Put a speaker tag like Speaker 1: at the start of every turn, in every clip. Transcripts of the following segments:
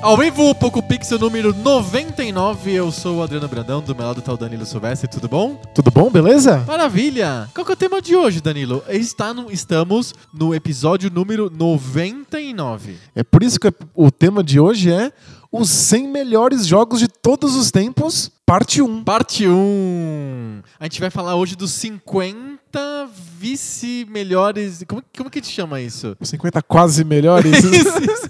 Speaker 1: Ao vivo, o Poco Pixel número 99, eu sou o Adriano Brandão, do meu lado tá o Danilo Silvestre, tudo bom?
Speaker 2: Tudo bom, beleza?
Speaker 1: Maravilha! Qual que é o tema de hoje, Danilo? Está no- estamos no episódio número 99.
Speaker 2: É por isso que o tema de hoje é os 100 melhores jogos de todos os tempos, parte 1.
Speaker 1: Parte 1. A gente vai falar hoje dos 50 vice-melhores... Como, como que te chama isso?
Speaker 2: Os 50 quase melhores.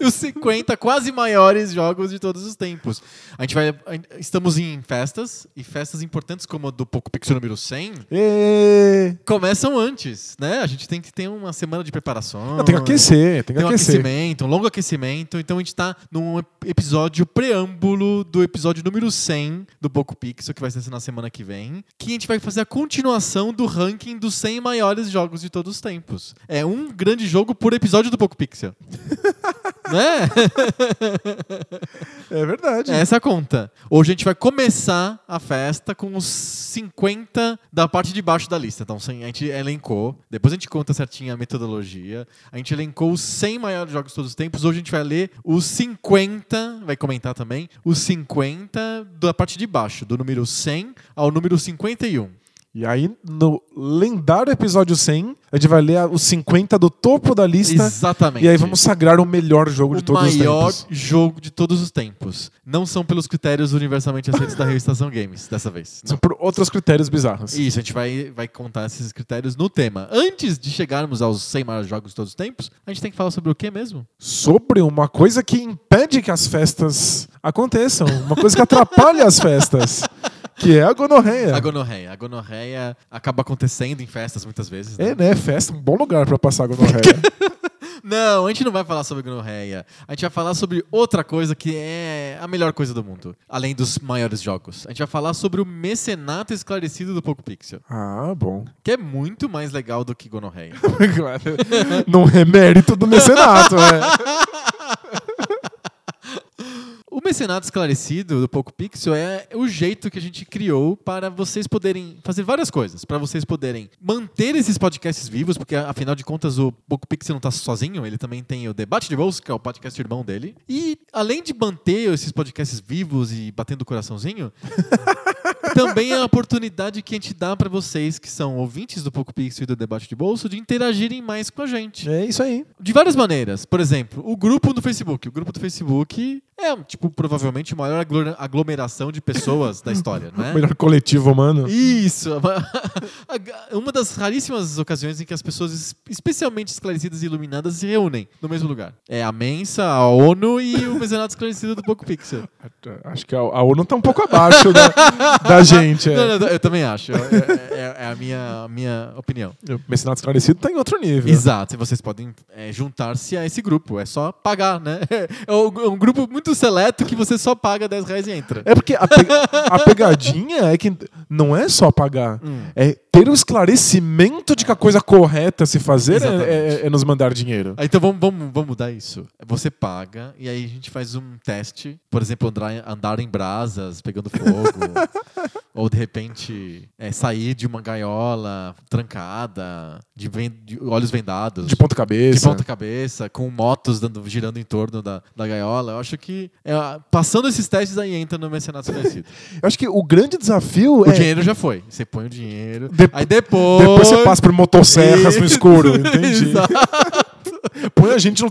Speaker 1: os 50 quase maiores jogos de todos os tempos. A gente vai... a- Estamos em festas, e festas importantes como a do Poco Pixel número 100...
Speaker 2: Ê,
Speaker 1: começam antes, né? A gente tem que ter uma semana de preparação.
Speaker 2: eu tenho que aquecer, tem que
Speaker 1: Tem um
Speaker 2: aquecer.
Speaker 1: aquecimento, um longo aquecimento. Então a gente tá num ep- episódio preâmbulo do episódio número 100 do Poco Pixel, que vai ser na semana que vem. Que a gente vai fazer a continuação do ranking dos 100 maiores jogos de todos os tempos. É um grande jogo por episódio do Poco Pixel. né?
Speaker 2: É verdade.
Speaker 1: É essa a conta. Hoje a gente vai começar a festa com os 50 da parte de baixo da lista. Então, sem- a gente elencou, depois a gente conta certinho a metodologia. A gente elencou os 100 maiores jogos de todos os tempos. Hoje a gente vai ler os 50, vai comentar também, os 50 da parte de baixo, do número 100 ao número 51.
Speaker 2: E aí, no lendário episódio 100, a gente vai ler a- os 50 do topo da lista.
Speaker 1: Exatamente.
Speaker 2: E aí vamos sagrar o melhor jogo de
Speaker 1: o
Speaker 2: todos
Speaker 1: maior
Speaker 2: os tempos.
Speaker 1: jogo de todos os tempos. Não são pelos critérios universalmente aceitos da revistação Games, dessa vez.
Speaker 2: São por outros critérios bizarros.
Speaker 1: Isso, a gente vai, vai contar esses critérios no tema. Antes de chegarmos aos 100 maiores jogos de todos os tempos, a gente tem que falar sobre o que mesmo?
Speaker 2: sobre uma coisa que impede que as festas aconteçam, uma coisa que atrapalha as festas, que é a gonorreia.
Speaker 1: A gonorreia. A gonorreia acaba acontecendo em festas muitas vezes. né?
Speaker 2: É, né? Festa, um bom lugar pra passar a gonorreia.
Speaker 1: Não, a gente não vai falar sobre gonorreia. A gente vai falar sobre outra coisa que é a melhor coisa do mundo, além dos maiores jogos. A gente vai falar sobre o mecenato esclarecido do Poco Pixel,
Speaker 2: ah, bom.
Speaker 1: que é muito mais legal do que gonorreia.
Speaker 2: Claro. Não é mérito do mecenato, é.
Speaker 1: O mecenato esclarecido do Poco Pixel é o jeito que a gente criou para vocês poderem fazer várias coisas, para vocês poderem manter esses podcasts vivos, porque afinal de contas o Poco Pixel não está sozinho, ele também tem o Debate de Bolsa, que é o podcast irmão dele. E além de manter esses podcasts vivos e batendo o coraçãozinho, também é a oportunidade que a gente dá para vocês que são ouvintes do Poco Pixel e do Debate de Bolso de interagirem mais com a gente.
Speaker 2: É isso aí.
Speaker 1: De várias maneiras. Por exemplo, o grupo do Facebook. O grupo do Facebook é, tipo, provavelmente a maior aglo- aglomeração de pessoas da história,
Speaker 2: O
Speaker 1: né?
Speaker 2: É. melhor coletivo humano.
Speaker 1: Isso! Uma das raríssimas ocasiões em que as pessoas, es- especialmente esclarecidas e iluminadas, se reúnem no mesmo lugar. É a Mensa, a ONU e o Mecenato Esclarecido do Poco Pixel.
Speaker 2: Acho que a, a ONU tá um pouco abaixo da, da gente. é.
Speaker 1: Não, não, eu também acho. É, é- é a minha, a minha opinião.
Speaker 2: O mecenato esclarecido tá em outro nível.
Speaker 1: Exato, e vocês podem é, juntar-se a esse grupo. É só pagar, né? É um é um grupo muito seleto que você só paga 10 reais e entra.
Speaker 2: É porque a, pe- a pegadinha é que não é só pagar.
Speaker 1: Hum.
Speaker 2: É ter o esclarecimento de que a coisa correta a se fazer é- é,
Speaker 1: Exatamente.
Speaker 2: é nos mandar dinheiro.
Speaker 1: Ah, Então vamos, vamos, vamos mudar isso. Você paga e aí a gente faz um teste. Por exemplo, andar, andar em brasas, pegando fogo. ou de repente é, sair de uma gaiola trancada, de, ven- de olhos vendados.
Speaker 2: De ponta cabeça.
Speaker 1: de ponta cabeça, com motos dando- girando em torno da, da gaiola. Eu acho que é, passando esses testes aí entra no Mercenário Esclarecido.
Speaker 2: Eu acho que o grande desafio
Speaker 1: O
Speaker 2: é.
Speaker 1: dinheiro já foi. Você põe o dinheiro.
Speaker 2: Dep-
Speaker 1: aí depois.
Speaker 2: Depois você passa por motosserras no escuro, entendi.
Speaker 1: Exato.
Speaker 2: Por põe a gente no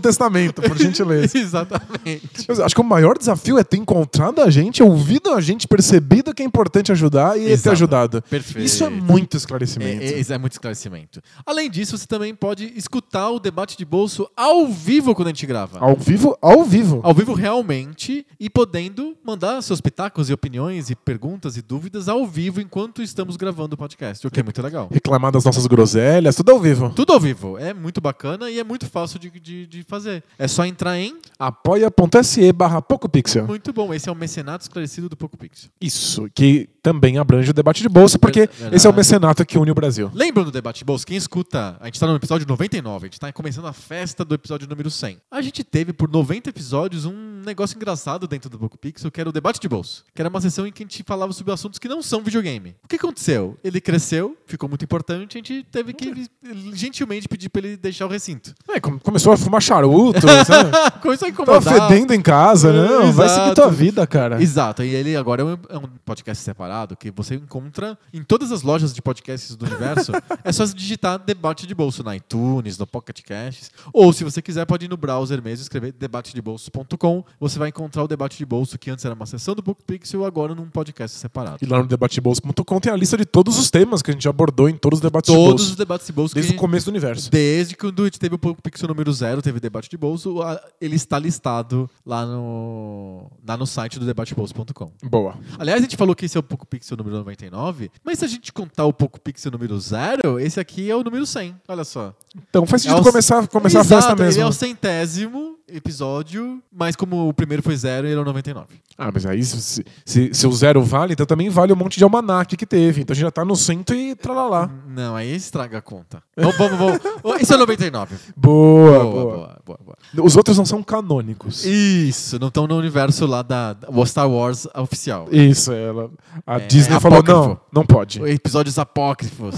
Speaker 2: testamento, por gentileza.
Speaker 1: Exatamente.
Speaker 2: Mas Acho que o maior desafio é ter encontrado a gente, ouvido a gente, percebido que é importante ajudar e ter
Speaker 1: Exato.
Speaker 2: ajudado.
Speaker 1: Perfeito.
Speaker 2: Isso é muito esclarecimento.
Speaker 1: É, é, isso é muito esclarecimento. Além disso, você também pode escutar o debate de bolso ao vivo quando a gente grava.
Speaker 2: Ao vivo, ao vivo.
Speaker 1: Ao vivo realmente e podendo mandar seus pitacos e opiniões e perguntas e dúvidas ao vivo enquanto estamos gravando o podcast, o que é muito legal.
Speaker 2: Reclamar das nossas groselhas, tudo ao vivo.
Speaker 1: Tudo ao vivo. É muito bacana e é muito fácil de, de, de fazer. É só entrar em.
Speaker 2: apoia.se barra PocoPixel.
Speaker 1: Muito bom. Esse é o mecenato esclarecido do Poco Pixel.
Speaker 2: Isso, que também abrange o debate de bolsa, porque
Speaker 1: Verdade.
Speaker 2: esse é o mecenato que une o Brasil.
Speaker 1: Lembram do debate de bolsa? Quem escuta? A gente tá no episódio 99, a gente tá começando a festa do episódio número 100. A gente teve por 90 episódios um negócio engraçado dentro do Poco Pixel, que era o debate de bolso, que era uma sessão em que a gente falava sobre assuntos que não são videogame. O que aconteceu? Ele cresceu, ficou muito importante, a gente teve que gentilmente pedir pra ele deixar o recinto.
Speaker 2: É, com- começou a fumar charuto, sabe?
Speaker 1: Coisa
Speaker 2: Tava
Speaker 1: incomodada.
Speaker 2: fedendo em casa, né?
Speaker 1: É,
Speaker 2: Vai
Speaker 1: exato.
Speaker 2: seguir tua vida, cara.
Speaker 1: Exato, e ele agora é um, é um podcast separado que você encontra em todas as lojas de podcasts do universo. é só digitar debate de bolso na iTunes, no Pocket Casts, ou se você quiser pode ir no browser mesmo e escrever debatedebolso.com. Você vai encontrar o debate de bolso que antes era uma sessão do Book Pixel, agora num podcast separado.
Speaker 2: E lá no debatebolsa.com tem a lista de todos os temas que a gente abordou em todos os debates
Speaker 1: Todos
Speaker 2: de
Speaker 1: os debates de bolso
Speaker 2: bolsa, desde
Speaker 1: que
Speaker 2: o começo do universo.
Speaker 1: Desde que o Duit teve o Poco Pixel número zero, teve debate de bolso, a- ele está listado lá no, lá no site do debatebolso.com.
Speaker 2: Boa.
Speaker 1: Aliás, a gente falou que esse é o Poco Pixel número 99, mas se a gente contar o Poco Pixel número 0, esse aqui é o número 100. Olha só.
Speaker 2: Então faz sentido
Speaker 1: É o-
Speaker 2: começar, começar a
Speaker 1: Exato,
Speaker 2: festa
Speaker 1: Ele
Speaker 2: mesmo.
Speaker 1: é o centésimo episódio, mas como o primeiro foi 0, ele é o 99.
Speaker 2: Ah, mas aí se, se- se o zero vale, então também vale um monte de almanac que teve. Então a gente já tá no cento e tralalá.
Speaker 1: Não, aí estraga a conta. Vamos, vamos, vamos. Esse é o 99.
Speaker 2: Boa, boa,
Speaker 1: boa, boa, boa.
Speaker 2: Os outros não são canônicos.
Speaker 1: Isso, não estão no universo lá da, da o Star Wars oficial.
Speaker 2: Isso, ela. A
Speaker 1: É,
Speaker 2: Disney falou:
Speaker 1: apócrifo.
Speaker 2: não, não pode.
Speaker 1: Episódios apócrifos.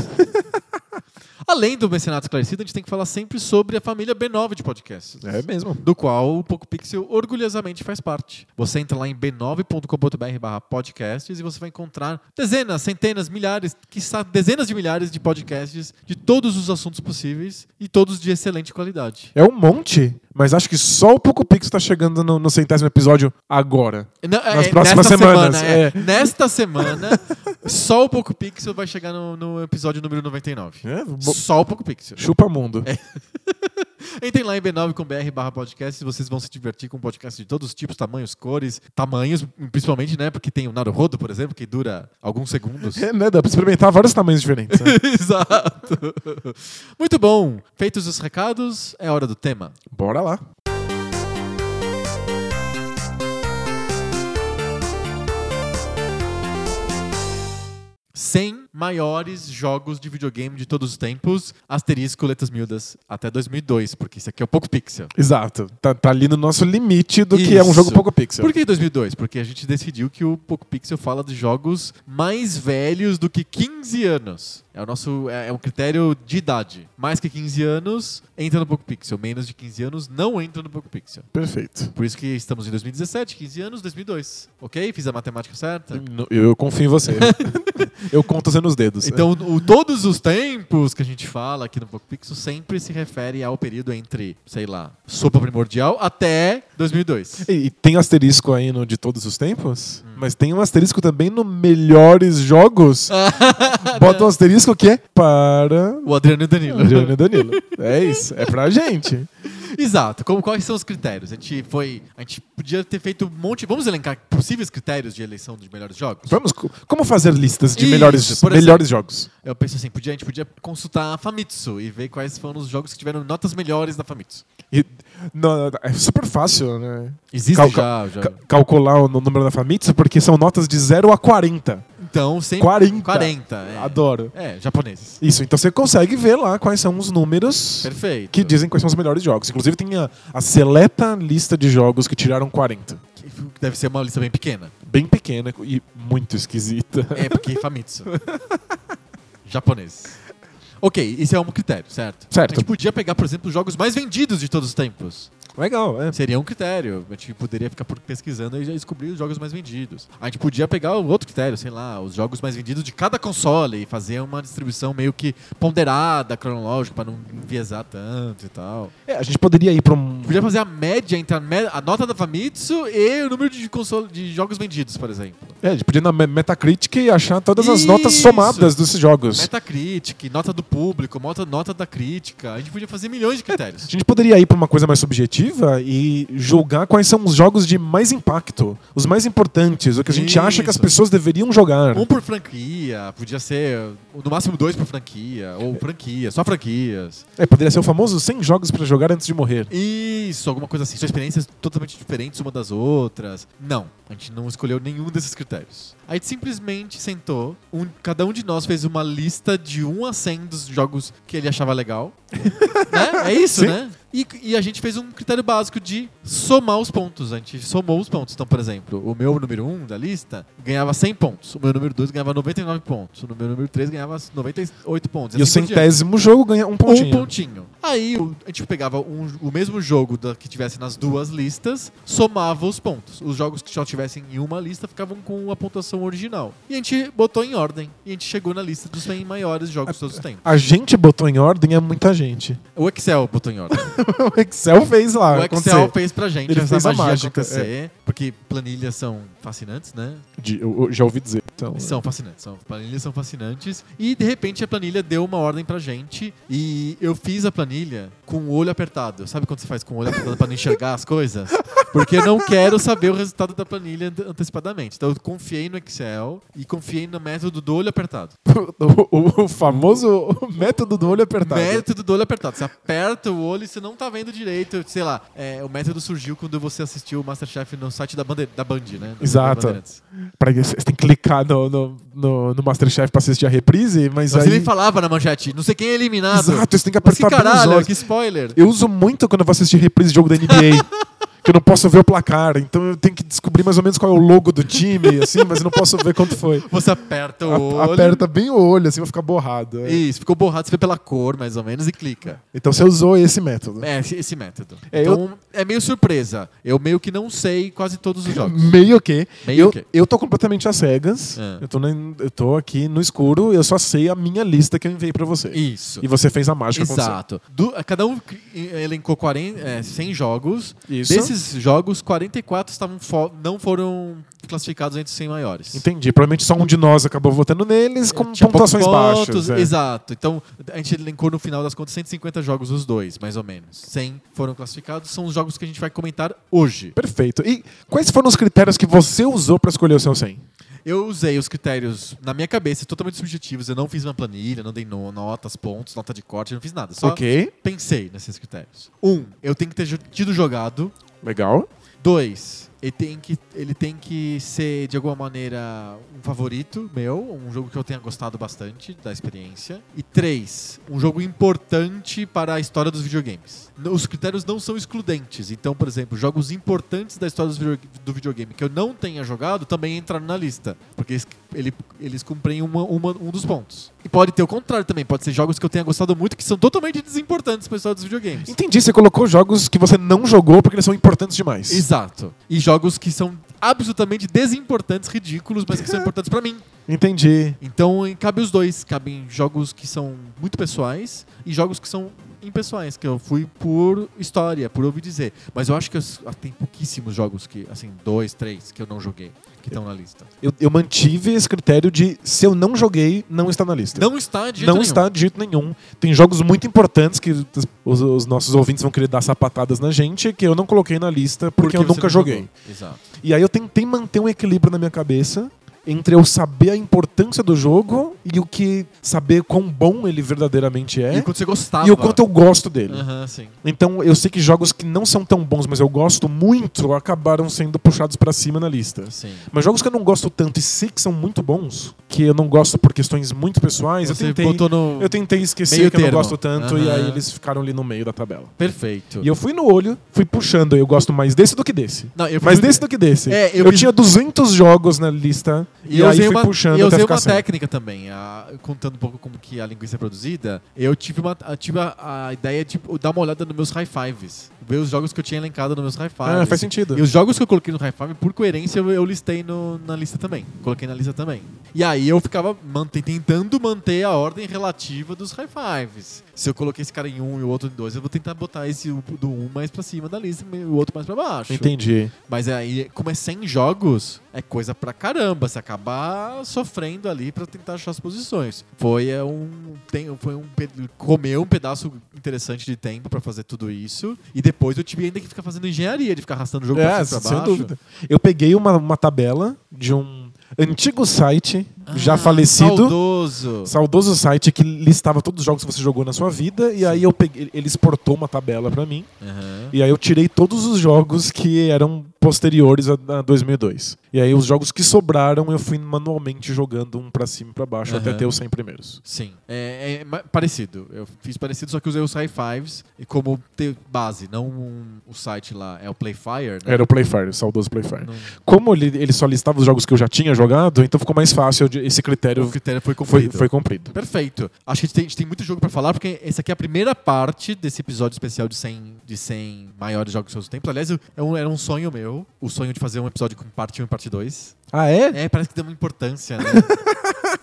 Speaker 1: Além do Mecenato Esclarecido, a gente tem que falar sempre sobre a família B9 de podcasts.
Speaker 2: É mesmo.
Speaker 1: do qual o PocoPixel orgulhosamente faz parte. Você entra lá em b9.com.br barra podcasts e você vai encontrar dezenas, centenas, milhares, quiçá dezenas de milhares de podcasts de todos os assuntos possíveis e todos de excelente qualidade.
Speaker 2: É um monte, mas acho que só o Poco Pix tá chegando no, no centésimo episódio agora.
Speaker 1: Não, é,
Speaker 2: Nas
Speaker 1: é,
Speaker 2: próximas
Speaker 1: nesta
Speaker 2: semanas,
Speaker 1: Semana, é.
Speaker 2: é.
Speaker 1: Nesta semana, só o PocoPixel vai chegar no, no episódio número 99.
Speaker 2: É, bo-
Speaker 1: Só o PocoPixel.
Speaker 2: Chupa mundo.
Speaker 1: Entrem lá em b9.com.br barra podcast e vocês vão se divertir com podcast de todos os tipos, tamanhos, cores, tamanhos, principalmente, né? Porque tem o Naruhodo, por exemplo, que dura alguns segundos.
Speaker 2: É, né? Dá pra experimentar vários tamanhos diferentes. né?
Speaker 1: Exato. Muito bom. Feitos os recados, é hora do tema.
Speaker 2: Bora lá.
Speaker 1: Sem maiores jogos de videogame de todos os tempos, asterisco, letras miúdas, até 2002, porque isso aqui é o Poco Pixel.
Speaker 2: Exato. Tá, tá ali no nosso limite do que é um
Speaker 1: Isso.
Speaker 2: jogo Poco Pixel.
Speaker 1: Por que 2002? Porque a gente decidiu que o Poco Pixel fala de jogos mais velhos do que 15 anos. É o nosso é, é um critério de idade. Mais que 15 anos entra no Poco Pixel, menos de 15 anos não entra no Poco Pixel.
Speaker 2: Perfeito.
Speaker 1: Por isso que estamos em 2017, 15 anos, 2002. OK? Fiz a matemática certa?
Speaker 2: No- Eu, eu confio em você. eu conto você nos dedos.
Speaker 1: Então, o, todos os tempos que a gente fala aqui no Poco Pixel sempre se refere ao período entre, sei lá, sopa primordial até 2002.
Speaker 2: E, e tem asterisco aí no de todos os tempos,
Speaker 1: Hum.
Speaker 2: mas tem um asterisco também no melhores jogos. Bota um asterisco que é para
Speaker 1: O Adriano e o Danilo.
Speaker 2: Adriano e Danilo. É isso, é pra gente.
Speaker 1: Exato. Como, quais são os critérios? A gente foi. A gente podia ter feito um monte. Vamos elencar possíveis critérios de eleição dos melhores jogos?
Speaker 2: Vamos, co- como fazer listas de
Speaker 1: Isso,
Speaker 2: melhores,
Speaker 1: por
Speaker 2: melhores jogos?
Speaker 1: Eu penso assim, podia, a gente podia consultar a Famitsu e ver quais foram os jogos que tiveram notas melhores da Famitsu.
Speaker 2: E- não, não, é super fácil, né?
Speaker 1: Existe
Speaker 2: Cal-
Speaker 1: já, já.
Speaker 2: Ca- calcular o número da Famitsu, porque são notas de 0 a 40.
Speaker 1: Então, sempre.
Speaker 2: 40.
Speaker 1: 40 é.
Speaker 2: Adoro.
Speaker 1: É, japoneses.
Speaker 2: Isso, então você consegue ver lá quais são os números
Speaker 1: Perfeito.
Speaker 2: que dizem quais são os melhores jogos. Inclusive tem a, a seleta lista de jogos que tiraram 40.
Speaker 1: Que Deve ser uma lista bem pequena.
Speaker 2: Bem pequena e muito esquisita.
Speaker 1: É, porque Famitsu. Japoneses. Ok, esse é um critério, certo?
Speaker 2: Certo.
Speaker 1: A gente podia pegar, por exemplo, os jogos mais vendidos de todos os tempos.
Speaker 2: Legal, é.
Speaker 1: Seria um critério. A gente poderia ficar por- pesquisando e já descobrir os jogos mais vendidos. A gente podia pegar o outro critério, sei lá, os jogos mais vendidos de cada console e fazer uma distribuição meio que ponderada, cronológica, para não enviesar tanto e tal.
Speaker 2: É, a gente poderia ir pra um.
Speaker 1: Podia fazer a média entre a, me- a nota da Famitsu e o número de, console, de jogos vendidos, por exemplo.
Speaker 2: É, a gente podia ir na Me- Metacritic e achar todas as
Speaker 1: Isso.
Speaker 2: notas somadas desses jogos.
Speaker 1: Metacritic, nota do público, nota, nota da crítica. A gente podia fazer milhões de
Speaker 2: A
Speaker 1: critérios.
Speaker 2: gente poderia ir pra uma coisa mais subjetiva e julgar quais são os jogos de mais impacto, os mais importantes, o que a gente acha que as
Speaker 1: Isso.
Speaker 2: pessoas deveriam jogar.
Speaker 1: Um por franquia, podia ser no máximo dois por franquia, ou franquia, só franquias.
Speaker 2: É, poderia ser o famoso 100 jogos pra jogar antes de morrer.
Speaker 1: Isso, alguma coisa assim. São experiências totalmente diferentes uma das outras. Não, a gente não escolheu nenhum desses critérios. A gente simplesmente sentou, um- cada um de nós fez uma lista de 1 a 100 dos jogos que ele achava legal. Né? É isso,
Speaker 2: Sim.
Speaker 1: né? E, e a gente fez um critério básico de somar os pontos. A gente somou os pontos. Então, por exemplo, o meu número 1 da lista ganhava 100 pontos. O meu número 2 ganhava 99 pontos. O meu número 3 ganhava 98 pontos.
Speaker 2: E o
Speaker 1: assim por diante.
Speaker 2: centésimo jogo ganha um pontinho.
Speaker 1: Um pontinho. Aí o- a gente pegava um- o mesmo jogo da- que tivesse nas duas listas, somava os pontos. Os jogos que só tivessem em uma lista ficavam com a pontuação original. E a gente botou em ordem. E a gente chegou na lista dos 100 maiores jogos de todos os tempos.
Speaker 2: A gente botou em ordem é muita gente.
Speaker 1: O Excel botou em ordem.
Speaker 2: o Excel fez lá.
Speaker 1: o Excel
Speaker 2: acontecer.
Speaker 1: fez pra gente
Speaker 2: Ah, Ele
Speaker 1: essa
Speaker 2: fez a
Speaker 1: magia
Speaker 2: mágica, é.
Speaker 1: acontecer. Porque planilhas são fascinantes, né?
Speaker 2: De- eu- eu já ouvi dizer. Então,
Speaker 1: São fascinantes, são, planilhas são fascinantes. E de repente a planilha deu uma ordem pra gente. E eu fiz a planilha com o olho apertado. Sabe quando você faz com o olho apertado pra não enxergar as coisas? Porque eu não quero saber o resultado da planilha ante- antecipadamente. Então eu confiei no Excel e confiei no método do olho apertado.
Speaker 2: Tá, O, o- o famoso método do olho apertado.
Speaker 1: Método do olho apertado. Você aperta o olho e você não tá vendo direito. Sei lá, é, o método surgiu quando você assistiu o Masterchef no site da, Bande da Band, né? Da-
Speaker 2: Exato.
Speaker 1: da Bandeirantes.
Speaker 2: Pra, você tem que clicar no, no, no, no Masterchef pra assistir a reprise, mas
Speaker 1: Mas
Speaker 2: aí...
Speaker 1: ele falava na manchete, não sei quem é eliminado.
Speaker 2: Exato, você tem que
Speaker 1: Mas que
Speaker 2: apertar bem os
Speaker 1: caralho,
Speaker 2: olhos.
Speaker 1: que spoiler.
Speaker 2: Eu uso muito quando eu vou assistir reprise de jogo da NBA. que eu não posso ver o placar, então eu tenho que descobrir mais ou menos qual é o logo do time, assim, mas eu não posso ver quanto foi.
Speaker 1: Você aperta o
Speaker 2: A-
Speaker 1: olho.
Speaker 2: Aperta bem o olho, assim, vai ficar borrado. é.
Speaker 1: Isso, ficou borrado, você vê pela cor, mais ou menos, e clica.
Speaker 2: Então você usou esse método.
Speaker 1: É, esse esse método.
Speaker 2: Hum. É,
Speaker 1: então, é meio surpresa. Eu meio que não sei quase todos os jogos.
Speaker 2: Meio que.
Speaker 1: Meio
Speaker 2: eu,
Speaker 1: que.
Speaker 2: eu tô completamente às cegas.
Speaker 1: Ah.
Speaker 2: Eu, tô na- eu tô aqui no escuro eu só sei a minha lista que eu enviei pra você.
Speaker 1: Isso.
Speaker 2: E você fez a mágica acontecer.
Speaker 1: Exato. Do- cada um cri- elencou 40, é, 100 jogos.
Speaker 2: Isso.
Speaker 1: Desses jogos, 44 estavam fo- não foram classificados entre os 100 maiores.
Speaker 2: Entendi. Provavelmente só um de nós acabou votando neles com
Speaker 1: Tinha
Speaker 2: pontuações
Speaker 1: poucos
Speaker 2: baixas. é.
Speaker 1: Exato. Então, a gente elencou no final das contas 150 jogos os dois, mais ou menos. 100 foram classificados, são os jogos que a gente vai comentar hoje.
Speaker 2: Perfeito. E quais foram os critérios que você usou pra escolher o seu 100?
Speaker 1: Eu usei os critérios na minha cabeça, totalmente subjetivos. Eu não fiz uma planilha, não dei no- notas, pontos, nota de corte, eu não fiz nada. Só
Speaker 2: Ok.
Speaker 1: pensei nesses critérios. Um, eu tenho que ter jo- tido jogado.
Speaker 2: Legal.
Speaker 1: Dois, ele tem, que, ele tem que ser, de alguma maneira, um favorito meu, um jogo que eu tenha gostado bastante da experiência. E três, um jogo importante para a história dos videogames. N- Os critérios não são excludentes. Então, por exemplo, jogos importantes da história dos video- do videogame que eu não tenha jogado também entraram na lista. Porque eles, ele- eles cumprem uma- uma- um dos pontos. E pode ter o contrário também. Pode ser jogos que eu tenha gostado muito que são totalmente desimportantes para a história dos videogames.
Speaker 2: Entendi. Você colocou jogos que você não jogou porque eles são importantes demais.
Speaker 1: Exato. E jogos que são absolutamente desimportantes, ridículos, mas que são importantes pra mim.
Speaker 2: Entendi.
Speaker 1: Então em- cabe os dois. Cabem jogos que são muito pessoais e jogos que são impessoais, que eu fui por história, por ouvir dizer. Mas eu acho que eu s- ah, tem pouquíssimos jogos que, assim, dois, três, que eu não joguei, que estão na lista.
Speaker 2: Eu, eu mantive esse critério de se eu não joguei, não está na lista.
Speaker 1: Não está de jeito
Speaker 2: não
Speaker 1: nenhum.
Speaker 2: está de jeito nenhum. Tem jogos muito importantes que os, os nossos ouvintes vão querer dar sapatadas na gente que eu não coloquei na lista porque, eu
Speaker 1: você
Speaker 2: nunca
Speaker 1: não
Speaker 2: joguei.
Speaker 1: jogou. Exato.
Speaker 2: E aí eu tentei manter um equilíbrio na minha cabeça entre eu saber a importância do jogo e o que saber quão bom ele verdadeiramente é
Speaker 1: E o quanto você gostava.
Speaker 2: e o quanto eu gosto dele.
Speaker 1: Aham, sim.
Speaker 2: Então eu sei que jogos que não são tão bons, mas eu gosto muito, acabaram sendo puxados pra cima na lista.
Speaker 1: Sim.
Speaker 2: Mas jogos que eu não gosto tanto e sei que são muito bons, que eu não gosto por questões muito pessoais, eu
Speaker 1: Você
Speaker 2: tentei,
Speaker 1: botou no
Speaker 2: eu tentei esquecer
Speaker 1: meio
Speaker 2: que eu não
Speaker 1: termo.
Speaker 2: gosto tanto e
Speaker 1: Aham.
Speaker 2: aí eles ficaram ali no meio da tabela.
Speaker 1: Perfeito.
Speaker 2: E eu fui no olho, fui puxando, eu gosto mais desse do que desse.
Speaker 1: Não, eu fui-
Speaker 2: mais desse do que desse.
Speaker 1: É, eu
Speaker 2: eu
Speaker 1: fiz-
Speaker 2: tinha 200 jogos na lista
Speaker 1: E
Speaker 2: e,
Speaker 1: eu
Speaker 2: aí
Speaker 1: usei
Speaker 2: fui
Speaker 1: uma,
Speaker 2: puxando
Speaker 1: e eu
Speaker 2: até
Speaker 1: usei
Speaker 2: ficar
Speaker 1: uma
Speaker 2: sem.
Speaker 1: técnica também, a- contando um pouco como que a linguiça é produzida. Eu tive, uma, eu tive a, a ideia de tipo, dar uma olhada nos meus high fives. Ver os jogos que eu tinha elencado nos meus high fives.
Speaker 2: Ah, faz sentido.
Speaker 1: E os jogos que eu coloquei no high five, por coerência, eu, eu listei no- na lista também. Coloquei na lista também. E aí eu ficava mantém, tentando manter a ordem relativa dos high fives. Se eu coloquei esse cara em um e o outro em dois, eu vou tentar botar esse do um mais pra cima da lista e o outro mais pra baixo.
Speaker 2: Entendi.
Speaker 1: Mas aí, como é 100 jogos, é coisa pra caramba. Você acabar sofrendo ali pra tentar achar as posições. Foi é, um. Tem, foi um pe- comeu um pedaço interessante de tempo pra fazer tudo isso. E depois eu tive ainda que ficar fazendo engenharia, de ficar arrastando o jogo pra
Speaker 2: É,
Speaker 1: cima e pra
Speaker 2: sem
Speaker 1: baixo.
Speaker 2: dúvida. Eu peguei uma, uma tabela de um antigo site já
Speaker 1: Ah,
Speaker 2: falecido.
Speaker 1: Saudoso.
Speaker 2: Saudoso site que listava todos os jogos que você jogou na sua vida e aí eu peguei, ele exportou uma tabela pra mim
Speaker 1: Aham.
Speaker 2: e aí eu tirei todos os jogos que eram posteriores a, a 2002. E aí os jogos que sobraram eu fui manualmente jogando um pra cima e pra baixo até
Speaker 1: Aham.
Speaker 2: ter os 100 primeiros.
Speaker 1: Sim, é, é ma- parecido. Eu fiz parecido, só que usei os high fives e como ter base, não um- o site lá, é o Playfire, né?
Speaker 2: Era o Playfire, o saudoso Playfire.
Speaker 1: Não-
Speaker 2: Como ele, ele só listava os jogos que eu já tinha jogado, então ficou mais fácil de- esse critério
Speaker 1: o critério foi
Speaker 2: foi,
Speaker 1: cumprido.
Speaker 2: foi cumprido.
Speaker 1: Perfeito. Acho que a gente tem, a gente tem muito jogo pra falar, porque essa aqui é a primeira parte desse episódio especial de 100, de 100 maiores jogos de seus tempos. Aliás, eu- é um- era um sonho meu, o sonho de fazer um episódio com parte 1 e parte 2.
Speaker 2: Ah, é?
Speaker 1: É, parece que deu uma importância, né?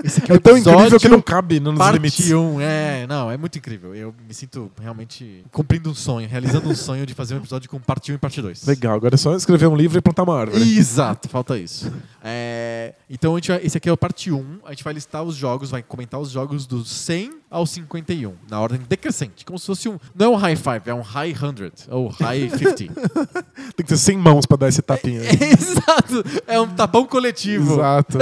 Speaker 1: Esse aqui
Speaker 2: É tão incrível
Speaker 1: episódio-
Speaker 2: que não cabe nos limites.
Speaker 1: Parte 1, é, não, é muito incrível. Eu me sinto realmente cumprindo um sonho, realizando um sonho de fazer um episódio com parte 1 e parte 2.
Speaker 2: Legal, agora é só escrever um livro e plantar uma árvore.
Speaker 1: Exato, falta isso. É, então, a gente vai- esse aqui é o parte 1. A gente vai listar os jogos, vai comentar os jogos do 100 ao 51, na ordem decrescente. Como se fosse um. Não é um high five, é um high 100 ou high 50.
Speaker 2: Tem que ter 100 mãos pra dar esse tapinha.
Speaker 1: Exato, é um tapão coletivo.
Speaker 2: Exato.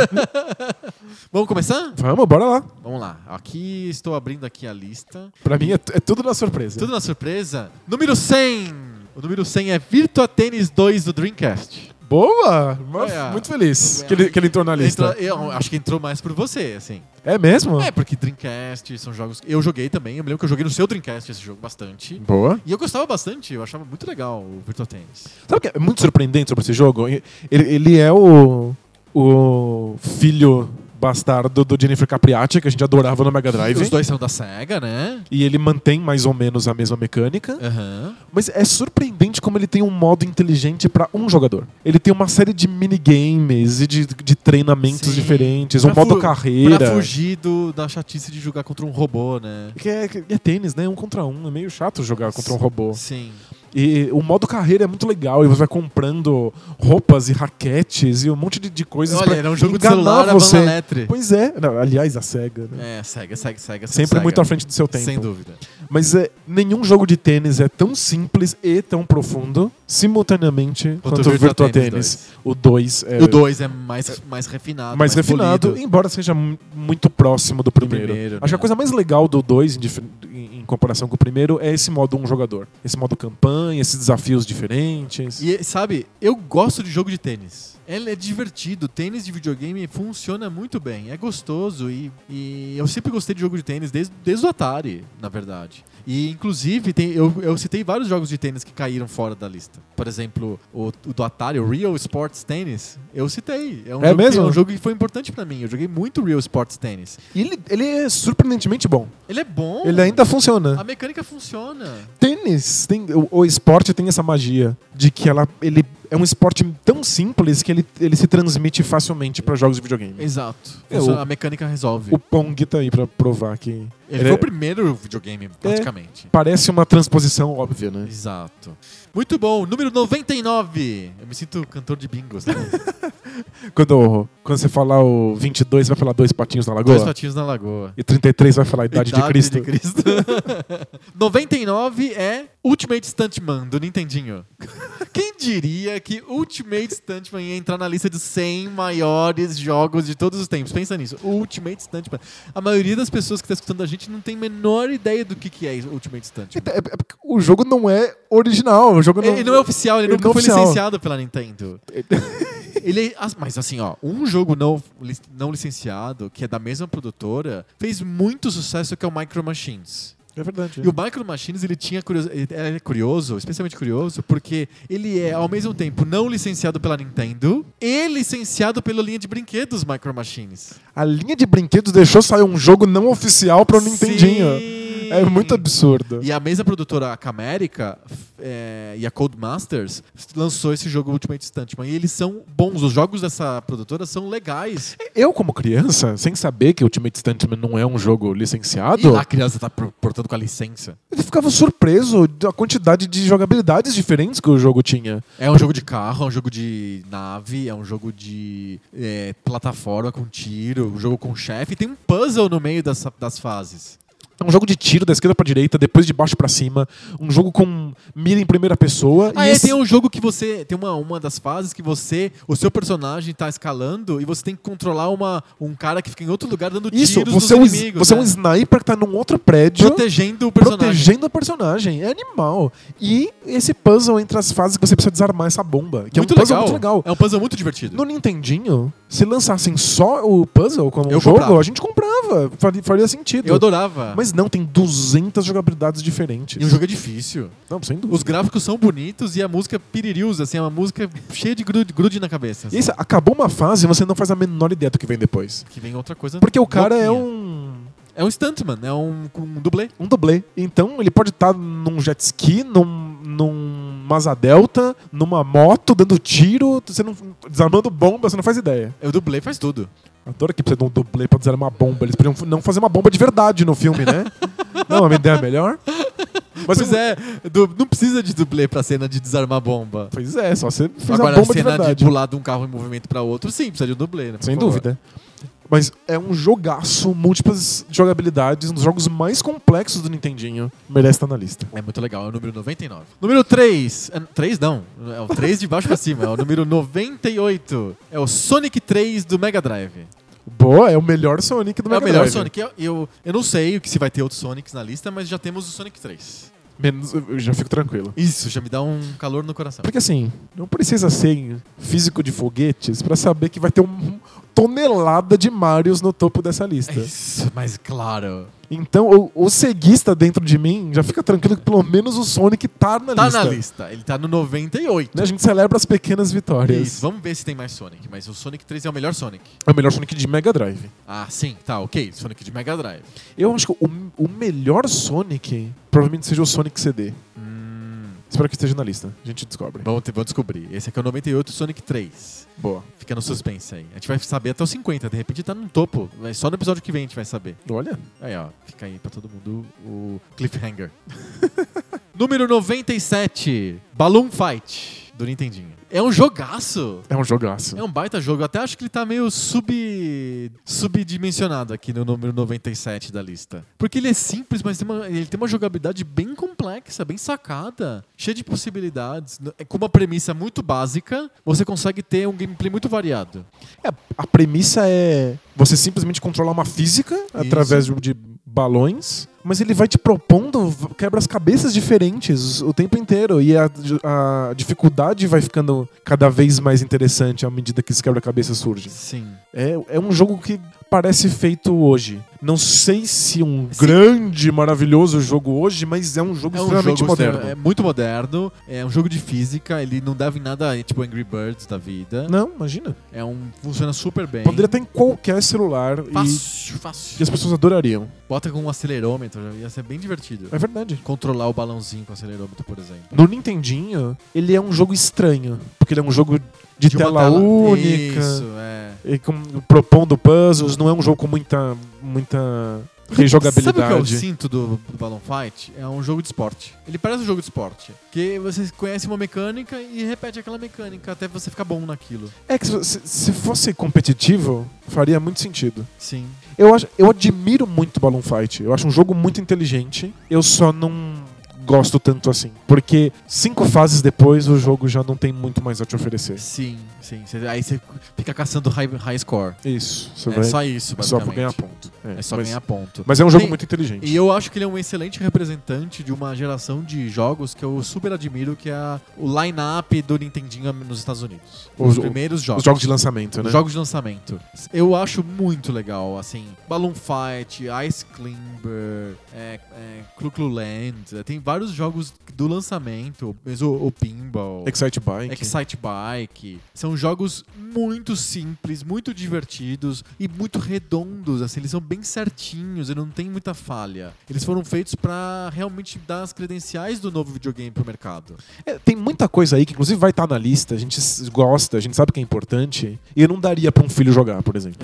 Speaker 1: Vamos começar?
Speaker 2: Vamos, bora lá.
Speaker 1: Vamos lá. Aqui estou abrindo aqui a lista.
Speaker 2: Pra mim é, t- é tudo na surpresa.
Speaker 1: Tudo na surpresa. Número 100. O número 100 é Virtua Tennis 2 do Dreamcast.
Speaker 2: Boa! Uma-
Speaker 1: Olha.
Speaker 2: Muito feliz
Speaker 1: Olha.
Speaker 2: que ele, que ele entrou na lista.
Speaker 1: Entra- eu acho que entrou mais por você, assim.
Speaker 2: É mesmo?
Speaker 1: É, porque Dreamcast são jogos. Eu joguei também, eu me lembro que eu joguei no seu Dreamcast esse jogo bastante.
Speaker 2: Boa.
Speaker 1: E eu gostava bastante, eu achava muito legal o Virtua Tennis.
Speaker 2: Sabe o que é muito surpreendente sobre esse jogo? Ele, ele é o, o filho bastardo do Jennifer Capriati, que a gente adorava no Mega Drive.
Speaker 1: Os dois são da SEGA, né?
Speaker 2: E ele mantém mais ou menos a mesma mecânica.
Speaker 1: Aham.
Speaker 2: Mas é surpreendente como ele tem um modo inteligente pra um jogador. Ele tem uma série de minigames e de, de treinamentos
Speaker 1: Sim.
Speaker 2: diferentes, um
Speaker 1: Pra
Speaker 2: modo
Speaker 1: fu-
Speaker 2: carreira.
Speaker 1: Pra fugir do- da chatice de jogar contra um robô, né?
Speaker 2: Que é, que é tênis, né? Um contra um. É meio chato jogar contra um robô.
Speaker 1: Sim.
Speaker 2: E o modo carreira é muito legal. E você vai comprando roupas e raquetes e um monte de, de coisas
Speaker 1: Olha,
Speaker 2: pra
Speaker 1: era um jogo de
Speaker 2: enganar
Speaker 1: celular a
Speaker 2: você.
Speaker 1: banda letre.
Speaker 2: Pois é. Não, aliás, a SEGA, né?
Speaker 1: É, SEGA, SEGA, SEGA.
Speaker 2: Sempre
Speaker 1: SEGA.
Speaker 2: muito à frente do seu tempo.
Speaker 1: Sem dúvida.
Speaker 2: Mas é, nenhum jogo de tênis é tão simples e tão profundo simultaneamente
Speaker 1: Quanto
Speaker 2: quanto,
Speaker 1: o
Speaker 2: o
Speaker 1: Virtua
Speaker 2: Virtua,
Speaker 1: Tennis
Speaker 2: Tennis. O 2 é
Speaker 1: o 2 é mais, mais refinado.
Speaker 2: mais refinado,
Speaker 1: polido.
Speaker 2: embora seja mu- muito próximo do primeiro.
Speaker 1: primeiro,
Speaker 2: Acho que
Speaker 1: né?
Speaker 2: a coisa mais legal do 2 em, dif- em- em comparação com o primeiro é esse modo um jogador. Esse modo campanha, esses desafios diferentes.
Speaker 1: E sabe, eu gosto de jogo de tênis. Ele é divertido, tênis de videogame funciona muito bem, é gostoso e, e eu sempre gostei de jogo de tênis desde, desde o Atari, na verdade. E inclusive tem- eu, eu citei vários jogos de tênis que caíram fora da lista. Por exemplo, o, o do Atari, o Real Sports Tennis, eu citei. É, um
Speaker 2: É
Speaker 1: jogo, que-
Speaker 2: mesmo?
Speaker 1: é um jogo que foi importante pra mim. Eu joguei muito Real Sports Tennis.
Speaker 2: E ele, ele é surpreendentemente bom.
Speaker 1: Ele é bom.
Speaker 2: Ele ainda é. funciona.
Speaker 1: A mecânica funciona.
Speaker 2: Ah. Tênis, tem, o, o esporte tem essa magia de que ela, ele é um esporte tão simples que ele, ele se transmite facilmente para jogos de videogame.
Speaker 1: Exato.
Speaker 2: É, o-
Speaker 1: Funciona, a mecânica resolve.
Speaker 2: O Pong tá aí para provar que
Speaker 1: Ele
Speaker 2: ele
Speaker 1: foi
Speaker 2: é-
Speaker 1: o primeiro videogame, praticamente.
Speaker 2: parece uma transposição óbvia, né?
Speaker 1: Exato. Muito bom, número 99. Eu me sinto cantor de bingos, né?
Speaker 2: Quando, quando você falar o 22, você vai falar dois patinhos na lagoa.
Speaker 1: Dois patinhos na lagoa.
Speaker 2: E 33 vai falar a idade, de Cristo.
Speaker 1: 99 é Ultimate Stuntman, do Nintendinho. Quem diria que Ultimate Stuntman ia entrar na lista dos 100 maiores jogos de todos os tempos? Pensa nisso. Ultimate Stuntman. A maioria das pessoas que está escutando a gente não tem a menor ideia do que, que é Ultimate Stuntman.
Speaker 2: É- é porque o jogo não é original, o jogo não,
Speaker 1: Ele não é oficial, ele,
Speaker 2: Ele
Speaker 1: nunca
Speaker 2: não é
Speaker 1: foi
Speaker 2: oficial.
Speaker 1: licenciado pela Nintendo. Ele, as- mas assim, ó, um jogo não, lic- não licenciado, que é da mesma produtora, fez muito sucesso, que é o Micro Machines.
Speaker 2: É verdade.
Speaker 1: E o Micro Machines, ele tinha curioso, ele era curioso, especialmente curioso, porque ele é, ao mesmo tempo, não licenciado pela Nintendo e licenciado pela linha de brinquedos Micro Machines.
Speaker 2: A linha de brinquedos deixou sair um jogo não oficial pra Nintendinho.
Speaker 1: Sim.
Speaker 2: É muito absurdo.
Speaker 1: E a mesma produtora, a Camerica f- é, e a Codemasters, lançou esse jogo Ultimate Stuntman. E eles são bons, os jogos dessa produtora são legais.
Speaker 2: Eu, como criança, sem saber que Ultimate Stuntman não é um jogo licenciado,
Speaker 1: E lá a criança tá pro- portando com a licença.
Speaker 2: eu ficava surpreso da quantidade de jogabilidades diferentes que o jogo tinha.
Speaker 1: É um jogo de carro, é um jogo de nave, é um jogo de é, plataforma com tiro, um jogo com chefe. E tem um puzzle no meio dessa- das fases.
Speaker 2: É um jogo de tiro da esquerda pra direita, depois de baixo pra cima. Um jogo com mira em primeira pessoa.
Speaker 1: Ah,
Speaker 2: e
Speaker 1: é,
Speaker 2: esse-
Speaker 1: tem um jogo que você. Tem uma, uma das fases que você. O seu personagem tá escalando e você tem que controlar uma, um cara que fica em outro lugar dando
Speaker 2: Isso,
Speaker 1: tiros
Speaker 2: você, é um,
Speaker 1: nos
Speaker 2: s-
Speaker 1: inimigos.
Speaker 2: você é
Speaker 1: né?
Speaker 2: um sniper que tá num outro prédio.
Speaker 1: Protegendo o personagem.
Speaker 2: Protegendo o personagem, é animal. E esse puzzle entre as fases que você precisa desarmar essa bomba, que é um puzzle muito legal.
Speaker 1: É um puzzle muito divertido.
Speaker 2: No Nintendinho, se lançassem só o puzzle como
Speaker 1: Eu
Speaker 2: um jogo,
Speaker 1: comprava.
Speaker 2: a gente comprava. Faria, faria sentido.
Speaker 1: Eu adorava.
Speaker 2: Mas não, tem 200 jogabilidades diferentes.
Speaker 1: E o jogo é difícil.
Speaker 2: Não, sem dúvida.
Speaker 1: Os gráficos são bonitos e a música piririusa, assim, é uma música cheia de grude, grude na cabeça. assim.
Speaker 2: E isso, acabou uma fase e você não faz a menor ideia do que vem depois.
Speaker 1: Que vem outra coisa.
Speaker 2: Porque o cara é
Speaker 1: louquinha.
Speaker 2: um...
Speaker 1: É um stuntman, é um, um dublê.
Speaker 2: um dublê. Então ele pode estar num jet ski, num, num Mazda Delta, numa moto, dando tiro, você não, desarmando bomba, você não faz ideia.
Speaker 1: É, O dublê faz tudo.
Speaker 2: Adoro que precisa de um dublê pra desarmar bomba. Eles podiam não fazer uma bomba de verdade no filme, né? não, é uma ideia melhor. Mas
Speaker 1: pois
Speaker 2: eu-
Speaker 1: é, du- não precisa de dublê pra cena de desarmar a bomba.
Speaker 2: Pois é, só você fez uma
Speaker 1: Agora, a
Speaker 2: bomba de
Speaker 1: cena de,
Speaker 2: verdade.
Speaker 1: pular de um carro em movimento pra outro, sim, precisa de um dublê, né? Por
Speaker 2: Sem
Speaker 1: favor.
Speaker 2: dúvida. Mas é um jogaço, múltiplas jogabilidades, um dos jogos mais complexos do Nintendinho. Merece estar na lista.
Speaker 1: É muito legal, é o número 99. Número 3. 3 não, é o 3 de baixo pra cima, é o número 98. É o Sonic 3 do Mega Drive.
Speaker 2: Boa, é o melhor Sonic do
Speaker 1: é
Speaker 2: Mega
Speaker 1: o melhor
Speaker 2: Drive.
Speaker 1: Sonic. Eu, eu, eu não sei o que se vai ter outros Sonics na lista, mas já temos o Sonic 3.
Speaker 2: Menos, eu já fico tranquilo.
Speaker 1: Isso, já me dá um calor no coração.
Speaker 2: Porque assim, não precisa ser físico de foguetes pra saber que vai ter uma tonelada de Marios no topo dessa
Speaker 1: É
Speaker 2: lista.
Speaker 1: Isso, mas claro.
Speaker 2: Então, o, o ceguista dentro de mim já fica tranquilo que pelo menos o Sonic tá na
Speaker 1: tá
Speaker 2: lista.
Speaker 1: na lista, ele tá no 98.
Speaker 2: Né, A gente celebra as pequenas vitórias.
Speaker 1: Isso, vamos ver se tem mais Sonic, mas o Sonic 3 é o melhor Sonic.
Speaker 2: É o melhor Sonic de Mega Drive.
Speaker 1: Ah, sim, tá, ok. Sonic de Mega Drive.
Speaker 2: Eu acho que o, o melhor Sonic provavelmente seja o Sonic CD.
Speaker 1: Hum,
Speaker 2: Espero que esteja na lista. A gente descobre.
Speaker 1: vamos, te- vamos descobrir. Esse aqui é o 98 Sonic 3.
Speaker 2: Boa.
Speaker 1: Fica no suspense aí. A gente vai saber até o 50, de repente tá no topo. Mas Só no episódio que vem a gente vai saber.
Speaker 2: Olha.
Speaker 1: Aí, ó, fica aí pra todo mundo o cliffhanger. Número 97, Balloon Fight, do Nintendinho. É um jogaço!
Speaker 2: É um jogaço.
Speaker 1: É um baita jogo, eu até acho que ele tá meio sub... subdimensionado aqui no número 97 da lista. Porque ele é simples, mas tem uma- ele tem uma jogabilidade bem complexa, bem sacada, cheia de possibilidades. No- é Com uma premissa muito básica, você consegue ter um gameplay muito variado.
Speaker 2: É, a premissa é você simplesmente controlar uma física através de, de balões, mas ele vai te propondo v- quebras-cabeças diferentes o tempo inteiro. E a, a dificuldade vai ficando cada vez mais interessante à medida que esse quebra-cabeça surge.
Speaker 1: Sim.
Speaker 2: É, é um jogo que parece feito hoje. Não sei se um
Speaker 1: Sim.
Speaker 2: grande, maravilhoso jogo hoje, mas é um jogo
Speaker 1: É um
Speaker 2: extremamente
Speaker 1: jogo
Speaker 2: moderno.
Speaker 1: extremo- É muito moderno, é um jogo de física, ele não deve em nada, é tipo Angry Birds da vida.
Speaker 2: Não, imagina.
Speaker 1: É um funciona super bem.
Speaker 2: Poderia estar em qualquer celular e,
Speaker 1: fácil, fácil.
Speaker 2: e as pessoas adorariam.
Speaker 1: Bota com um acelerômetro, ia ser bem divertido.
Speaker 2: É verdade.
Speaker 1: Controlar o balãozinho com acelerômetro, por exemplo.
Speaker 2: No Nintendinho, ele é um jogo estranho, porque ele é um jogo de,
Speaker 1: uma
Speaker 2: tela, única,
Speaker 1: Isso, é.
Speaker 2: e com- propondo puzzles, não é um jogo com muita muita
Speaker 1: Sabe o que eu
Speaker 2: jogabilidade.
Speaker 1: sinto do, do Balloon Fight? É um jogo de esporte. Ele parece um jogo de esporte. Que você conhece uma mecânica e repete aquela mecânica até você ficar bom naquilo.
Speaker 2: É que se- se, se fosse competitivo, faria muito sentido.
Speaker 1: Sim.
Speaker 2: Eu acho, eu admiro muito Balloon Fight. Eu acho um jogo muito inteligente. Eu só não gosto tanto assim. Porque cinco fases depois o jogo já não tem muito mais a te oferecer.
Speaker 1: Sim, sim. Cê- aí você fica caçando high, high score.
Speaker 2: Isso. Você
Speaker 1: É
Speaker 2: vai...
Speaker 1: só isso,
Speaker 2: é só
Speaker 1: basicamente.
Speaker 2: pra ganhar ponto. né?
Speaker 1: É só
Speaker 2: mas,
Speaker 1: ganhar ponto.
Speaker 2: mas é um jogo
Speaker 1: Tem-
Speaker 2: muito inteligente.
Speaker 1: E eu acho que ele é um excelente representante de uma geração de jogos que eu super admiro, que é a- o line-up do Nintendinho nos Estados Unidos. Os,
Speaker 2: Os-
Speaker 1: primeiros jogos.
Speaker 2: Os jogos de lançamento, né?
Speaker 1: Os jogos de lançamento. Eu acho muito legal, assim, Balloon Fight, Ice Climber, é, é, Clu Clu Land, é, tem vários jogos do lançamento, mesmo o, o Pinball.
Speaker 2: Excite Bike.
Speaker 1: Excite Bike. São jogos muito simples, muito divertidos e muito redondos, assim, eles são bem certinhos, ele não tem muita falha. Eles foram feitos pra realmente dar as credenciais do novo videogame pro mercado.
Speaker 2: É, tem muita coisa aí que inclusive vai estar na lista, a gente s- gosta, a gente sabe que é importante, e eu não daria pra um filho jogar, por
Speaker 1: É.
Speaker 2: exemplo.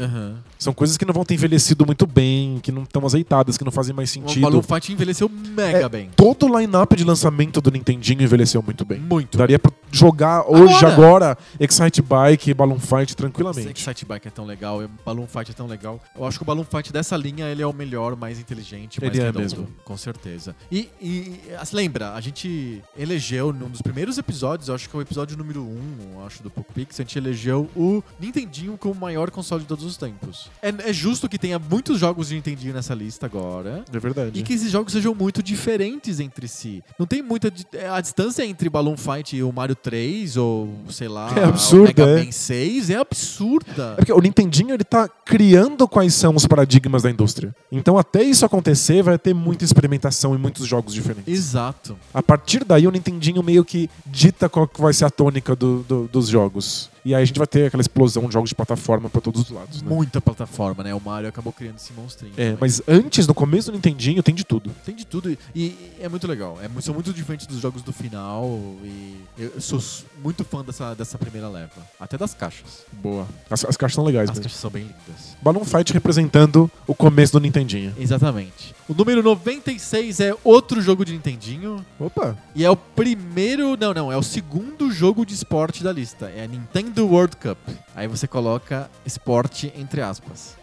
Speaker 2: São coisas que não vão ter envelhecido muito bem, que não estão azeitadas, que não fazem mais
Speaker 1: O Balloon
Speaker 2: sentido.
Speaker 1: Fight envelheceu mega bem.
Speaker 2: Todo o line-up de lançamento do Nintendinho envelheceu muito bem.
Speaker 1: Muito.
Speaker 2: Daria pra jogar hoje,
Speaker 1: Agora!
Speaker 2: agora, Excite Bike e Balloon Fight
Speaker 1: Nossa,
Speaker 2: tranquilamente.
Speaker 1: Excite Bike é tão legal, e Balloon Fight é tão legal. Eu acho que o Balloon Fight dessa linha ele é o melhor, mais inteligente, mais
Speaker 2: Ele é
Speaker 1: redondo,
Speaker 2: mesmo.
Speaker 1: com certeza. E, e as- lembra, a gente elegeu num dos primeiros episódios, eu acho que é o episódio número 1, um, acho do Poco Pix, a gente elegeu o Nintendinho como o maior console de todos os tempos. É, é justo que tenha muitos jogos de Nintendinho nessa lista agora.
Speaker 2: É verdade.
Speaker 1: E que esses jogos sejam muito diferentes entre si. Não tem muita. di- é, A distância entre Balloon Fight e o Mario 3, ou sei lá,
Speaker 2: É absurda,
Speaker 1: o Mega
Speaker 2: é.
Speaker 1: Man 6, é absurda.
Speaker 2: É porque o Nintendinho ele tá criando quais são os paradigmas da indústria. Então até isso acontecer vai ter muita experimentação e muitos jogos diferentes.
Speaker 1: Exato.
Speaker 2: A partir daí, o Nintendinho meio que dita qual que vai ser a tônica do- do- dos jogos. E aí a gente vai ter aquela explosão de jogos de plataforma pra todos os lados, né?
Speaker 1: Muita plataforma, né? O Mario acabou criando esse monstrinho.
Speaker 2: É,
Speaker 1: também.
Speaker 2: mas antes, no começo do Nintendinho, tem de tudo.
Speaker 1: Tem de tudo e, e é muito legal. É mu- são muito diferentes dos jogos do final e eu eu sou s- muito fã dessa, dessa primeira leva. Até das caixas.
Speaker 2: Boa. As, as caixas são legais,
Speaker 1: As
Speaker 2: mesmo.
Speaker 1: caixas são bem lindas.
Speaker 2: Balloon Fight representando o começo do Nintendinho.
Speaker 1: Exatamente. O número 96 é outro jogo de Nintendinho.
Speaker 2: Opa!
Speaker 1: E é o primeiro. Não, não, é o segundo jogo de esporte da lista. É a Nintendo World Cup. Aí você coloca esporte entre aspas.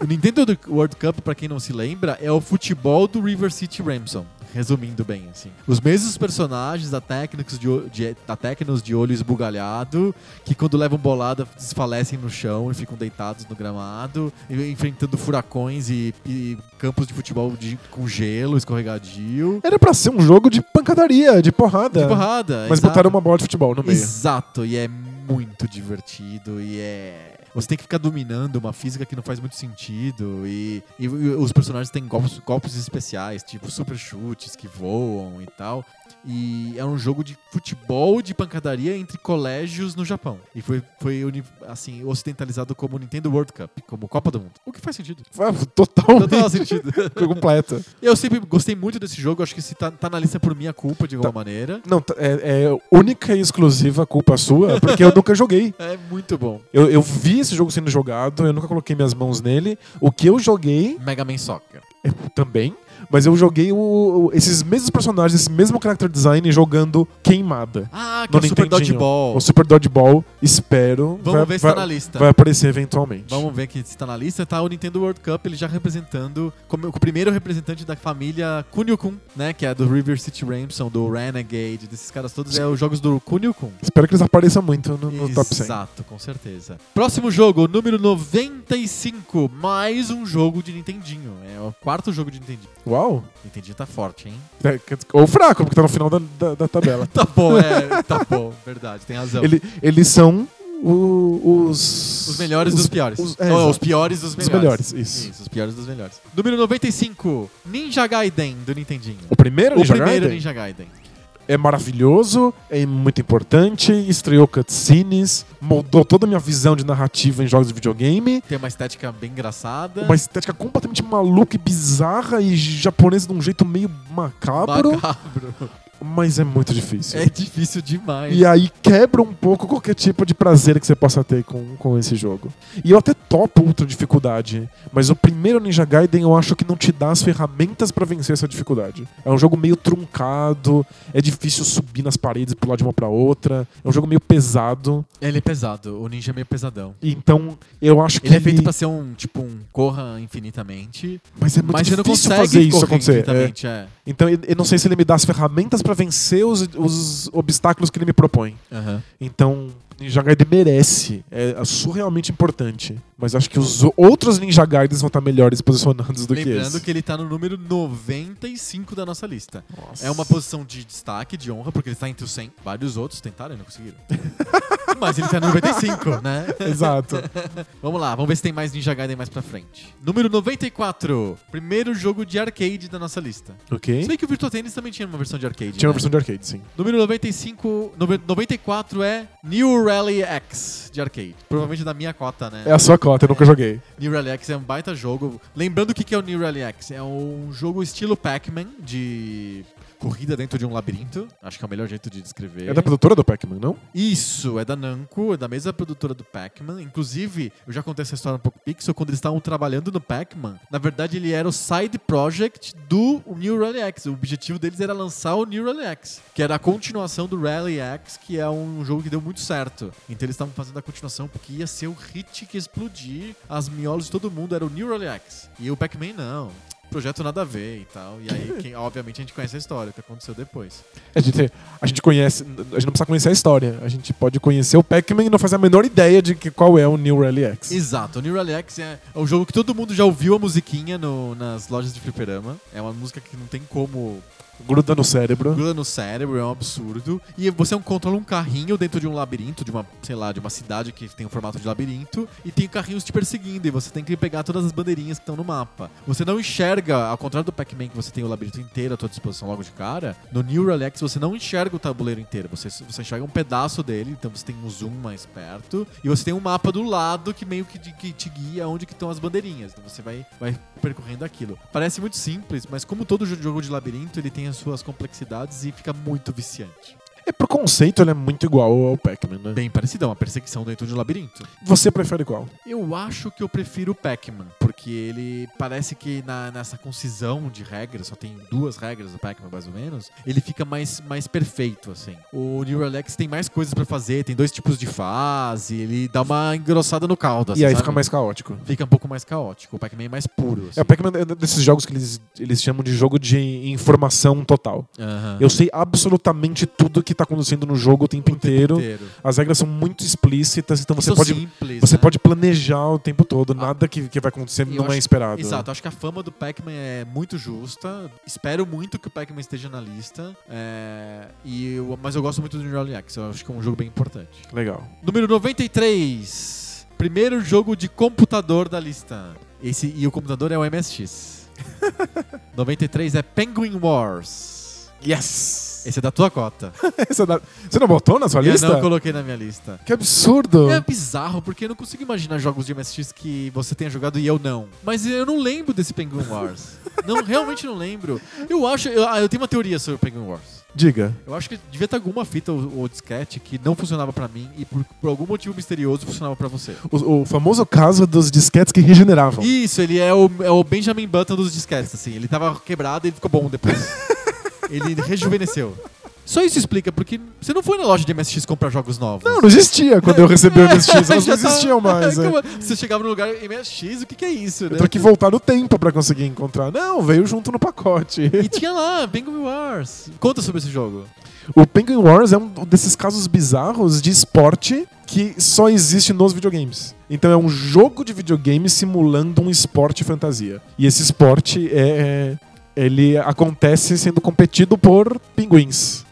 Speaker 1: o Nintendo do- World Cup, pra quem não se lembra, é o futebol do River City Ramson. Resumindo bem, assim. Os mesmos personagens, a técnicos de, o- de, a técnicos de olho esbugalhado, que quando levam bolada desfalecem no chão e ficam deitados no gramado, e- enfrentando furacões e, e campos de futebol de- com gelo, escorregadio.
Speaker 2: Era pra ser um jogo de pancadaria, de porrada.
Speaker 1: De porrada.
Speaker 2: Tá. Mas
Speaker 1: exato.
Speaker 2: botaram uma bola de futebol no meio.
Speaker 1: Exato, e é muito divertido e é. Você tem que ficar dominando uma física que não faz muito sentido e, e os personagens têm golpes, golpes especiais, tipo super chutes que voam e tal. E é um jogo de futebol de pancadaria entre colégios no Japão. E foi, foi uni- assim, ocidentalizado como Nintendo World Cup, como Copa do Mundo. O que faz sentido.
Speaker 2: Totalmente
Speaker 1: Total sentido.
Speaker 2: Ah, completa.
Speaker 1: Eu sempre gostei muito desse jogo, acho que se tá, tá na lista por minha culpa,
Speaker 2: Tá.
Speaker 1: de alguma maneira.
Speaker 2: Não, t- é, é única e exclusiva culpa sua, porque eu nunca joguei.
Speaker 1: É muito bom.
Speaker 2: Eu, eu vi esse jogo sendo jogado, eu nunca coloquei minhas mãos nele. O que eu joguei
Speaker 1: Mega Man Soccer.
Speaker 2: também, mas eu joguei o- o- esses mesmos personagens, esse mesmo character design jogando queimada.
Speaker 1: Ah, que
Speaker 2: No
Speaker 1: é o Super
Speaker 2: Nintendinho.
Speaker 1: Dodgeball.
Speaker 2: O Super Dodgeball, espero.
Speaker 1: Vamos
Speaker 2: vai,
Speaker 1: ver se
Speaker 2: vai,
Speaker 1: tá na lista.
Speaker 2: vai aparecer eventualmente.
Speaker 1: Vamos ver que se tá na lista. Tá o Nintendo World Cup, ele já representando como o primeiro representante da família Kunio-kun, né? Que é do River City Ransom, do Renegade, desses caras todos. É os jogos do Kunio-kun.
Speaker 2: Espero que eles apareçam muito no, no top 100.
Speaker 1: Exato, com certeza. Próximo jogo, número 95. Mais um jogo de Nintendinho. É o quarto jogo de Nintendinho.
Speaker 2: Uau!
Speaker 1: Nintendinho tá forte, hein?
Speaker 2: É, quer dizer, Ou fraco, porque tá no final da, da- da tabela.
Speaker 1: Tá bom, é. tá bom, verdade, tem razão.
Speaker 2: Ele- eles são o- os.
Speaker 1: Então. Os melhores dos piores.
Speaker 2: os- é,
Speaker 1: Não,
Speaker 2: exato.
Speaker 1: os piores dos
Speaker 2: Os
Speaker 1: melhores.
Speaker 2: melhores, isso.
Speaker 1: os piores dos melhores. Número 95, Ninja Gaiden do Nintendinho.
Speaker 2: O primeiro
Speaker 1: O
Speaker 2: Ninja
Speaker 1: primeiro
Speaker 2: Gaiden?
Speaker 1: Ninja Gaiden.
Speaker 2: é maravilhoso, é muito importante, estreou cutscenes, moldou toda a minha visão de narrativa em jogos de videogame.
Speaker 1: Tem uma estética bem engraçada.
Speaker 2: Uma estética completamente maluca e bizarra e japonesa de um jeito meio macabro.
Speaker 1: macabro.
Speaker 2: mas é muito difícil.
Speaker 1: É difícil demais.
Speaker 2: E aí quebra um pouco qualquer tipo de prazer que você possa ter com, com esse jogo. E eu até topo outra dificuldade, mas o primeiro Ninja Gaiden eu acho que não te dá as ferramentas pra vencer essa dificuldade. É um jogo meio truncado, é difícil subir nas paredes e pular de uma pra outra, é um jogo meio pesado.
Speaker 1: Ele é pesado, o ninja é meio pesadão.
Speaker 2: Então eu acho que
Speaker 1: Ele é feito pra ser um, tipo, um corra infinitamente.
Speaker 2: mas é muito
Speaker 1: mas você não
Speaker 2: difícil
Speaker 1: consegue
Speaker 2: fazer isso
Speaker 1: correr
Speaker 2: acontecer. É.
Speaker 1: infinitamente, é.
Speaker 2: Então eu eu não sei se ele me dá as ferramentas pra vencer os, os obstáculos que ele me propõe.
Speaker 1: Aham.
Speaker 2: Então, Ninja Gaiden merece. É surrealmente importante. Mas acho que os o- outros Ninja Gaidens vão estar melhores posicionados do que
Speaker 1: Lembrando
Speaker 2: esse.
Speaker 1: que ele tá no número 95 da nossa lista.
Speaker 2: Nossa.
Speaker 1: É uma posição de destaque, de honra, porque ele tá entre os 100. Vários outros tentaram e não conseguiram. Mas ele tá no 95, né?
Speaker 2: Exato.
Speaker 1: Vamos lá, vamos ver se tem mais Ninja Gaiden mais pra frente. Número 94. Primeiro jogo de arcade da nossa lista. Se
Speaker 2: ok?
Speaker 1: bem que o Virtua Tennis também tinha uma versão de arcade.
Speaker 2: Tinha uma
Speaker 1: né?
Speaker 2: versão de arcade, sim.
Speaker 1: Número 95, nove- 94 é New Rally X de arcade. Provavelmente da minha cota, né?
Speaker 2: É a sua cota, eu nunca joguei.
Speaker 1: New Rally X é um baita jogo. Lembrando o que que é o New Rally X? É um jogo estilo Pac-Man de corrida dentro de um labirinto. Acho que é o melhor jeito de descrever.
Speaker 2: É da produtora do Pac-Man, não?
Speaker 1: Isso, é da Namco, é da mesma produtora do Pac-Man. Inclusive, eu já contei essa história no Poco Pixel, quando eles estavam trabalhando no Pac-Man, na verdade ele era o side project do New Rally X. O objetivo deles era lançar o New Rally X, que era a continuação do Rally X, que é um jogo que deu muito certo. Então eles estavam fazendo a continuação porque ia ser o hit que ia explodir as miolos de todo mundo, era o New Rally X. E o Pac-Man não. Projeto nada a ver e tal. E aí, quem- obviamente, a gente conhece a história, o que aconteceu depois.
Speaker 2: A gente, a gente conhece. A gente não precisa conhecer a história. A gente pode conhecer o Pac-Man e não fazer a menor ideia de que, qual é o New Rally X.
Speaker 1: Exato, o New Rally X é é um jogo que todo mundo já ouviu a musiquinha no- nas lojas de fliperama. É uma música que não tem como
Speaker 2: Gruda no cérebro.
Speaker 1: gruda no cérebro, é um absurdo. E você controla um carrinho dentro de um labirinto, de uma, sei lá, de uma cidade que tem o formato de labirinto, e tem carrinhos te perseguindo, e você tem que pegar todas as bandeirinhas que estão no mapa. Você não enxerga, ao contrário do Pac-Man, que você tem o labirinto inteiro à sua disposição logo de cara, no New Relax você não enxerga o tabuleiro inteiro, você, você enxerga um pedaço dele, então você tem um zoom mais perto, e você tem um mapa do lado que meio que, te- que te guia onde que estão as bandeirinhas, então você vai, vai percorrendo aquilo. Parece muito simples, mas como todo jo- jogo de labirinto, ele tem as suas complexidades e fica muito viciante.
Speaker 2: É pro conceito, ele é muito igual ao Pac-Man, né?
Speaker 1: Bem parecido, é uma perseguição dentro de um labirinto.
Speaker 2: Você prefere qual?
Speaker 1: Eu acho que eu prefiro o Pac-Man, porque ele parece que na- nessa concisão de regras, só tem duas regras do Pac-Man mais ou menos, ele fica mais, mais perfeito, assim. O New Relax tem mais coisas pra fazer, tem dois tipos de fase, ele dá uma engrossada no caldo, assim,
Speaker 2: e aí
Speaker 1: sabe?
Speaker 2: fica mais caótico.
Speaker 1: Fica um pouco mais caótico, o Pac-Man é mais puro. Assim.
Speaker 2: É, o Pac-Man é desses jogos que eles, eles chamam de jogo de informação total.
Speaker 1: Aham.
Speaker 2: Eu sei absolutamente tudo que tá acontecendo no jogo o tempo,
Speaker 1: O tempo
Speaker 2: inteiro. As regras são muito explícitas, então você
Speaker 1: São
Speaker 2: pode,
Speaker 1: simples,
Speaker 2: você
Speaker 1: né? Ah.
Speaker 2: pode planejar o tempo todo. Nada que, que vai acontecer
Speaker 1: Eu
Speaker 2: não é
Speaker 1: acho-
Speaker 2: esperado.
Speaker 1: Exato, acho que a fama do Pac-Man é muito justa. Espero muito que o Pac-Man esteja na lista. É, e eu- mas eu gosto muito do New Rally X, eu acho que é um jogo bem importante.
Speaker 2: Legal.
Speaker 1: Número 93. Primeiro jogo de computador da lista. Esse, e o computador é o MSX. 93 é Penguin Wars.
Speaker 2: Yes!
Speaker 1: Esse é da tua cota.
Speaker 2: Essa da- Você não botou na sua
Speaker 1: eu
Speaker 2: lista?
Speaker 1: não coloquei na minha lista.
Speaker 2: Que absurdo!
Speaker 1: É bizarro, porque eu não consigo imaginar jogos de MSX que você tenha jogado e eu não. Mas eu não lembro desse Penguin Wars. não, realmente não lembro. Eu acho. Eu, ah, eu tenho uma teoria sobre o Penguin Wars.
Speaker 2: Diga.
Speaker 1: Eu acho que devia ter alguma fita ou, ou disquete que não funcionava pra mim e por, por algum motivo misterioso funcionava pra você.
Speaker 2: O, o famoso caso dos disquetes que regeneravam.
Speaker 1: Isso, ele é o, é o Benjamin Button dos disquetes, assim. Ele tava quebrado e ele ficou bom depois. ele rejuvenesceu. Só isso explica, porque você não foi na loja de MSX comprar jogos novos.
Speaker 2: Não, não existia quando eu recebi o MSX. Elas não
Speaker 1: É, Já tava-
Speaker 2: existiam mais. é.
Speaker 1: Como- Você chegava no lugar MSX, o que, que é isso, né?
Speaker 2: Eu tenho Então que voltar no tempo pra conseguir encontrar. Não, veio junto no pacote.
Speaker 1: E tinha lá, Penguin Wars. Conta sobre esse jogo.
Speaker 2: O Penguin Wars é um desses casos bizarros de esporte que só existe nos videogames. Então é um jogo de videogame simulando um esporte fantasia. E esse esporte é ele acontece sendo competido por pinguins.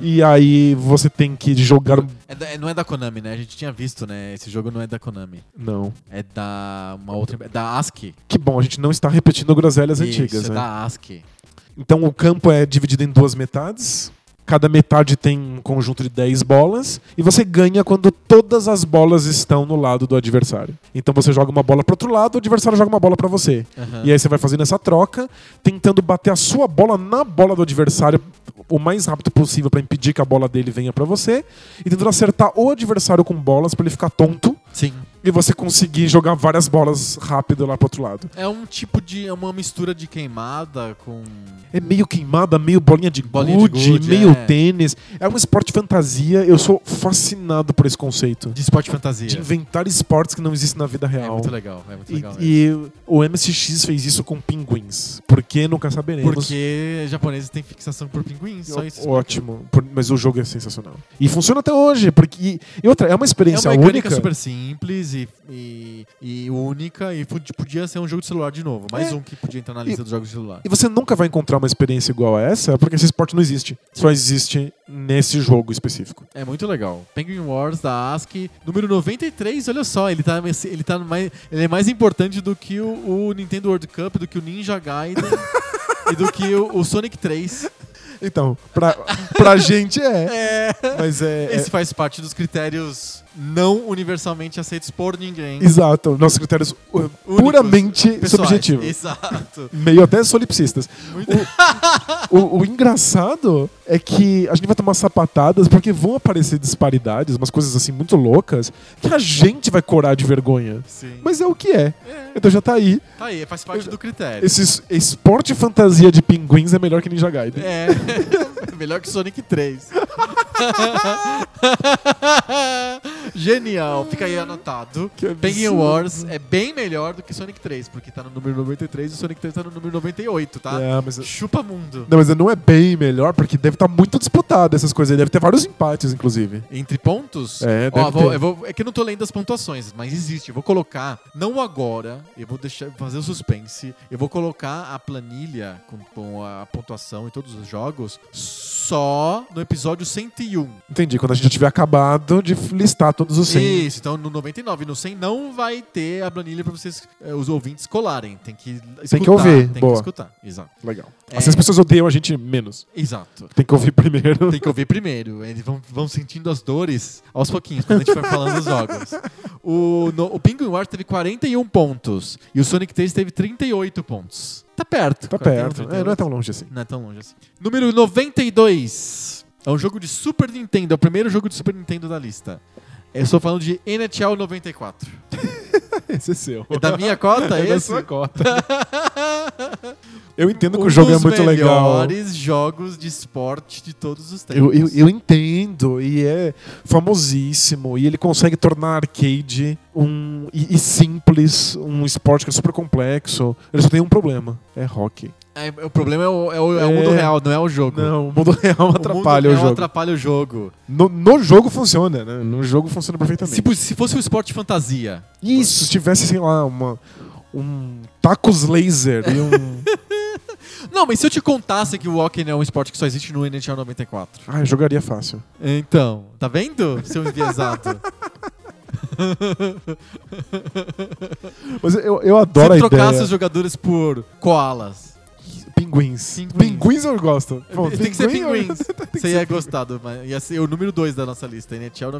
Speaker 2: E aí você tem que jogar
Speaker 1: É da- é- não é da Konami, né? A gente tinha visto, né? Esse jogo não é da Konami.
Speaker 2: não.
Speaker 1: É da uma outra. É da ASCII.
Speaker 2: Que bom, a gente não está repetindo groselhas
Speaker 1: Isso,
Speaker 2: antigas,
Speaker 1: é
Speaker 2: né?
Speaker 1: da ASCII.
Speaker 2: Então o campo é dividido em duas metades. Cada metade tem um conjunto de 10 bolas e você ganha quando todas as bolas estão no lado do adversário. Então você joga uma bola pro outro lado, o adversário joga uma bola pra você.
Speaker 1: Ah.
Speaker 2: E aí você vai fazendo essa troca, tentando bater a sua bola na bola do adversário o mais rápido possível pra impedir que a bola dele venha pra você e tentando acertar o adversário com bolas pra ele ficar tonto
Speaker 1: Sim.
Speaker 2: e você conseguir jogar várias bolas rápido lá pro outro lado.
Speaker 1: É um tipo de. É uma mistura de queimada com.
Speaker 2: É meio queimada, meio bolinha de
Speaker 1: Bolinha de
Speaker 2: gude,
Speaker 1: gude,
Speaker 2: meio
Speaker 1: é.
Speaker 2: tênis. É um esporte fantasia. Eu sou fascinado por esse conceito.
Speaker 1: de esporte fantasia.
Speaker 2: De inventar esportes que não existem na vida
Speaker 1: É
Speaker 2: real.
Speaker 1: muito legal, é muito
Speaker 2: E,
Speaker 1: legal. mesmo.
Speaker 2: e o MSX fez isso com pinguins. Por que nunca saberemos?
Speaker 1: Porque japoneses têm fixação por pinguins, só isso.
Speaker 2: Ó- Ótimo, Por- mas o jogo é sensacional. E funciona até hoje, porque. E outra, é uma
Speaker 1: É
Speaker 2: experiência
Speaker 1: uma mecânica
Speaker 2: única.
Speaker 1: super simples e, e, e única e pod- podia ser um jogo de celular de novo. Mais
Speaker 2: É.
Speaker 1: um que podia entrar na lista dos jogos de celular.
Speaker 2: E você nunca vai encontrar uma experiência igual a essa, porque esse esporte não existe. Só existe nesse jogo específico.
Speaker 1: É muito legal. Penguin Wars da ASCII, número 93, olha só, ele tá, ele tá mais, ele é mais importante do que o, o Nintendo World Cup, do que o Ninja Gaiden e do que o, o Sonic 3.
Speaker 2: Então, pra, pra gente é. Mas é. é-
Speaker 1: Esse faz parte dos critérios não universalmente aceitos por ninguém.
Speaker 2: Exato, nossos critérios uh,
Speaker 1: Únicos,
Speaker 2: puramente
Speaker 1: pessoais.
Speaker 2: subjetivos.
Speaker 1: Exato.
Speaker 2: Meio até solipsistas.
Speaker 1: Muito-
Speaker 2: O, o engraçado é que a gente vai tomar sapatadas porque vão aparecer disparidades, umas coisas assim muito loucas, que a gente vai corar de vergonha.
Speaker 1: Sim.
Speaker 2: Mas é o que é.
Speaker 1: É,
Speaker 2: Então já tá aí.
Speaker 1: tá aí, faz parte do critério.
Speaker 2: Esse es- esporte fantasia de pinguins é melhor que Ninja Gaiden.
Speaker 1: É. Melhor que Sonic 3. Genial. Fica aí anotado.
Speaker 2: Que absurdo.
Speaker 1: Penguin Wars é bem melhor do que Sonic 3, porque tá no número 93 e o Sonic 3 tá no número 98, tá?
Speaker 2: É, mas,
Speaker 1: Chupa mundo.
Speaker 2: não, mas não é bem melhor, porque deve estar muito disputado essas coisas. aí. Deve ter vários empates, inclusive.
Speaker 1: Entre pontos?
Speaker 2: É, deve
Speaker 1: Ó, vou-
Speaker 2: ter.
Speaker 1: eu vou- é que eu não tô lendo as pontuações, mas existe. Eu vou colocar, não agora, eu vou deixar fazer o suspense. Eu vou colocar a planilha com, com a pontuação em todos os jogos só no episódio 101.
Speaker 2: Entendi. Quando a gente já tiver acabado de listar todos os 100.
Speaker 1: Isso, então no 99, no 100 não vai ter a planilha pra vocês, eh, os ouvintes colarem. Tem que escutar.
Speaker 2: que ouvir,
Speaker 1: Tem
Speaker 2: boa.
Speaker 1: que escutar, exato.
Speaker 2: Legal.
Speaker 1: É.
Speaker 2: Assim as pessoas odeiam a gente menos.
Speaker 1: Exato.
Speaker 2: Tem que ouvir primeiro.
Speaker 1: Tem que ouvir primeiro. Eles vão, vão sentindo as dores aos pouquinhos, quando a gente vai falando dos jogos. O, no- o Penguin Wars teve 41 pontos e o Sonic 3 teve 38 pontos. Tá perto.
Speaker 2: Tá
Speaker 1: 41,
Speaker 2: perto. É,
Speaker 1: 38.
Speaker 2: não é tão longe assim.
Speaker 1: Não é tão longe assim. Número 92. É um jogo de Super Nintendo. É o primeiro jogo de Super Nintendo da lista. Eu estou falando de NHL 94.
Speaker 2: Esse é seu.
Speaker 1: É da minha cota
Speaker 2: É da
Speaker 1: esse?
Speaker 2: sua cota. Eu entendo que
Speaker 1: Um
Speaker 2: o jogo é
Speaker 1: dos
Speaker 2: muito legal.
Speaker 1: melhores jogos de esporte de todos os tempos.
Speaker 2: Eu, eu, eu entendo, e é famosíssimo, e ele consegue tornar arcade um, e, e simples, um esporte que é super complexo. Ele só tem um problema: é rock.
Speaker 1: É, o problema é o, é o- é o
Speaker 2: É.
Speaker 1: mundo real, não é o jogo.
Speaker 2: Não, o mundo real
Speaker 1: O
Speaker 2: atrapalha o,
Speaker 1: mundo real
Speaker 2: jogo.
Speaker 1: atrapalha o jogo.
Speaker 2: No, no jogo funciona, né? No jogo funciona perfeitamente.
Speaker 1: Se, pos- se fosse um esporte fantasia.
Speaker 2: Isso, se tivesse, sei lá, uma, um tacos laser e um.
Speaker 1: Não, mas se eu te contasse que o Walking é um esporte que só existe no NHL 94.
Speaker 2: ah, eu jogaria fácil.
Speaker 1: Então, tá vendo, seu enviesado?
Speaker 2: Mas eu, eu
Speaker 1: se
Speaker 2: adoro
Speaker 1: eu
Speaker 2: a ideia.
Speaker 1: trocasse os jogadores por koalas.
Speaker 2: Pinguins.
Speaker 1: Pinguins.
Speaker 2: pinguins. eu gosto. Bom,
Speaker 1: Tem que ser
Speaker 2: pinguim-
Speaker 1: pinguins. Você ia gostar, do- mas ia ser o número 2 da nossa lista, NHL
Speaker 2: É isso,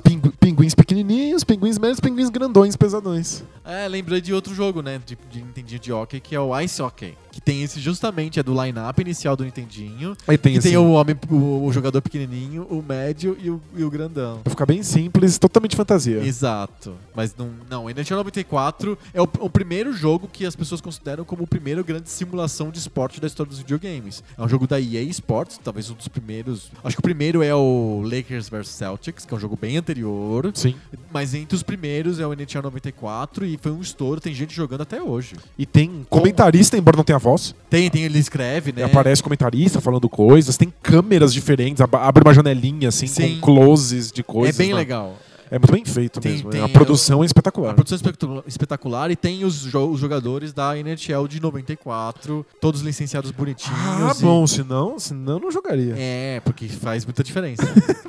Speaker 1: 94.
Speaker 2: pingu- pinguins pequenininhos, pinguins médios, pinguins grandões, pesadões.
Speaker 1: É, lembrei de outro jogo, né? De, de Nintendinho de hockey, que é o Ice Hockey. Que tem esse justamente, é do line-up inicial do Nintendinho.
Speaker 2: Aí assim,
Speaker 1: E tem o homem, o, o jogador pequenininho, o médio e o, e o grandão.
Speaker 2: Pra ficar bem simples, totalmente fantasia.
Speaker 1: Exato. Mas não, não, NHL 94 é o, o primeiro jogo que as pessoas consideram como o primeiro grande simulação de esporte da história dos videogames. É um jogo da EA Sports, talvez um dos primeiros. Acho que o primeiro é o Lakers vs Celtics, que é um jogo bem anterior.
Speaker 2: Sim.
Speaker 1: Mas entre os primeiros é o NHL 94 e foi um estouro, tem gente jogando até hoje.
Speaker 2: E tem comentarista, embora não tenha voz.
Speaker 1: Tem, tem, ele escreve, né?
Speaker 2: Aparece comentarista falando coisas, tem câmeras diferentes, ab- abre uma janelinha assim,
Speaker 1: Sim.
Speaker 2: com closes de
Speaker 1: É
Speaker 2: coisas.
Speaker 1: bem
Speaker 2: né?
Speaker 1: legal.
Speaker 2: É muito bem feito
Speaker 1: Tem-
Speaker 2: mesmo.
Speaker 1: tem-
Speaker 2: a produção é
Speaker 1: A
Speaker 2: espetacular.
Speaker 1: produção espectu- espetacular e tem os, jo- os jogadores da NHL de 94, todos licenciados bonitinhos.
Speaker 2: Ah,
Speaker 1: e-
Speaker 2: bom, senão, senão eu não jogaria.
Speaker 1: É, porque faz muita diferença.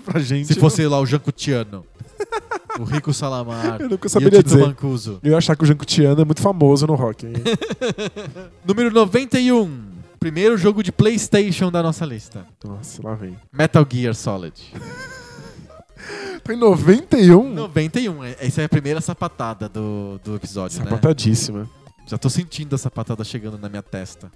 Speaker 2: Pra gente.
Speaker 1: Se fosse lá o Jancutiano, o Rico Salamar
Speaker 2: Eu
Speaker 1: e
Speaker 2: nunca
Speaker 1: o
Speaker 2: saberia
Speaker 1: Tito
Speaker 2: dizer.
Speaker 1: Mancuso.
Speaker 2: Eu ia achar que o Jancutiano é muito famoso no rock.
Speaker 1: Número 91. Primeiro jogo de PlayStation da nossa lista:
Speaker 2: Nossa, lá vem.
Speaker 1: Metal Gear Solid.
Speaker 2: Tá em 91.
Speaker 1: 91. é- Essa é a primeira sapatada do, do episódio, né?
Speaker 2: Sapatadíssima.
Speaker 1: Já tô sentindo a sapatada chegando na minha testa.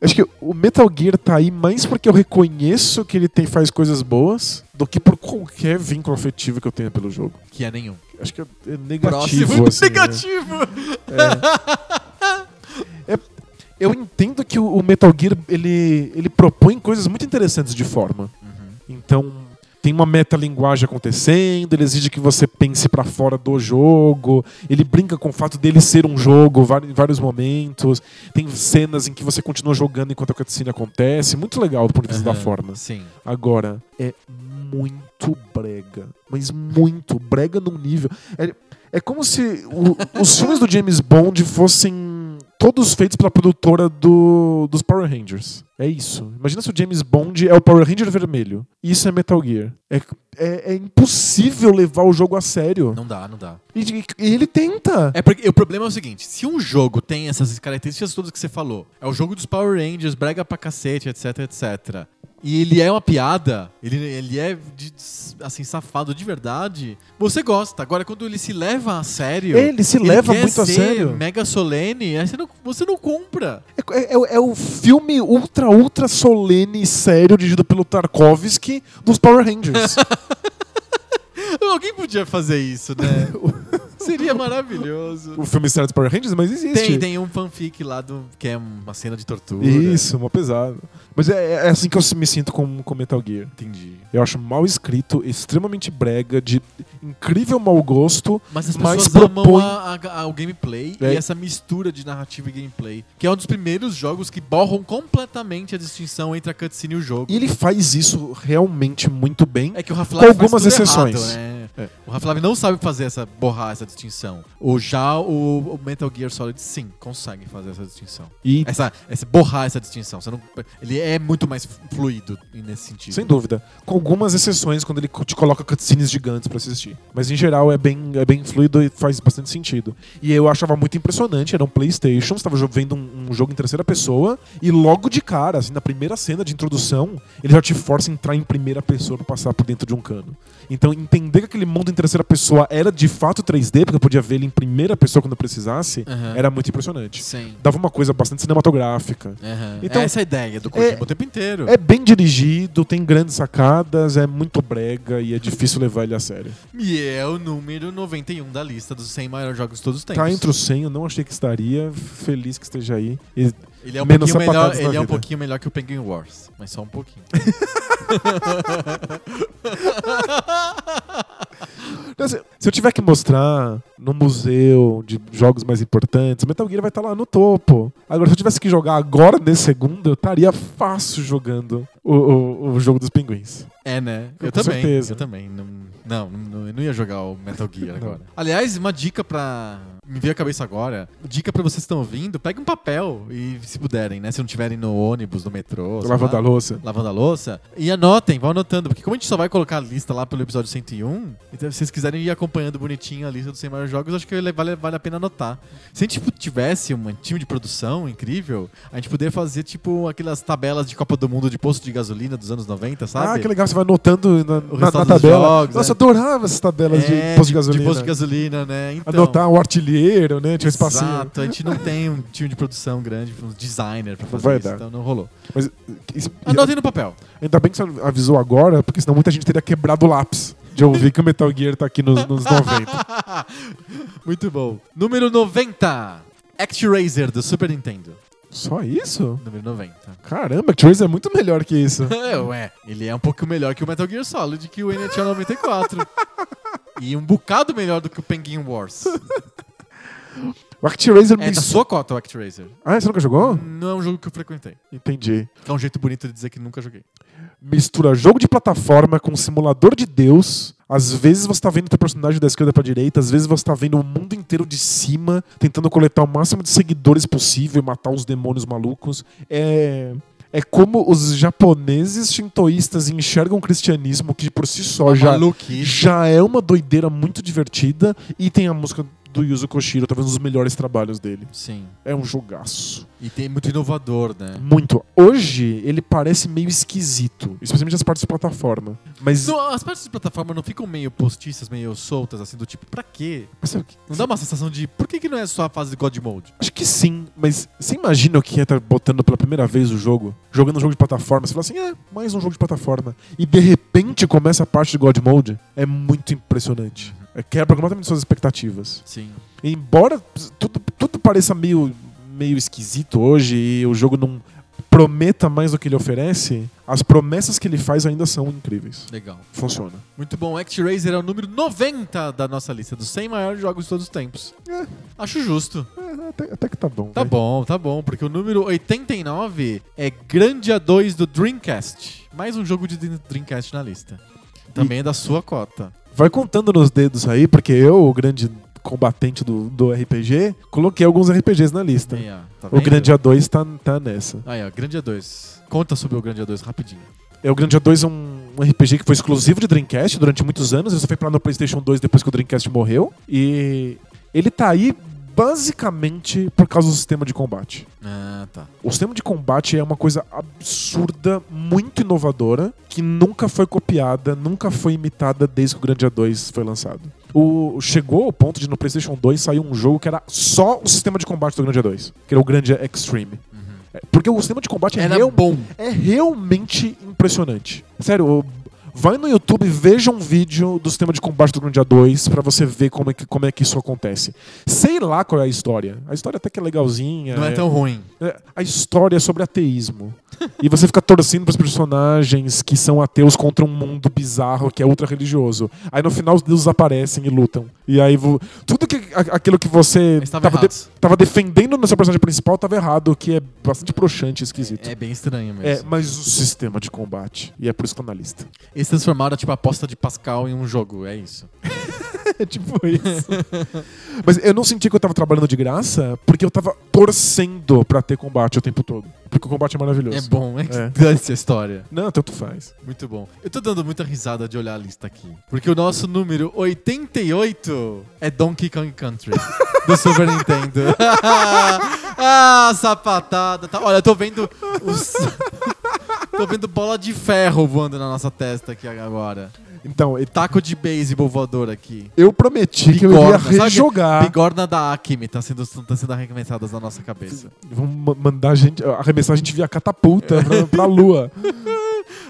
Speaker 2: Acho que o Metal Gear tá aí mais porque eu reconheço que ele tem, faz coisas boas do que por qualquer vínculo afetivo que eu tenha pelo jogo.
Speaker 1: Que é nenhum.
Speaker 2: Acho que é é negativo. assim, né?
Speaker 1: negativo!
Speaker 2: É. Eu entendo que o o Metal Gear ele, ele propõe coisas muito interessantes de forma. Então, tem uma metalinguagem acontecendo, ele exige que você pense pra fora do jogo, ele brinca com o fato dele ser um jogo vari- em vários momentos, tem cenas em que você continua jogando enquanto a cutscene acontece, muito legal do ponto de vista da
Speaker 1: Aham,
Speaker 2: forma.
Speaker 1: Sim.
Speaker 2: Agora, é muito brega, mas muito brega num nível... É, é como se o- os filmes do James Bond fossem todos feitos pela produtora do, dos Power Rangers. É isso. Imagina se o James Bond é o Power Ranger vermelho. Isso é Metal Gear. É, é, é impossível levar o jogo a sério.
Speaker 1: Não dá, não dá.
Speaker 2: E, e- e ele tenta.
Speaker 1: É porque o problema é o seguinte: se um jogo tem essas características todas que você falou, é o jogo dos Power Rangers, brega pra cacete, etc, etc. E ele é uma piada, ele, ele é de- assim, safado de verdade, você gosta. Agora, quando ele se leva a É sério.
Speaker 2: Ele se leva
Speaker 1: quer
Speaker 2: muito a
Speaker 1: ser
Speaker 2: sério.
Speaker 1: Mega solene, aí você não, você não compra.
Speaker 2: É, é- é- é o filme ultra, ultra solene e sério dirigido pelo Tarkovsky dos Power Rangers.
Speaker 1: Alguém podia fazer isso, né? Seria maravilhoso.
Speaker 2: o filme sério dos Power Rangers, mas existe.
Speaker 1: Tem, tem um fanfic lá do, que é uma cena de tortura.
Speaker 2: Isso, uma pesada. Mas é, é assim que eu me sinto com, com Metal Gear.
Speaker 1: Entendi.
Speaker 2: Eu acho mal escrito, extremamente brega, de incrível mau gosto.
Speaker 1: Mas as
Speaker 2: Mas
Speaker 1: pessoas amam
Speaker 2: propõe-
Speaker 1: a, a- a- o gameplay
Speaker 2: É.
Speaker 1: e essa mistura de narrativa e gameplay, que é um dos primeiros jogos que borram completamente a distinção entre a cutscene e o jogo.
Speaker 2: E ele faz isso realmente muito bem.
Speaker 1: É que o Half-Life
Speaker 2: Com algumas
Speaker 1: faz tudo
Speaker 2: exceções.
Speaker 1: errado, né?
Speaker 2: É.
Speaker 1: O Half-Life não sabe fazer essa borrar essa distinção. Ou já o, o Metal Gear Solid sim consegue fazer essa distinção.
Speaker 2: E,
Speaker 1: Essa, essa borrar essa distinção. Você não- ele é muito mais fluido nesse sentido.
Speaker 2: sem dúvida, com algumas exceções quando ele te coloca cutscenes gigantes pra assistir. Mas em geral é bem, é bem fluido e faz bastante sentido. E eu achava muito impressionante, era um Playstation, você tava jo- vendo um, um jogo em terceira pessoa, e logo de cara, assim, na primeira cena de introdução, ele já te força a entrar em primeira pessoa pra passar por dentro de um cano. Então, entender que aquele mundo em terceira pessoa era de fato 3D, porque eu podia ver ele em primeira pessoa quando eu precisasse,
Speaker 1: Aham.
Speaker 2: era muito impressionante.
Speaker 1: Sim.
Speaker 2: Dava uma coisa bastante cinematográfica.
Speaker 1: Aham.
Speaker 2: Então-
Speaker 1: é essa a ideia do Kojima
Speaker 2: É-
Speaker 1: o tempo inteiro.
Speaker 2: É bem dirigido, tem grandes sacadas, é muito brega e é difícil levar ele a sério.
Speaker 1: E é o número 91 da lista dos 100 maiores jogos de todos os tempos.
Speaker 2: Tá entre os 100, eu não achei que estaria, feliz que esteja aí. E-
Speaker 1: Ele é um,
Speaker 2: Menos
Speaker 1: pouquinho melhor,
Speaker 2: sapatadas na
Speaker 1: ele é um
Speaker 2: vida.
Speaker 1: pouquinho melhor que o Penguin Wars, mas só um pouquinho.
Speaker 2: Então, se, se eu tiver que mostrar no museu de jogos mais importantes, Metal Gear vai estar lá no topo. Agora, se eu tivesse que jogar agora, nesse segundo, eu estaria fácil jogando o, o- o jogo dos pinguins.
Speaker 1: É, né? Eu,
Speaker 2: Com
Speaker 1: também.
Speaker 2: certeza.
Speaker 1: Eu também. Não, não, não, eu não ia jogar o Metal Gear
Speaker 2: Não.
Speaker 1: agora. Aliás, uma dica pra. Me veio a cabeça agora. Dica pra vocês que estão ouvindo: pegue um papel e, se puderem, né? Se não tiverem no ônibus, no metrô. sei
Speaker 2: Lavando
Speaker 1: lá,
Speaker 2: a louça.
Speaker 1: lavando a louça. E anotem, vão anotando, porque como a gente só vai colocar a lista lá pelo episódio 101, então se vocês quiserem ir acompanhando bonitinho a lista dos 100 maiores jogos, acho que ele- vale, vale a pena anotar. Se a gente tipo, tivesse um time de produção incrível, a gente poderia fazer tipo aquelas tabelas de Copa do Mundo de posto de gasolina dos anos 90, sabe?
Speaker 2: Ah, que legal, você vai anotando na, na- na
Speaker 1: resultado dos
Speaker 2: tabela.
Speaker 1: jogos,
Speaker 2: Nossa,
Speaker 1: é.
Speaker 2: eu adorava essas tabelas
Speaker 1: É,
Speaker 2: de posto de gasolina.
Speaker 1: posto de gasolina, né? Então,
Speaker 2: Anotar o artilheiro, né? Tinha um espacinho.
Speaker 1: Exato, a gente não tem um time de produção grande, um designer pra fazer
Speaker 2: Vai
Speaker 1: isso,
Speaker 2: dar.
Speaker 1: então não rolou.
Speaker 2: Mas, isso-
Speaker 1: Anotem no papel.
Speaker 2: Ainda bem que você avisou agora, porque senão muita gente teria quebrado o lápis de ouvir que o Metal Gear tá aqui nos, nos 90.
Speaker 1: Muito bom. Número 90. Actraiser do Super Nintendo.
Speaker 2: Só isso?
Speaker 1: Número 90.
Speaker 2: Caramba, Trace é muito melhor que isso.
Speaker 1: É, Ué, ele é um pouco melhor que o Metal Gear Solid, que o NHL 94. e um bocado melhor do que o Penguin Wars.
Speaker 2: O ActRaiser
Speaker 1: É
Speaker 2: me...
Speaker 1: da sua cota o Actraiser.
Speaker 2: Ah, você nunca jogou?
Speaker 1: Não é um jogo que eu frequentei.
Speaker 2: Entendi.
Speaker 1: É um jeito bonito de dizer que nunca joguei.
Speaker 2: Mistura jogo de plataforma com simulador de Deus. Às vezes você tá vendo teu personagem da esquerda pra direita, às vezes você tá vendo o mundo inteiro de cima, tentando coletar o máximo de seguidores possível e matar os demônios malucos. É... É como os japoneses shintoístas enxergam o cristianismo, que por si só já
Speaker 1: Tá Maluquice.
Speaker 2: já é uma doideira muito divertida e tem a música do do Yuzo Koshiro, talvez um dos melhores trabalhos dele.
Speaker 1: Sim.
Speaker 2: É um jogaço.
Speaker 1: E tem é muito inovador, né?
Speaker 2: Muito. Hoje, ele parece meio esquisito. Especialmente as partes de plataforma. Mas.
Speaker 1: Não, as partes de plataforma não ficam meio postiças, meio soltas, assim, do tipo, pra quê?
Speaker 2: mas sabe o que-
Speaker 1: Não dá uma sensação de por que, que não é só a fase de God Mode?
Speaker 2: Acho que sim, mas você imagina o que é estar botando pela primeira vez o jogo, jogando um jogo de plataforma, você fala assim, é, mais um jogo de plataforma. E de repente começa a parte de God Mode, é muito impressionante. É, quebra completamente suas expectativas.
Speaker 1: Sim.
Speaker 2: Embora tudo, tudo pareça meio, meio esquisito hoje e o jogo não prometa mais do que ele oferece, as promessas que ele faz ainda são incríveis.
Speaker 1: Legal.
Speaker 2: Funciona.
Speaker 1: Muito bom. ActRaiser é o número 90 da nossa lista dos 100 maiores jogos de todos os tempos.
Speaker 2: É.
Speaker 1: Acho justo.
Speaker 2: É, até, até que tá bom.
Speaker 1: Tá
Speaker 2: vai.
Speaker 1: bom, tá bom, porque o número 89 é Grandia 2 do Dreamcast. Mais um jogo de Dreamcast na lista. Também é da sua cota.
Speaker 2: Vai contando nos dedos aí, porque eu, o grande combatente do, do RPG, coloquei alguns RPGs na lista.
Speaker 1: Aí, ó, tá
Speaker 2: O
Speaker 1: vendo?
Speaker 2: Grande A2 tá, tá nessa.
Speaker 1: Aí, ó, Grandia 2. Conta sobre o Grandia 2 rapidinho.
Speaker 2: É, o Grande A2 é um, um RPG que foi exclusivo de Dreamcast durante muitos anos. Ele só foi pra lá no PlayStation 2 depois que o Dreamcast morreu. E ele tá aí basicamente por causa do sistema de combate.
Speaker 1: Ah, tá.
Speaker 2: O sistema de combate é uma coisa absurda, muito inovadora, que nunca foi copiada, nunca foi imitada desde que o Grande A2 foi lançado. O, chegou ao ponto de no PlayStation 2 sair um jogo que era só o sistema de combate do Grande A2, que era o Grande Extreme. É, Porque o sistema de combate é,
Speaker 1: Era
Speaker 2: real-
Speaker 1: bom.
Speaker 2: é realmente impressionante. Sério, o- vai no YouTube e veja um vídeo do sistema de combate do Grande A2 pra você ver como é, que, como é que isso acontece. Sei lá qual é a história. A história até que é legalzinha.
Speaker 1: Não é tão ruim.
Speaker 2: É, a história é sobre ateísmo. E você fica torcendo pros personagens que são ateus contra um mundo bizarro que é ultra-religioso. Aí no final os deuses aparecem e lutam. E aí vo- tudo que, a- aquilo que você
Speaker 1: Eles estavam
Speaker 2: tava, de-
Speaker 1: errados.
Speaker 2: tava defendendo no seu personagem principal estava errado, o que é bastante broxante e esquisito.
Speaker 1: É bem estranho mesmo.
Speaker 2: É, mas o sistema de combate. E é por isso que eu tô na lista.
Speaker 1: Eles transformaram tipo a aposta de Pascal em um jogo, é isso.
Speaker 2: É tipo isso. Mas eu não senti que eu tava trabalhando de graça, porque eu tava torcendo pra ter combate o tempo todo. Porque o combate é maravilhoso.
Speaker 1: É bom, é,
Speaker 2: É.
Speaker 1: que essa história.
Speaker 2: Não, tanto faz.
Speaker 1: Muito bom. Eu tô dando muita risada de olhar a lista aqui. Porque o nosso número 88 é Donkey Kong Country, do Super Nintendo. ah, sapatada. Tá- Olha, eu tô vendo os... Tô vendo bola de ferro voando na nossa testa aqui agora.
Speaker 2: Então, e
Speaker 1: Taco de beisebol voador aqui.
Speaker 2: eu prometi que eu iria
Speaker 1: Bigorna, sabe?
Speaker 2: rejogar.
Speaker 1: Bigorna da Acme tá sendo, tá sendo arremessadas na nossa cabeça.
Speaker 2: Vamos ma- mandar a gente, arremessar a gente via catapulta pra, pra lua.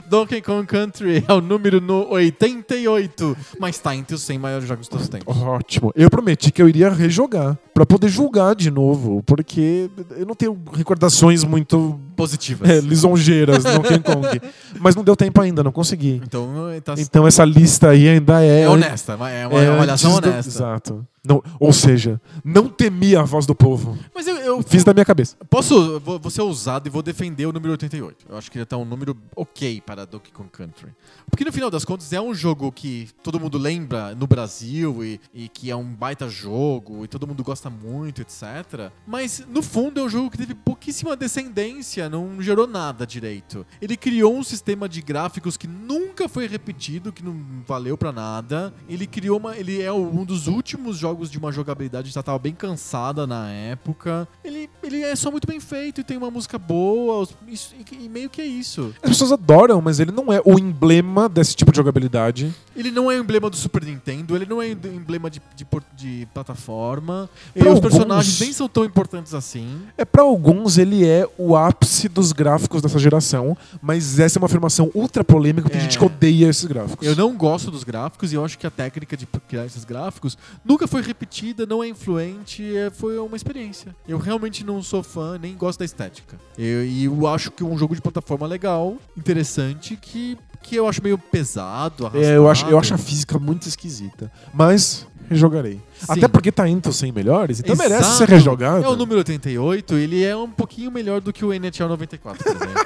Speaker 1: Donkey Kong Country é o número no 88, mas tá entre os 100 maiores jogos de todos os tempos.
Speaker 2: Ótimo. Eu prometi que eu iria rejogar pra poder julgar de novo, porque eu não tenho recordações muito
Speaker 1: Positivas.
Speaker 2: é, lisonjeiras do Donkey Kong. Mas não deu tempo ainda, não consegui.
Speaker 1: Então, eh, tá-
Speaker 2: Então essa lista aí ainda é.
Speaker 1: é honesta, mas é uma, é uma
Speaker 2: antes
Speaker 1: olhação
Speaker 2: do-
Speaker 1: honesta.
Speaker 2: Exato. Não, ou seja, não temia a voz do povo.
Speaker 1: Mas eu, eu
Speaker 2: Fiz da minha cabeça.
Speaker 1: posso, eu vou, vou ser ousado e vou defender o número 88. Eu acho que ele tá um número ok para Donkey Kong Country. Porque no final das contas é um jogo que todo mundo lembra no Brasil e, e que é um baita jogo e todo mundo gosta muito, etc. Mas no fundo é um jogo que teve pouquíssima descendência, não gerou nada direito. Ele criou um sistema de gráficos que nunca foi repetido, que não valeu pra nada. Ele criou uma, ele é um dos últimos jogos de uma jogabilidade que já tava bem cansada na época. Ele, ele é só muito bem feito e tem uma música boa, os- isso- e- e meio que é isso.
Speaker 2: As pessoas adoram, mas ele não é o emblema desse tipo de jogabilidade.
Speaker 1: Ele não é emblema do Super Nintendo, ele não é em- emblema de, de por- de plataforma. E
Speaker 2: Pra
Speaker 1: os
Speaker 2: alguns-
Speaker 1: personagens nem são tão importantes assim.
Speaker 2: É para alguns ele é o ápice dos gráficos dessa geração, mas essa é uma afirmação ultra polêmica porque
Speaker 1: É.
Speaker 2: a gente que odeia esses gráficos.
Speaker 1: Eu não gosto dos gráficos e eu acho que a técnica de criar esses gráficos nunca foi repetida, não é influente, é- foi uma experiência. Eu realmente não sou fã, nem gosto da estética. Eu- E eu, acho que é um jogo de plataforma legal, interessante, que, que eu acho meio pesado, arrastado.
Speaker 2: É, eu acho, eu acho a física muito esquisita, mas rejogarei.
Speaker 1: Sim.
Speaker 2: Até porque tá entre os 100 melhores, então merece
Speaker 1: Exato.
Speaker 2: ser rejogado.
Speaker 1: É o número 88, ele é um pouquinho melhor do que o NHL 94, por exemplo.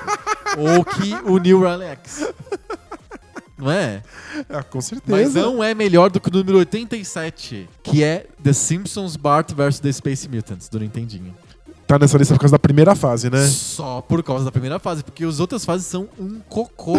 Speaker 1: Ou que o New Alex. Não é?
Speaker 2: Ah, com
Speaker 1: Mas
Speaker 2: certeza.
Speaker 1: não é melhor do que o número 87, que é The Simpsons Bart vs The Space Mutants, do Nintendinho.
Speaker 2: Tá nessa lista por causa da primeira fase, né?
Speaker 1: Só por causa da primeira fase, porque as outras fases são um cocô.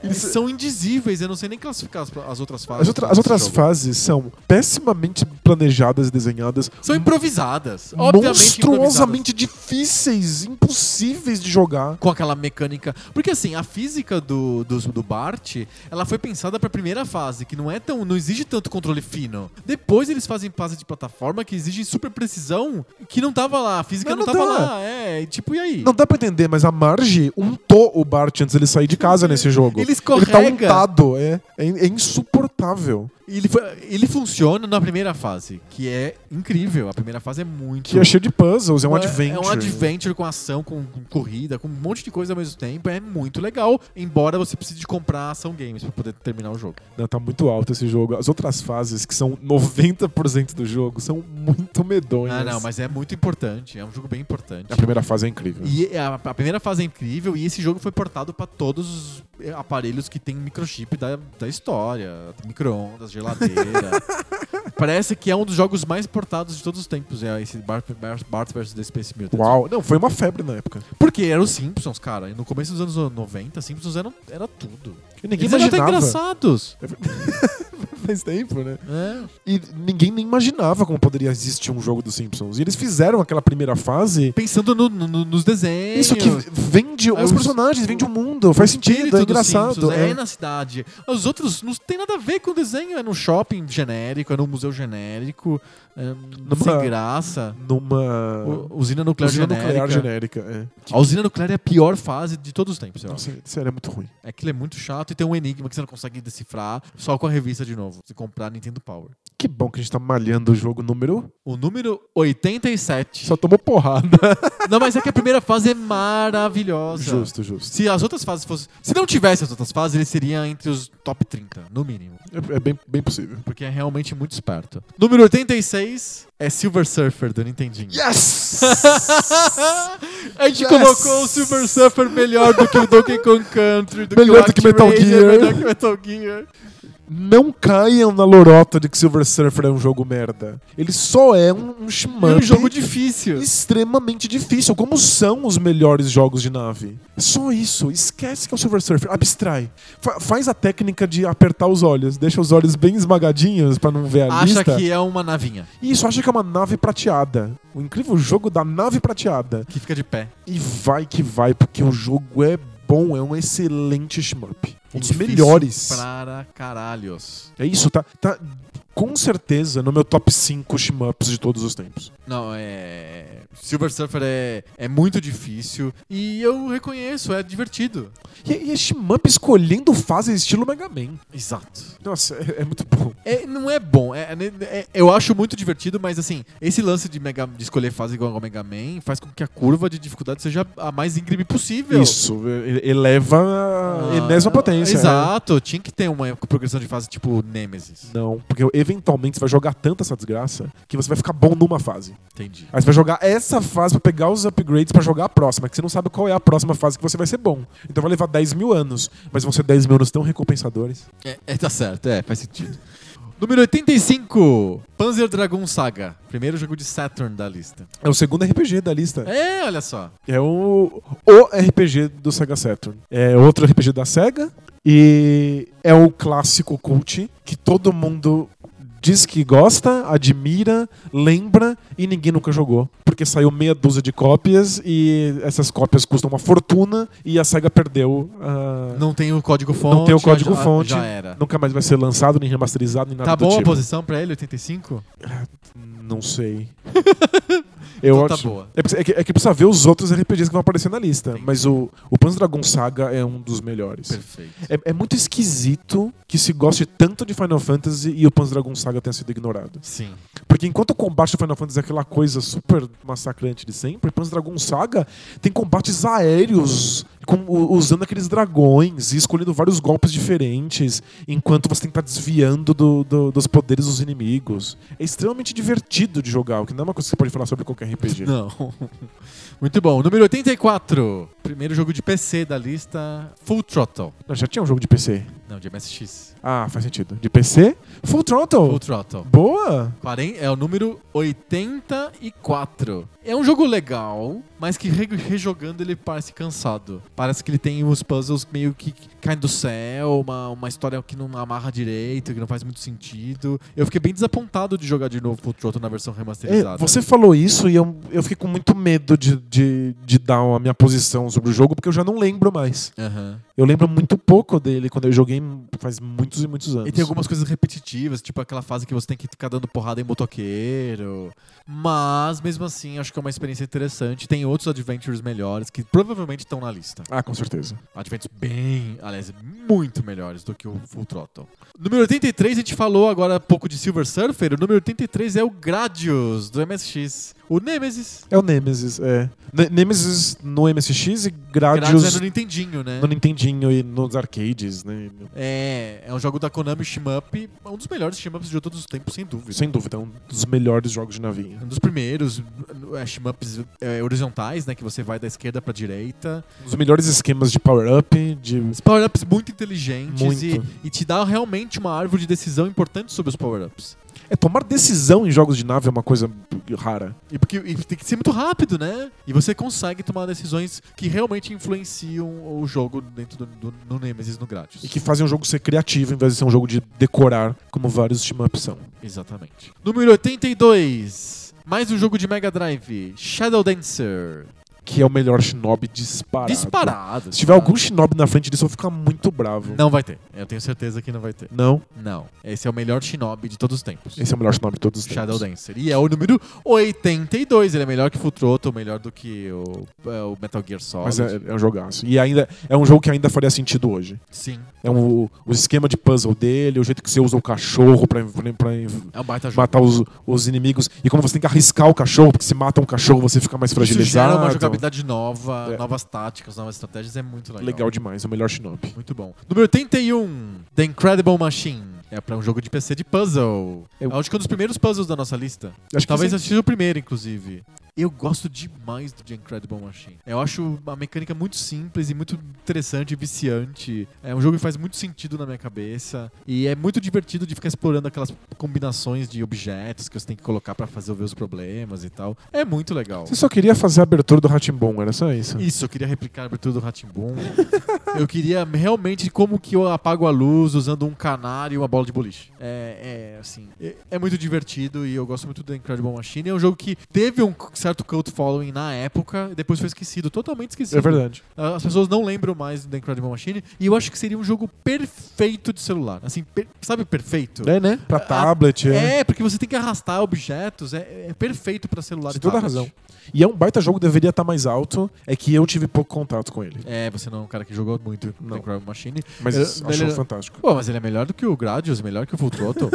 Speaker 2: E
Speaker 1: Eles são indizíveis, eu não sei nem classificar as, as outras fases.
Speaker 2: As, outra- as outras
Speaker 1: desse jogo.
Speaker 2: fases são pessimamente planejadas e desenhadas.
Speaker 1: São improvisadas. Obviamente improvisadas.
Speaker 2: monstruosamente difíceis, impossíveis de jogar.
Speaker 1: com aquela mecânica. Porque assim, a física do, do, do Bart, ela foi pensada pra primeira fase, que não é tão. não exige tanto controle fino. Depois eles fazem fase de plataforma que exige super precisão, que não tava lá. A física não,
Speaker 2: Mas não
Speaker 1: tava
Speaker 2: dá.
Speaker 1: lá. É, e tipo, e aí?
Speaker 2: Não dá pra entender, mas a Marge untou o Bart antes dele sair de casa nesse jogo.
Speaker 1: Ele
Speaker 2: Ele tá
Speaker 1: escorrega.
Speaker 2: untado, é, é, in- é insuportável.
Speaker 1: Ele, foi- ele funciona na primeira fase, que é incrível. A primeira fase é muito.
Speaker 2: Que é cheio de puzzles, é um adventure.
Speaker 1: É um adventure com ação, com, com corrida, com um monte de coisa ao mesmo tempo. É muito legal, embora você precise de comprar ação games pra poder terminar o jogo.
Speaker 2: Não, tá muito alto esse jogo. As outras fases, que são 90% do jogo, são muito medonhas.
Speaker 1: Ah, não, mas é muito importante. É um jogo bem importante.
Speaker 2: A primeira fase é incrível.
Speaker 1: E a, a primeira fase é incrível e esse jogo foi portado pra todos os eh, aparelhos que tem microchip da, da história. Micro-ondas, geladeira. Parece que é um dos jogos mais portados de todos os tempos, é esse Bart, Bart, Bart vs The Space Mutants.
Speaker 2: Uau, não, foi uma febre na época.
Speaker 1: Porque era os Simpsons, cara. E no começo dos anos 90, Simpsons eram, era tudo.
Speaker 2: E ninguém
Speaker 1: Eles eram é até
Speaker 2: imaginava.
Speaker 1: engraçados.
Speaker 2: Faz tempo, né?
Speaker 1: É.
Speaker 2: E ninguém nem imaginava como poderia existir um jogo dos Simpsons. E eles fizeram aquela primeira fase.
Speaker 1: Pensando no- no- nos desenhos.
Speaker 2: Isso que vende
Speaker 1: Aí
Speaker 2: os
Speaker 1: É os-
Speaker 2: personagens, vende o mundo, faz
Speaker 1: espírito
Speaker 2: sentido, é
Speaker 1: dos
Speaker 2: engraçado.
Speaker 1: Simpsons, é.
Speaker 2: é.
Speaker 1: na cidade. Os outros não tem nada a ver com o desenho. É num shopping genérico, é num museu genérico, é sem graça.
Speaker 2: Numa.
Speaker 1: U- Usina nuclear
Speaker 2: Ah. usina
Speaker 1: genérica.
Speaker 2: nuclear genérica. É.
Speaker 1: A usina nuclear é a pior fase de todos os tempos, eu acho.
Speaker 2: Nossa, sério, é muito ruim.
Speaker 1: Aquilo é muito chato e tem um enigma que você não consegue decifrar só com a revista de novo. Se comprar Nintendo Power.
Speaker 2: Que bom que a gente tá malhando o jogo número. um,
Speaker 1: O número 87.
Speaker 2: Só tomou porrada.
Speaker 1: Não, mas é que a primeira fase é maravilhosa.
Speaker 2: Justo, justo.
Speaker 1: Se as outras fases fossem. Se não tivesse as outras fases, ele seria entre os top 30, no mínimo.
Speaker 2: É, é bem, bem possível.
Speaker 1: Porque é realmente muito esperto. Número 86 é Silver Surfer do Nintendinho.
Speaker 2: Yes!
Speaker 1: A gente
Speaker 2: Yes!
Speaker 1: colocou o Silver Surfer melhor do que o Donkey Kong Country, do
Speaker 2: Melhor
Speaker 1: o
Speaker 2: do que Metal
Speaker 1: Actraiser,
Speaker 2: Gear.
Speaker 1: melhor que Metal Gear.
Speaker 2: Não caiam na lorota de que Silver Surfer é um jogo merda. Ele só é um, um
Speaker 1: É um
Speaker 2: shmup
Speaker 1: jogo difícil.
Speaker 2: extremamente difícil, como são os melhores jogos de nave. Só isso, esquece que é o Silver Surfer, abstrai. Fa- faz a técnica de apertar os olhos, deixa os olhos bem esmagadinhos pra não ver a
Speaker 1: Acha
Speaker 2: lista.
Speaker 1: que é uma navinha
Speaker 2: Isso, acha que é uma nave prateada. O incrível jogo da nave prateada.
Speaker 1: que fica de pé.
Speaker 2: E vai que vai, porque o jogo é bom, é um excelente shmup. Um dos
Speaker 1: Difícil
Speaker 2: melhores.
Speaker 1: Para caralhos.
Speaker 2: É isso, tá, tá com certeza no meu top 5 shmups de todos os tempos.
Speaker 1: Não, é. Silver Surfer é, é muito difícil. E eu reconheço, é divertido.
Speaker 2: E, e é shmup escolhendo fase estilo Mega Man.
Speaker 1: Exato.
Speaker 2: Nossa, é, é muito bom.
Speaker 1: É, não é bom. É, é- é- eu acho muito divertido, mas assim, esse lance de, Mega- de escolher fase igual ao Mega Man faz com que a curva de dificuldade seja a mais íngreme possível.
Speaker 2: Isso, e- eleva a enésima potência.
Speaker 1: Ah,
Speaker 2: é.
Speaker 1: Exato. Tinha que ter uma progressão de fase tipo Nemesis.
Speaker 2: é. Não, porque eventualmente você vai jogar tanto essa desgraça que você vai ficar bom numa fase.
Speaker 1: Entendi.
Speaker 2: Aí você vai jogar essa fase pra pegar os upgrades pra jogar a próxima, que você não sabe qual é a próxima fase que você vai ser bom. Então vai levar 10 mil anos, mas vão ser 10 mil anos tão recompensadores.
Speaker 1: É, é, tá certo. É, faz sentido. Número 85, Panzer Dragon Saga. Primeiro jogo de Saturn da lista.
Speaker 2: É o segundo RPG da lista.
Speaker 1: É, olha só.
Speaker 2: É o, o RPG do Sega Saturn. É outro RPG da Sega. E é o clássico cult que todo mundo diz que gosta, admira, lembra e ninguém nunca jogou. Porque saiu meia dúzia de cópias e essas cópias custam uma fortuna e a Sega perdeu. ah,
Speaker 1: Não tem o código fonte.
Speaker 2: não tem o código
Speaker 1: já-
Speaker 2: fonte.
Speaker 1: Já era.
Speaker 2: Nunca mais vai ser lançado, nem remasterizado, nem nada
Speaker 1: Tá
Speaker 2: do
Speaker 1: boa a
Speaker 2: tipo.
Speaker 1: posição pra ele, 85?
Speaker 2: Não sei. Eu
Speaker 1: Então tá
Speaker 2: acho-
Speaker 1: boa.
Speaker 2: É, preciso- é que, é que precisa ver os outros RPGs que vão aparecer na lista. Mas o, o Panzer Dragon Saga é um dos melhores.
Speaker 1: Perfeito.
Speaker 2: É, é muito esquisito que se goste tanto de Final Fantasy e o Panzer Dragon Saga tenha sido ignorado.
Speaker 1: Sim.
Speaker 2: Porque enquanto o combate do Final Fantasy é aquela coisa super massacrante de sempre, Panzer Dragon Saga tem combates aéreos com, u- usando aqueles dragões e escolhendo vários golpes diferentes enquanto você tem que estar desviando do- do- dos poderes dos inimigos. É extremamente divertido de jogar, o que não é uma coisa que você pode falar sobre qualquer RPG.
Speaker 1: Não. Muito bom. Número 84. Primeiro jogo de PC da lista, Full Throttle.
Speaker 2: Não, já tinha um jogo de PC.
Speaker 1: Não, de MSX.
Speaker 2: Ah, faz sentido. De PC? Full Throttle!
Speaker 1: Full Throttle.
Speaker 2: Boa!
Speaker 1: Quarenta- É o número 84. É um jogo legal, mas que re- rejogando ele parece cansado. Parece que ele tem uns puzzles meio que caem do céu, uma, uma história que não amarra direito, que não faz muito sentido. Eu fiquei bem desapontado de jogar de novo Futroto na versão remasterizada.
Speaker 2: É, você falou isso e eu, eu fiquei com muito medo de, de, de dar a minha posição sobre o jogo, porque eu já não lembro mais.
Speaker 1: Aham.
Speaker 2: Eu lembro muito pouco dele quando eu joguei faz muitos e muitos anos.
Speaker 1: E tem algumas coisas repetitivas, tipo aquela fase que você tem que ficar dando porrada em motoqueiro. Mas, mesmo assim, acho que é uma experiência interessante. Tem outros adventures melhores que provavelmente estão na lista.
Speaker 2: Ah, com certeza.
Speaker 1: Adventures bem, aliás, muito melhores do que o Full Throttle. Número 83, a gente falou agora há pouco de Silver Surfer. O número 83 é o Gradius, do MSX. O Nemesis.
Speaker 2: É o Nemesis, é. Ne- Nemesis no MSX e
Speaker 1: Gradius,
Speaker 2: Gradius
Speaker 1: é no Nintendinho, né?
Speaker 2: no Nintendinho e nos arcades, né?
Speaker 1: É, é um jogo da Konami Shmup, um dos melhores Shmups de todos os tempos, sem dúvida.
Speaker 2: Sem dúvida, é um dos melhores jogos de navinha.
Speaker 1: Um dos primeiros é, shmups é, horizontais, né? Que você vai da esquerda pra direita.
Speaker 2: Um dos melhores esquemas de power-up, de
Speaker 1: Os power-ups muito inteligentes
Speaker 2: Muito.
Speaker 1: E, e te dá realmente uma árvore de decisão importante sobre os power-ups.
Speaker 2: É, tomar decisão em jogos de nave é uma coisa rara.
Speaker 1: E porque e tem que ser muito rápido, né? E você consegue tomar decisões que realmente influenciam o jogo dentro do, do no Nemesis, no Gradius.
Speaker 2: E que fazem um jogo ser criativo em vez de ser um jogo de decorar, como vários team-ups são.
Speaker 1: Exatamente. Número 82. Mais um jogo de Mega Drive. Shadow Dancer.
Speaker 2: Que é o melhor shinobi disparado.
Speaker 1: Disparado.
Speaker 2: Se tiver algum shinobi na frente disso, eu vou ficar muito bravo.
Speaker 1: Não vai ter. Eu tenho certeza que não vai ter.
Speaker 2: Não,
Speaker 1: Não. Esse é o melhor Shinobi de todos os tempos.
Speaker 2: esse é o melhor shinobi de todos os tempos.
Speaker 1: Shadow Dancer. E é o número 82. Ele é melhor que o Futroto, melhor do que o, é, o Metal Gear Solid.
Speaker 2: Mas é, é um jogaço. E ainda é um jogo que ainda faria sentido hoje.
Speaker 1: Sim.
Speaker 2: É um- o esquema de puzzle dele, o jeito que você usa o cachorro pra, pra- pra
Speaker 1: É um baita jogo.
Speaker 2: matar os, os inimigos. E como você tem que arriscar o cachorro, porque se mata um cachorro, você fica mais
Speaker 1: Isso
Speaker 2: fragilizado.
Speaker 1: gera uma jogabilidade nova,
Speaker 2: É.
Speaker 1: novas táticas, novas estratégias. É muito legal.
Speaker 2: Legal demais, o melhor shinobi.
Speaker 1: Muito bom. Número 81. The Incredible Machine. É pra um jogo de PC de puzzle.
Speaker 2: Eu-
Speaker 1: Acho que é um dos primeiros puzzles da nossa lista.
Speaker 2: Acho que
Speaker 1: Talvez
Speaker 2: sim.
Speaker 1: eu seja o primeiro, inclusive. Eu gosto demais do The Incredible Machine. Eu acho a mecânica muito simples e muito interessante, viciante. É um jogo que faz muito sentido na minha cabeça. E é muito divertido de ficar explorando aquelas combinações de objetos que você tem que colocar pra resolver os problemas e tal. É muito legal.
Speaker 2: Você só queria fazer a abertura do Ratimbom, era só isso?
Speaker 1: Isso, eu queria replicar a abertura do Ratimbum. eu queria realmente como que eu apago a luz usando um canário e uma bola de boliche. É, é, assim, é, é muito divertido e eu gosto muito do Incredible Machine. É um jogo que teve um certo cult following na época e depois foi esquecido, totalmente esquecido.
Speaker 2: É verdade.
Speaker 1: As pessoas não lembram mais do Incredible Machine e eu acho que seria um jogo perfeito de celular. Assim, per- sabe perfeito?
Speaker 2: É, né? Pra
Speaker 1: A-
Speaker 2: tablet. É.
Speaker 1: É, porque você tem que arrastar objetos, é, é perfeito pra celular.
Speaker 2: Você
Speaker 1: e
Speaker 2: tem toda a
Speaker 1: tablet.
Speaker 2: razão. E é um baita jogo, deveria estar mais alto. É que eu tive pouco contato com ele.
Speaker 1: É, você não é um cara que jogou muito The
Speaker 2: Não.
Speaker 1: Incredible Machine.
Speaker 2: Mas
Speaker 1: Eu-
Speaker 2: eu, acho
Speaker 1: ele-
Speaker 2: fantástico.
Speaker 1: Pô, mas ele é melhor do que o Gradius, melhor que o Full Throttle.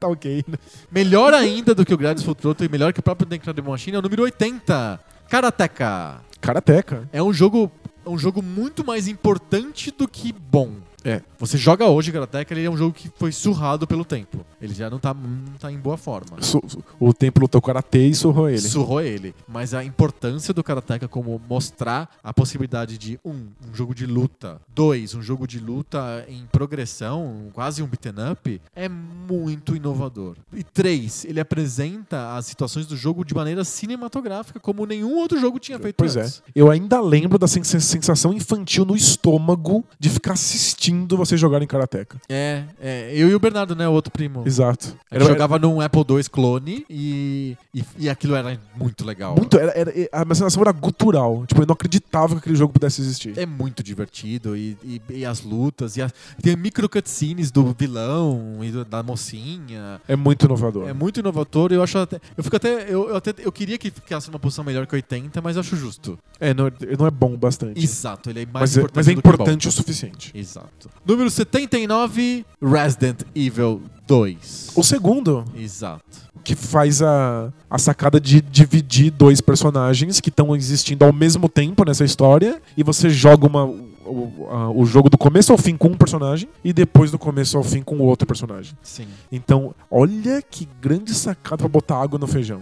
Speaker 2: Tá ok.
Speaker 1: melhor ainda do que o Gradius Full Throttle e melhor que o próprio The Incredible Machine é o número 80, Karateka.
Speaker 2: Karateca.
Speaker 1: É um jogo, é um jogo muito mais importante do que bom.
Speaker 2: É.
Speaker 1: Você joga hoje Karateka, ele é um jogo que foi surrado pelo tempo. Ele já não tá, não tá em boa forma.
Speaker 2: Su- su- O tempo lutou karatê e surrou ele.
Speaker 1: Surrou ele. Mas a importância do Karateka como mostrar a possibilidade de, um, um jogo de luta, dois, um jogo de luta em progressão, quase um beaten up, é muito inovador. E três, ele apresenta as situações do jogo de maneira cinematográfica, como nenhum outro jogo tinha feito
Speaker 2: Pois é.
Speaker 1: antes.
Speaker 2: Eu ainda lembro da sens- sensação infantil no estômago de ficar assistindo vocês jogarem karateca.
Speaker 1: É, é, eu e o Bernardo, né, o outro primo.
Speaker 2: Exato.
Speaker 1: A gente jogava num Apple II clone e, e, e aquilo era muito legal.
Speaker 2: muito, era, era- a minha sensação era gutural. Tipo, eu não acreditava que aquele jogo pudesse existir.
Speaker 1: É muito divertido e, e- e as lutas, e as- tem micro cutscenes do vilão e do- da mocinha.
Speaker 2: É, muito inovador.
Speaker 1: É muito inovador e eu acho até. Eu fico até. Eu, eu até eu queria que ficasse numa posição melhor que 80, mas eu acho justo.
Speaker 2: É, não, é- não é bom bastante.
Speaker 1: Exato, ele é mais
Speaker 2: mas, é,
Speaker 1: importante.
Speaker 2: mas é
Speaker 1: do que bom.
Speaker 2: importante o suficiente.
Speaker 1: Exato. Número 79, Resident Evil 2.
Speaker 2: O segundo,
Speaker 1: Exato.
Speaker 2: que faz a, a sacada de dividir dois personagens que estão existindo ao mesmo tempo nessa história, e você joga uma, o, a- o jogo do começo ao fim com um personagem, e depois do começo ao fim com o outro personagem.
Speaker 1: Sim.
Speaker 2: Então, olha que grande sacada pra botar água no feijão.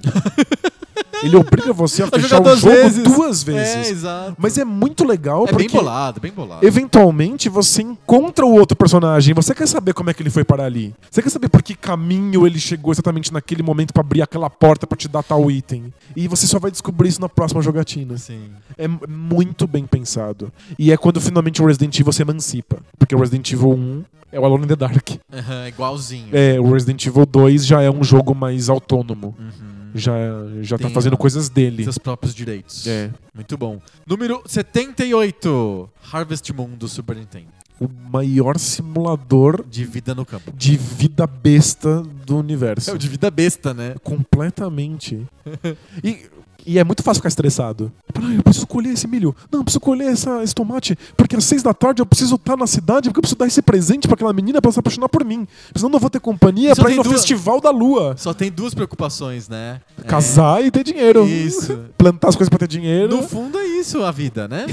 Speaker 2: Ele obriga você a
Speaker 1: A
Speaker 2: fechar o jogo duas
Speaker 1: É,
Speaker 2: vezes.
Speaker 1: exato.
Speaker 2: Mas é muito legal
Speaker 1: É
Speaker 2: porque
Speaker 1: bem bolado, bem bolado.
Speaker 2: eventualmente você encontra o outro personagem, você quer saber como é que ele foi parar ali. Você quer saber por que caminho ele chegou exatamente naquele momento pra abrir aquela porta pra te dar tal item. E você só vai descobrir isso na próxima jogatina.
Speaker 1: Sim.
Speaker 2: É m- muito bem pensado. E é quando finalmente o Resident Evil se emancipa, porque o Resident Evil 1 é o Alone in the Dark.
Speaker 1: Aham, igualzinho.
Speaker 2: É, o Resident Evil 2 já é um jogo mais autônomo.
Speaker 1: Uhum.
Speaker 2: Já, já tá
Speaker 1: Tem
Speaker 2: fazendo
Speaker 1: a-
Speaker 2: coisas dele.
Speaker 1: Seus próprios direitos.
Speaker 2: É.
Speaker 1: Muito bom. Número 78. Harvest Moon do Super Nintendo.
Speaker 2: O maior simulador
Speaker 1: De vida no campo.
Speaker 2: de vida besta do universo.
Speaker 1: É o de vida besta, né?
Speaker 2: Completamente. e, e é muito fácil ficar estressado. Ah, eu preciso colher esse milho. Não, eu preciso colher essa- esse tomate. Porque às seis da tarde eu preciso estar na cidade porque eu preciso dar esse presente pra aquela menina pra ela se apaixonar por mim. Senão eu não vou ter companhia
Speaker 1: Só
Speaker 2: pra
Speaker 1: tem
Speaker 2: ir no
Speaker 1: duas-
Speaker 2: Festival da Lua.
Speaker 1: Só tem duas preocupações, né? É,
Speaker 2: Casar e ter dinheiro.
Speaker 1: Isso.
Speaker 2: Plantar as coisas pra ter dinheiro.
Speaker 1: No fundo é isso a vida, né?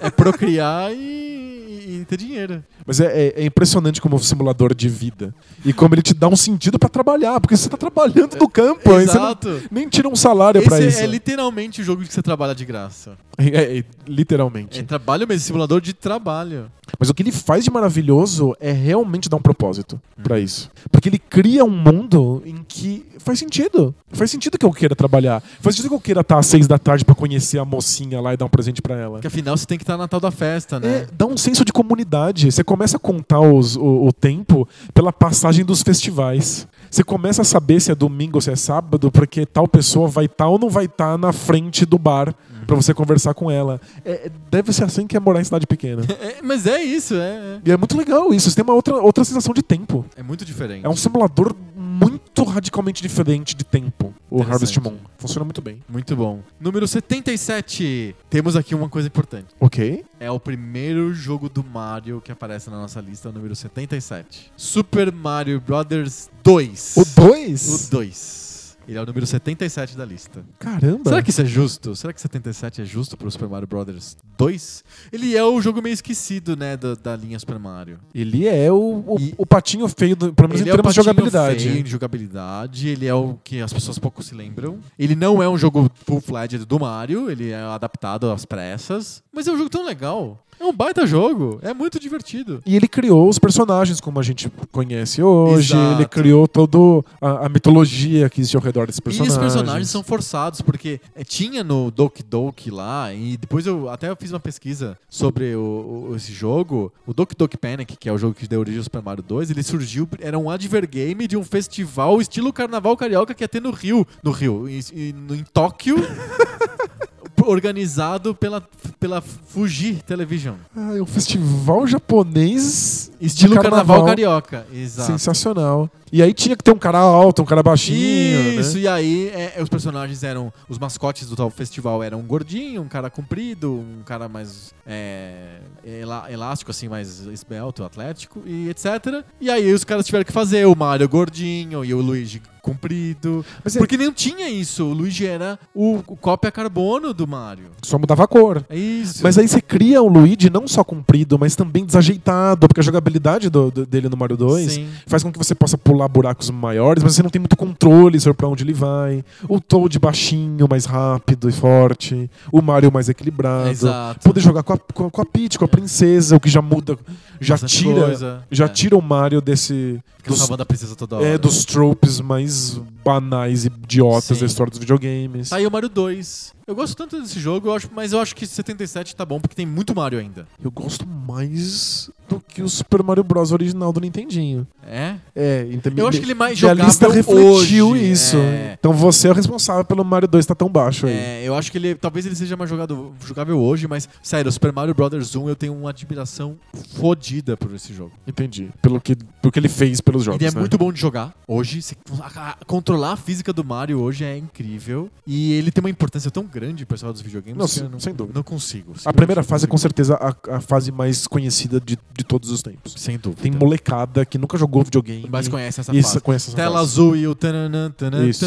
Speaker 1: é procriar e, e ter dinheiro.
Speaker 2: Mas é, é- é impressionante como o simulador de vida. E como ele te dá um sentido pra trabalhar, porque você tá trabalhando no campo, aí você não-
Speaker 1: Exato.
Speaker 2: nem tira um salário pra
Speaker 1: Esse
Speaker 2: isso.
Speaker 1: é literalmente o jogo que você trabalha de graça.
Speaker 2: É, é, literalmente.
Speaker 1: É trabalho mesmo, simulador de trabalho.
Speaker 2: Mas o que ele faz de maravilhoso é realmente dar um propósito pra isso. Porque ele cria um mundo em que faz sentido. Faz sentido que eu queira trabalhar. Faz sentido que eu queira estar às seis da tarde pra conhecer a mocinha lá e dar um presente pra ela.
Speaker 1: Porque afinal você tem que estar na tal da festa,
Speaker 2: É,
Speaker 1: né?
Speaker 2: dá um senso de comunidade. Você começa a contar os- o, o tempo pela passagem dos festivais. Você começa a saber se é domingo ou se é sábado, porque tal pessoa vai estar ou não vai estar na frente do bar pra você conversar com ela. É, deve ser assim que é morar em cidade pequena.
Speaker 1: É, mas é isso, é,
Speaker 2: e é muito legal isso. Você tem uma outra, outra sensação de tempo.
Speaker 1: é. É muito diferente.
Speaker 2: É um simulador muito radicalmente diferente de tempo, o
Speaker 1: Interessante.
Speaker 2: Harvest Moon. Funciona muito bem.
Speaker 1: Muito bom. Número 77. Temos aqui uma coisa importante.
Speaker 2: Ok.
Speaker 1: É o primeiro jogo do Mario que aparece na nossa lista, o número 77. Super Mario Brothers 2.
Speaker 2: O
Speaker 1: O
Speaker 2: 2?
Speaker 1: 2. Ele é o número 77 da lista.
Speaker 2: Caramba.
Speaker 1: Será que isso é justo? Será que 77 é justo pro Super Mario Brothers 2? Ele é o jogo meio esquecido, né, da, da linha Super Mario.
Speaker 2: Ele é o, o,
Speaker 1: E-
Speaker 2: o patinho feio, do, pelo menos em
Speaker 1: é o
Speaker 2: termos de
Speaker 1: patinho
Speaker 2: jogabilidade.
Speaker 1: feio de jogabilidade, ele é o que as pessoas pouco se lembram. Ele não é um jogo full-fledged do Mario, ele é adaptado às pressas, mas é um jogo tão legal. É um baita jogo, é muito divertido.
Speaker 2: E ele criou os personagens como a gente conhece hoje.
Speaker 1: Exato.
Speaker 2: Ele criou toda a, a mitologia que existe ao redor desses personagens.
Speaker 1: E os personagens são forçados, porque eh, tinha no Doki Doki lá, e depois eu até fiz uma pesquisa sobre o- o- esse jogo. O Doki Doki Panic, que é o jogo que deu origem ao Super Mario 2, ele surgiu, era um advergame de um festival estilo Carnaval Carioca que ia ter no Rio, no Rio, em, em- em Tóquio, organizado pela, pela Fuji Television.
Speaker 2: Ah, é um festival japonês
Speaker 1: Estilo
Speaker 2: de
Speaker 1: Carnaval, Carioca, exato.
Speaker 2: Sensacional. E aí tinha que ter um cara alto, um cara baixinho.
Speaker 1: Isso,
Speaker 2: né?
Speaker 1: e aí é, é, os personagens eram. Os mascotes do tal festival eram um gordinho, um cara comprido, um cara mais é, ela- elástico, assim, mais esbelto, atlético, e etc. E aí os caras tiveram que fazer o Mario gordinho e o Luigi comprido.
Speaker 2: Mas é-
Speaker 1: Porque não tinha isso. O Luigi era o, o cópia carbono do Mario.
Speaker 2: Só mudava a cor.
Speaker 1: É isso.
Speaker 2: Mas aí você cria o Luigi não só comprido, mas também desajeitado, porque a jogabilidade do- do- dele no Mario 2
Speaker 1: Sim.
Speaker 2: faz com que você possa pular buracos maiores, mas você não tem muito controle sobre pra onde ele vai. O Toad baixinho, mais rápido e forte. O Mario mais equilibrado.
Speaker 1: Exato.
Speaker 2: Ah, Poder jogar com a, com a- com a Peach, com a princesa, o que já muda, já
Speaker 1: Bastante
Speaker 2: tira,
Speaker 1: coisa.
Speaker 2: já
Speaker 1: É.
Speaker 2: tira o Mario desse
Speaker 1: Fica
Speaker 2: dos,
Speaker 1: salvando a princesa toda hora.
Speaker 2: é, dos tropes mais banais e idiotas
Speaker 1: Sim.
Speaker 2: da história dos videogames.
Speaker 1: Tá aí o Mario 2. Eu gosto tanto desse jogo, eu acho, mas eu acho que 77 tá bom, porque tem muito Mario ainda.
Speaker 2: Eu gosto mais do que o Super Mario Bros original do Nintendinho.
Speaker 1: É?
Speaker 2: É, então
Speaker 1: Eu acho que ele é mais
Speaker 2: e a
Speaker 1: jogável
Speaker 2: lista refletiu
Speaker 1: hoje,
Speaker 2: isso.
Speaker 1: é.
Speaker 2: Então você é o responsável pelo Mario 2 estar tão baixo aí.
Speaker 1: É, eu acho que ele talvez ele seja mais jogado, jogável hoje, mas sério, Super Mario Brothers 1 eu tenho uma admiração fodida por esse jogo.
Speaker 2: Entendi. Pelo que, pelo que ele fez pelos jogos.
Speaker 1: ele é
Speaker 2: né?
Speaker 1: muito bom de jogar hoje. se- a- a- controlar a física do Mario hoje é incrível. E ele tem uma importância tão grande pro pessoal dos videogames
Speaker 2: Não,
Speaker 1: que
Speaker 2: sem-
Speaker 1: eu não,
Speaker 2: sem dúvida.
Speaker 1: não consigo.
Speaker 2: A primeira fase é com certeza a, a fase mais conhecida de, de todos os tempos.
Speaker 1: Sem dúvida.
Speaker 2: Tem molecada que nunca jogou videogame.
Speaker 1: Mas conhece essa
Speaker 2: Isso,
Speaker 1: fase.
Speaker 2: conhece essa
Speaker 1: Tela
Speaker 2: fase.
Speaker 1: azul e o tananã, tananã,
Speaker 2: Isso.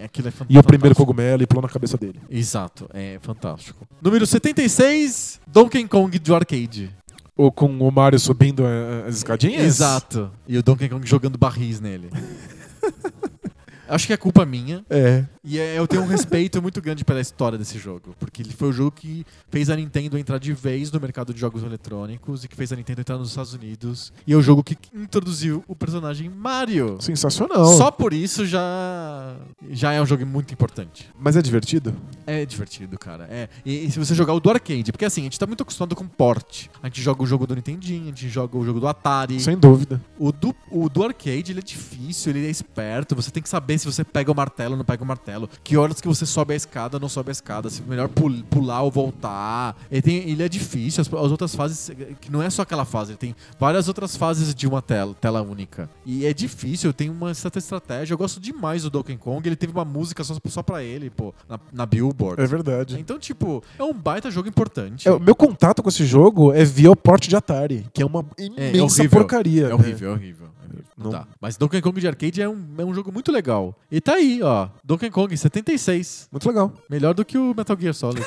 Speaker 1: é, aquilo é fantástico.
Speaker 2: E o primeiro cogumelo e pulou na cabeça dele.
Speaker 1: Exato, é fantástico. Número 76, Donkey Kong do arcade.
Speaker 2: Ou com o Mario subindo eh, as escadinhas?
Speaker 1: Exato. E o Donkey Kong jogando barris nele. Acho que é culpa minha.
Speaker 2: É.
Speaker 1: E é- eu tenho um respeito muito grande pela história desse jogo. Porque ele foi o jogo que fez a Nintendo entrar de vez no mercado de jogos eletrônicos e que fez a Nintendo entrar nos Estados Unidos. E é o jogo que introduziu o personagem Mario.
Speaker 2: Sensacional.
Speaker 1: Só por isso já, já é um jogo muito importante.
Speaker 2: Mas é divertido?
Speaker 1: É divertido, cara. É. E, e se você jogar o do arcade, porque assim, a gente tá muito acostumado com porte. A gente joga o jogo do Nintendinho, a gente joga o jogo do Atari.
Speaker 2: Sem dúvida.
Speaker 1: O do, o do arcade, ele é difícil, ele é esperto. Você tem que saber se você pega o martelo ou não pega o martelo. Que horas que você sobe a escada ou não sobe a escada. Se é melhor pul- pular ou voltar. Ele, tem- ele é difícil. As, as outras fases, eh, que não é só aquela fase, ele tem várias outras fases de uma tela, tela única. E é difícil, tem uma certa estratégia. Eu gosto demais do Donkey Kong. Ele teve uma música só, só pra ele, pô, na, na Billboard.
Speaker 2: É verdade.
Speaker 1: Então, tipo, é um baita jogo importante.
Speaker 2: É, o meu contato com esse jogo é via o porte de Atari, que é uma imensa
Speaker 1: horrível.
Speaker 2: porcaria.
Speaker 1: É
Speaker 2: né?
Speaker 1: horrível, é horrível. é horrível. Não,
Speaker 2: Não-
Speaker 1: dá. Mas Donkey Kong de arcade é um, é um jogo muito legal. E tá aí, ó. Donkey Kong 76.
Speaker 2: Muito legal.
Speaker 1: Melhor do que o Metal Gear Solid.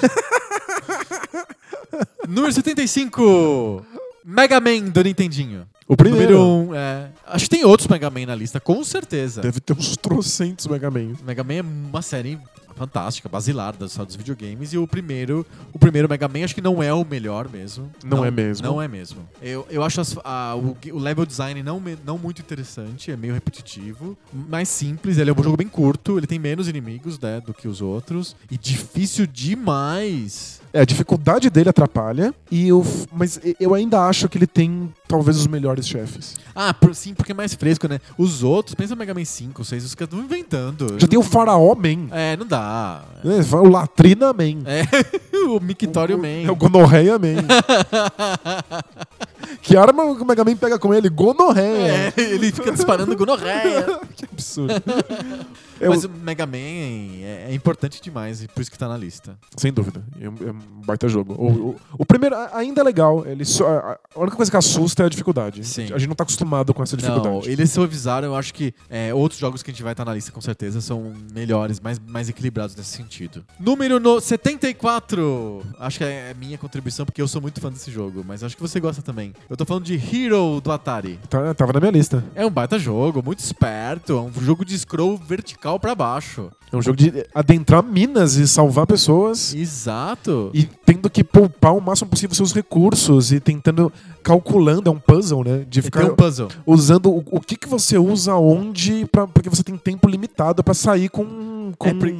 Speaker 1: Número 75. Mega Man do Nintendinho.
Speaker 2: O primeiro.
Speaker 1: Número 1. Um, é. Acho que tem outros Mega Man na lista, com certeza.
Speaker 2: Deve ter uns trocentos Mega Man.
Speaker 1: Mega Man é uma série fantástica, basilar das- dos videogames. E o primeiro, o primeiro Mega Man acho que não é o melhor mesmo.
Speaker 2: Não é mesmo.
Speaker 1: Não é mesmo. Eu, eu acho as- a- o, ge- o level design não, me- não muito interessante, é meio repetitivo, mais simples. Ele é um jogo bem curto, ele tem menos inimigos né, do que os outros. E difícil demais.
Speaker 2: É, a dificuldade dele atrapalha, e eu, f- mas e- eu ainda acho que ele tem talvez os melhores chefes.
Speaker 1: Ah, por- sim, porque é mais fresco, né? Os outros, pensa no Mega Man 5, 6, os caras estão inventando.
Speaker 2: Já tem o Faraó Man,
Speaker 1: É, não dá.
Speaker 2: né? o Latrina Man.
Speaker 1: É, o Mictório
Speaker 2: O-
Speaker 1: Man.
Speaker 2: É o Gonorreia Man. que arma o Mega Man pega com ele?
Speaker 1: É,
Speaker 2: Gonorreia.
Speaker 1: ele fica disparando gonorreia.
Speaker 2: que absurdo. É
Speaker 1: Mas
Speaker 2: o-
Speaker 1: o Mega Man é, é importante demais, e por isso que tá na lista.
Speaker 2: Sem dúvida. É um, é um baita jogo. O, o- o primeiro a- ainda é legal. Ele só- a a única coisa que assusta é a dificuldade.
Speaker 1: Sim.
Speaker 2: A gente não tá acostumado com essa dificuldade.
Speaker 1: Não, eles se avisaram, eu acho que é, outros jogos que a gente vai estar na lista com certeza são melhores, mais, mais equilibrados nesse sentido. Número no 74! Acho que é minha contribuição, porque eu sou muito fã desse jogo, mas acho que você gosta também. Eu tô falando de Hero do Atari.
Speaker 2: Tá- tava na minha lista.
Speaker 1: É um baita jogo, muito esperto, é um jogo de scroll vertical pra baixo.
Speaker 2: É um jogo de adentrar minas e salvar pessoas.
Speaker 1: Exato.
Speaker 2: e tendo que poupar o máximo possível seus recursos e tentando calculando é um puzzle né de
Speaker 1: E tem
Speaker 2: ficar
Speaker 1: um puzzle.
Speaker 2: usando o, o que que você usa onde pra, porque você tem tempo limitado pra sair com com,
Speaker 1: É, pre-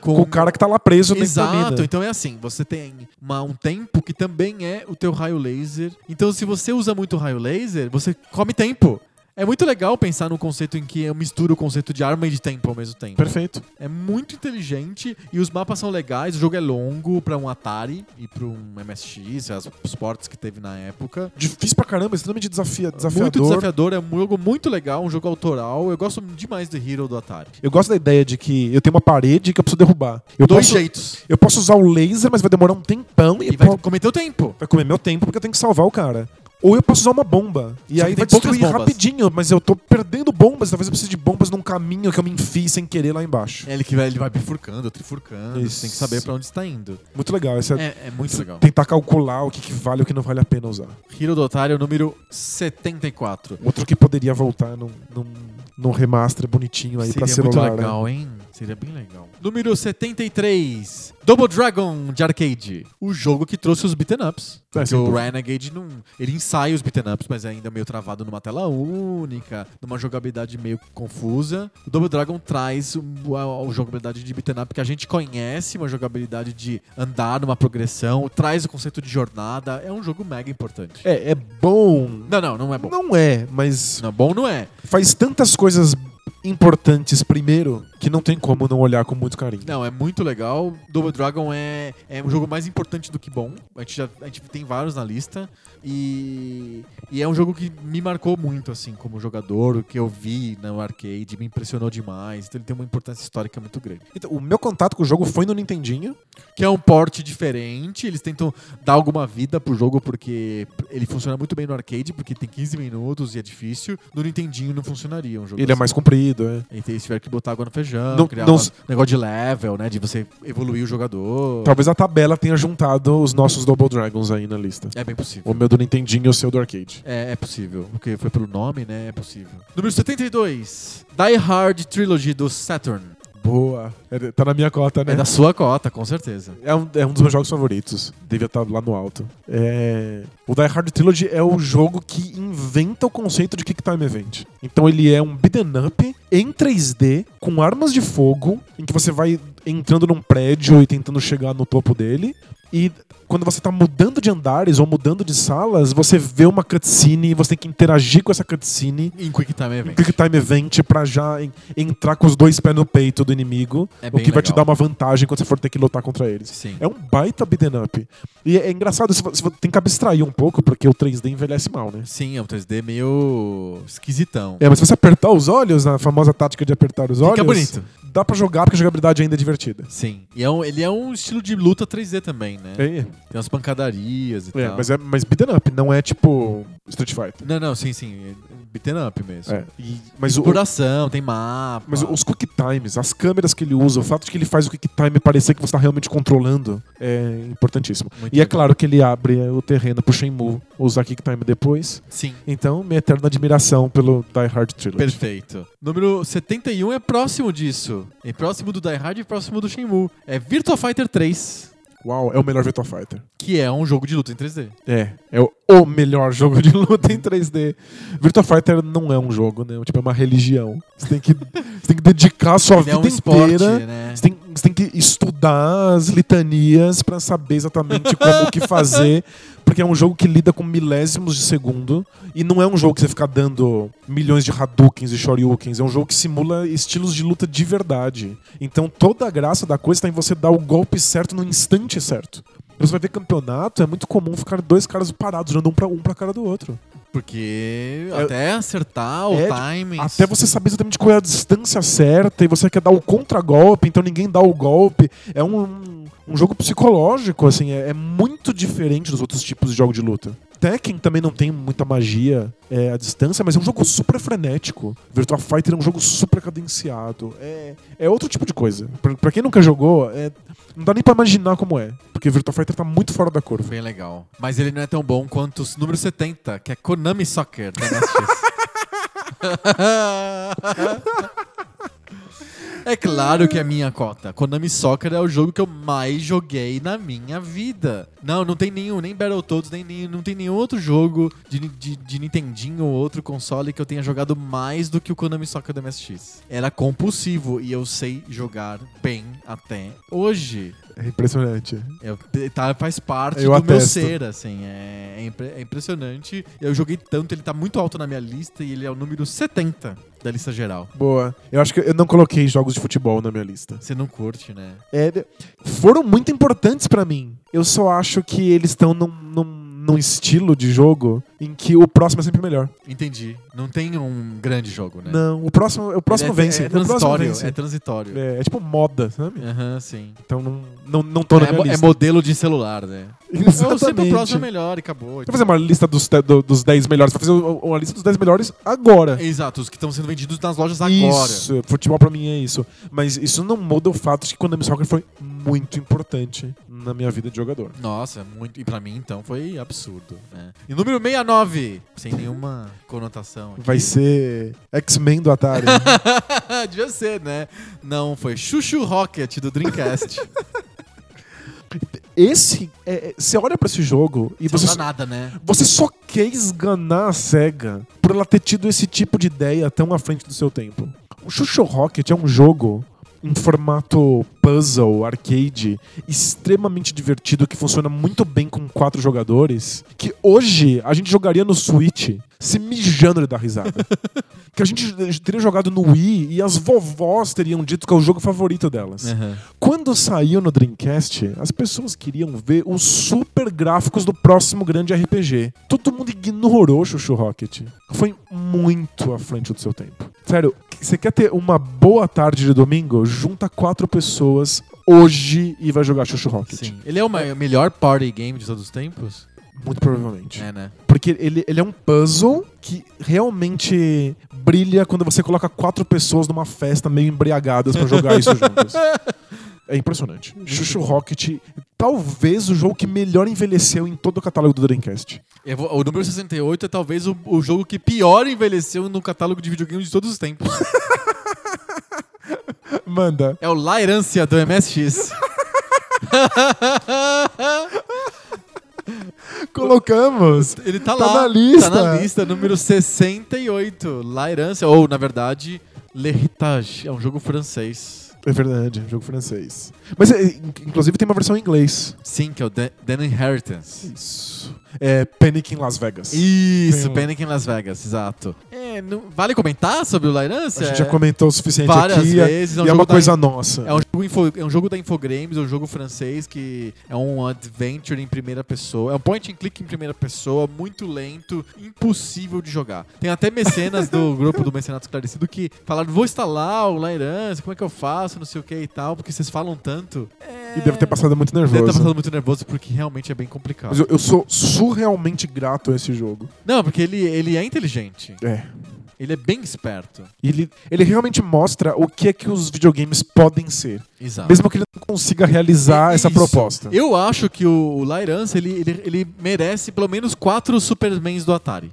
Speaker 2: com o cara que tá lá preso dentro da
Speaker 1: Exato,
Speaker 2: mina.
Speaker 1: então é assim, você tem uma- um tempo que também é o teu raio laser. Então se você usa muito raio laser, você come tempo. É muito legal pensar num conceito em que eu misturo o conceito de arma e de tempo ao mesmo tempo.
Speaker 2: perfeito
Speaker 1: É muito inteligente e os mapas são legais, o jogo é longo pra um Atari e pra um MSX, as os portes que teve na época.
Speaker 2: difícil pra caramba extremamente desafia, desafiador
Speaker 1: Muito desafiador, é um jogo muito legal, um jogo autoral. Eu gosto demais do Hero do Atari.
Speaker 2: eu gosto da ideia de que eu tenho uma parede que eu preciso derrubar eu
Speaker 1: Dois
Speaker 2: posso
Speaker 1: jeitos.
Speaker 2: eu posso usar o laser mas vai demorar um tempão e,
Speaker 1: E vai
Speaker 2: po-
Speaker 1: comer teu tempo.
Speaker 2: vai comer meu tempo porque eu tenho que salvar o cara. Ou eu posso usar uma bomba. E
Speaker 1: Só
Speaker 2: aí
Speaker 1: que tem
Speaker 2: vai
Speaker 1: poucas
Speaker 2: destruir
Speaker 1: bombas.
Speaker 2: rapidinho, mas eu tô perdendo bombas. Talvez eu precise de bombas num caminho que eu me enfie sem querer lá embaixo.
Speaker 1: É, Ele, que vai, ele vai bifurcando, trifurcando. Você
Speaker 2: Isso. Então,
Speaker 1: tem que saber pra onde está indo.
Speaker 2: Muito legal. Essa
Speaker 1: É, é muito legal.
Speaker 2: Tentar calcular o que, que vale e o que não vale a pena usar.
Speaker 1: Hero do Otário, número 74.
Speaker 2: Outro que poderia voltar num, num, num remaster bonitinho aí pra
Speaker 1: Seria muito
Speaker 2: celular. né?
Speaker 1: legal, hein? Seria bem legal. Número 73. Double Dragon de arcade. O jogo que trouxe os beaten ups.
Speaker 2: É,
Speaker 1: Porque
Speaker 2: sem
Speaker 1: o
Speaker 2: dúvida.
Speaker 1: Renegade não. Ele ensaia os beaten ups, mas é ainda meio travado numa tela única, numa jogabilidade meio confusa. O Double Dragon traz um- a, a jogabilidade de beaten up que a gente conhece, uma jogabilidade de andar numa progressão, traz o conceito de jornada. É um jogo mega importante.
Speaker 2: É, é bom.
Speaker 1: Não, não, não é bom.
Speaker 2: Não é, mas
Speaker 1: Não, bom não é.
Speaker 2: faz tantas coisas importantes primeiro que não tem como não olhar com muito carinho.
Speaker 1: Não, é muito legal. Double Dragon é, é um jogo mais importante do que bom. A gente, já, a gente tem vários na lista. E, e é um jogo que me marcou muito, assim, como jogador. O que eu vi no arcade me impressionou demais. Então ele tem uma importância histórica muito grande.
Speaker 2: Então, o meu contato com o jogo foi no Nintendinho.
Speaker 1: Que é um porte diferente. Eles tentam dar alguma vida pro jogo, porque ele funciona muito bem no arcade, porque tem 15 minutos e é difícil. No Nintendinho não funcionaria um jogo
Speaker 2: Ele é
Speaker 1: assim.
Speaker 2: mais comprido, é.
Speaker 1: Então eles tiveram que botar água no feijão,
Speaker 2: Não-
Speaker 1: criar
Speaker 2: não
Speaker 1: um
Speaker 2: s-
Speaker 1: negócio de level, né? De você evoluir o jogador.
Speaker 2: Talvez a tabela tenha juntado os nossos Double Dragons aí na lista.
Speaker 1: É bem possível.
Speaker 2: O meu do Nintendinho e o seu do arcade.
Speaker 1: É, é possível. Porque foi pelo nome, né? É possível. Número 72. Die Hard Trilogy do Saturn.
Speaker 2: Boa. É, tá na minha cota, né?
Speaker 1: É da sua cota, com certeza.
Speaker 2: É um, é um dos meus jogos favoritos. Devia estar lá no alto. É... O Die Hard Trilogy é o jogo que inventa o conceito de Quicktime Event. Então ele é um beat'em up em 3D, com armas de fogo, em que você vai entrando num prédio e tentando chegar no topo dele. E quando você tá mudando de andares ou mudando de salas, você vê uma cutscene e você tem que interagir com essa cutscene
Speaker 1: Em Quick Time Event.
Speaker 2: Quick Time Event pra já en- entrar com os dois pés no peito do inimigo,
Speaker 1: É
Speaker 2: o que
Speaker 1: bem
Speaker 2: vai te
Speaker 1: legal.
Speaker 2: dar uma vantagem quando você for ter que lutar contra eles.
Speaker 1: Sim.
Speaker 2: É um baita beat'em up. E é é engraçado, se vo- se vo- tem que abstrair um pouco, porque o 3D envelhece mal, né?
Speaker 1: Sim, é um 3D meio esquisitão.
Speaker 2: É, mas se você apertar os olhos, na famosa tática de apertar os olhos,
Speaker 1: Fica bonito.
Speaker 2: dá pra jogar porque a jogabilidade ainda é divertida.
Speaker 1: Sim. E é um- ele é um estilo de luta 3D também, né?
Speaker 2: É,
Speaker 1: Tem umas pancadarias e
Speaker 2: é,
Speaker 1: tal.
Speaker 2: mas é mas beat'em up, não é tipo Street Fighter.
Speaker 1: Não, não, sim, sim. é Beaten up mesmo.
Speaker 2: É, e- mas o,
Speaker 1: Exploração, tem mapa.
Speaker 2: Mas os quick times, as câmeras que ele usa, o fato de que ele faz o quick time parecer que você está realmente controlando é importantíssimo.
Speaker 1: Muito
Speaker 2: e é
Speaker 1: legal.
Speaker 2: claro que ele abre o terreno pro Shenmue usar quick time depois.
Speaker 1: Sim.
Speaker 2: Então, minha eterna admiração pelo Die Hard Trilogy.
Speaker 1: Perfeito. Número 71 é próximo disso. É próximo do Die Hard e próximo do Shenmue. É Virtua Fighter 3,
Speaker 2: Uau, é o melhor Virtua Fighter.
Speaker 1: que é um jogo de luta em 3D.
Speaker 2: É, é o, o melhor jogo de luta em 3D. Virtua Fighter não é um jogo, né? Tipo, é uma religião. Você tem que, você tem que dedicar a sua
Speaker 1: Ele é
Speaker 2: vida
Speaker 1: um
Speaker 2: inteira.
Speaker 1: esporte, né?
Speaker 2: Você tem, você tem que estudar as litanias pra saber exatamente como o que fazer, porque é um jogo que lida com milésimos de segundo e não é um jogo que você fica dando milhões de Hadoukens e Shoryukens, é um jogo que simula estilos de luta de verdade. Então toda a graça da coisa tá em você dar o golpe certo no instante certo. Você vai ver campeonato, é muito comum ficar dois caras parados, olhando um pra, um pra cara do outro.
Speaker 1: Porque
Speaker 2: É-
Speaker 1: até acertar
Speaker 2: É,
Speaker 1: o
Speaker 2: tipo,
Speaker 1: timing.
Speaker 2: Até você saber exatamente qual é a distância certa e você quer dar o contragolpe, então ninguém dá o golpe. É um, um jogo psicológico, assim, é, é muito diferente dos outros tipos de jogo de luta. Tekken também não tem muita magia é, à distância, mas é um jogo super frenético. Virtua Fighter é um jogo super cadenciado. É, é outro tipo de coisa. Pra, pra quem nunca jogou, é- não dá nem pra imaginar como é. Porque Virtua Fighter tá muito fora da curva.
Speaker 1: Bem legal. Mas ele não é tão bom quanto o número 70, que é Konami Soccer da MSX. é claro que é minha cota. Konami Soccer é o jogo que eu mais joguei na minha vida. Não, não tem nenhum, nem Battletoads, nem, nem não tem nenhum outro jogo de, ni- de, de Nintendinho ou outro console que eu tenha jogado mais do que o Konami Soccer da MSX. Era compulsivo e eu sei jogar bem até hoje.
Speaker 2: É impressionante.
Speaker 1: Eu, tá, faz parte
Speaker 2: Eu
Speaker 1: do meu
Speaker 2: atesto.
Speaker 1: ser, assim. É, é impre- é impressionante. Eu joguei tanto, ele tá muito alto na minha lista e ele é o número 70 da lista geral.
Speaker 2: Boa. Eu acho que eu não coloquei jogos de futebol na minha lista.
Speaker 1: Você não curte, né?
Speaker 2: É, foram muito importantes pra mim. Eu só acho que eles estão num, num, num estilo de jogo em que o próximo é sempre melhor.
Speaker 1: Entendi. Não tem um grande jogo, né?
Speaker 2: Não, o próximo, o próximo
Speaker 1: Ele é-
Speaker 2: vence.
Speaker 1: É,
Speaker 2: o próximo
Speaker 1: transitório.
Speaker 2: vence.
Speaker 1: É transitório.
Speaker 2: É, é tipo moda, sabe?
Speaker 1: Aham, sim.
Speaker 2: Então não, não, não tô na
Speaker 1: é,
Speaker 2: minha
Speaker 1: mo- é
Speaker 2: lista.
Speaker 1: modelo de celular, né? Não, sempre o próximo é melhor e acabou.
Speaker 2: Vou fazer uma lista dos, te- do- dos 10 melhores. Vou fazer o- uma lista dos 10 melhores agora.
Speaker 1: Exato, os que estão sendo vendidos nas lojas agora.
Speaker 2: Isso, futebol pra mim é isso. Mas isso não muda o fato de que Konami Soccer foi muito importante na minha vida de jogador.
Speaker 1: Nossa, é muito. E pra mim, então, foi absurdo, né? E número 69, sem nenhuma conotação. aqui.
Speaker 2: Vai ser X-Men do Atari.
Speaker 1: Devia ser, né? Não, foi Chuchu Rocket do Dreamcast.
Speaker 2: Esse. É, é, você olha pra esse jogo e
Speaker 1: Não
Speaker 2: você,
Speaker 1: dá nada, né?
Speaker 2: você só quer esganar a SEGA por ela ter tido esse tipo de ideia tão à frente do seu tempo. O Chuchu Rocket é um jogo em formato puzzle, arcade, extremamente divertido, que funciona muito bem com quatro jogadores, que hoje a gente jogaria no Switch se mijando de dar risada. que a gente teria jogado no Wii e as vovós teriam dito que é o jogo favorito delas. Quando saiu no Dreamcast, as pessoas queriam ver os super gráficos do próximo grande RPG. Todo mundo ignorou Chuchu Rocket. Foi muito à frente do seu tempo. Sério, você quer ter uma boa tarde de domingo? Junta quatro pessoas hoje e vai jogar Chuchu Rocket.
Speaker 1: Sim. Ele é o ma- melhor party game de todos os tempos?
Speaker 2: Muito provavelmente.
Speaker 1: É, né?
Speaker 2: Porque ele, ele é um puzzle que realmente brilha quando você coloca quatro pessoas numa festa meio embriagadas pra jogar isso juntas. É impressionante. Chuchu Rocket, talvez o jogo que melhor envelheceu em todo o catálogo do Dreamcast.
Speaker 1: Eu vou- o número 68 é talvez o, o jogo que pior envelheceu no catálogo de videogames de todos os tempos.
Speaker 2: Manda.
Speaker 1: É o La Herância do MSX.
Speaker 2: Colocamos.
Speaker 1: Ele tá,
Speaker 2: Tá
Speaker 1: lá.
Speaker 2: na lista.
Speaker 1: Tá na lista, número 68. La Herância, ou na verdade, L'Héritage. É um jogo francês.
Speaker 2: É verdade, jogo francês. Mas, é, in- inclusive, tem uma versão em inglês.
Speaker 1: Sim, que é o The, The Inheritance.
Speaker 2: Isso. É Panic em Las Vegas.
Speaker 1: Isso,
Speaker 2: Tem um-
Speaker 1: Panic em Las Vegas, exato. É, não- vale comentar sobre o La Herância?
Speaker 2: A gente já
Speaker 1: É-
Speaker 2: comentou o suficiente
Speaker 1: várias
Speaker 2: aqui.
Speaker 1: vezes, é um
Speaker 2: e é
Speaker 1: jogo
Speaker 2: uma
Speaker 1: da-
Speaker 2: coisa nossa.
Speaker 1: É um, jogo info- é um jogo da Infogrames, é um jogo francês que é um adventure em primeira pessoa. É um point and click em primeira pessoa, muito lento, impossível de jogar. Tem até mecenas do grupo do Mecenato Esclarecido que falaram: vou instalar o La Herança, como é que eu faço, não sei o que e tal, porque vocês falam tanto.
Speaker 2: E deve ter passado muito nervoso.
Speaker 1: Deve estar passando muito nervoso porque realmente é bem
Speaker 2: Mas
Speaker 1: complicado.
Speaker 2: eu, eu sou surrealmente grato a esse jogo.
Speaker 1: Não, porque ele, ele é inteligente.
Speaker 2: É.
Speaker 1: Ele é bem esperto.
Speaker 2: Ele, ele realmente mostra o que é que os videogames podem ser.
Speaker 1: Exato.
Speaker 2: Mesmo que ele não consiga realizar essa
Speaker 1: Ah. Isso.
Speaker 2: proposta.
Speaker 1: Eu acho que o, o Lairance, ele, ele, ele merece pelo menos quatro Supermans do Atari.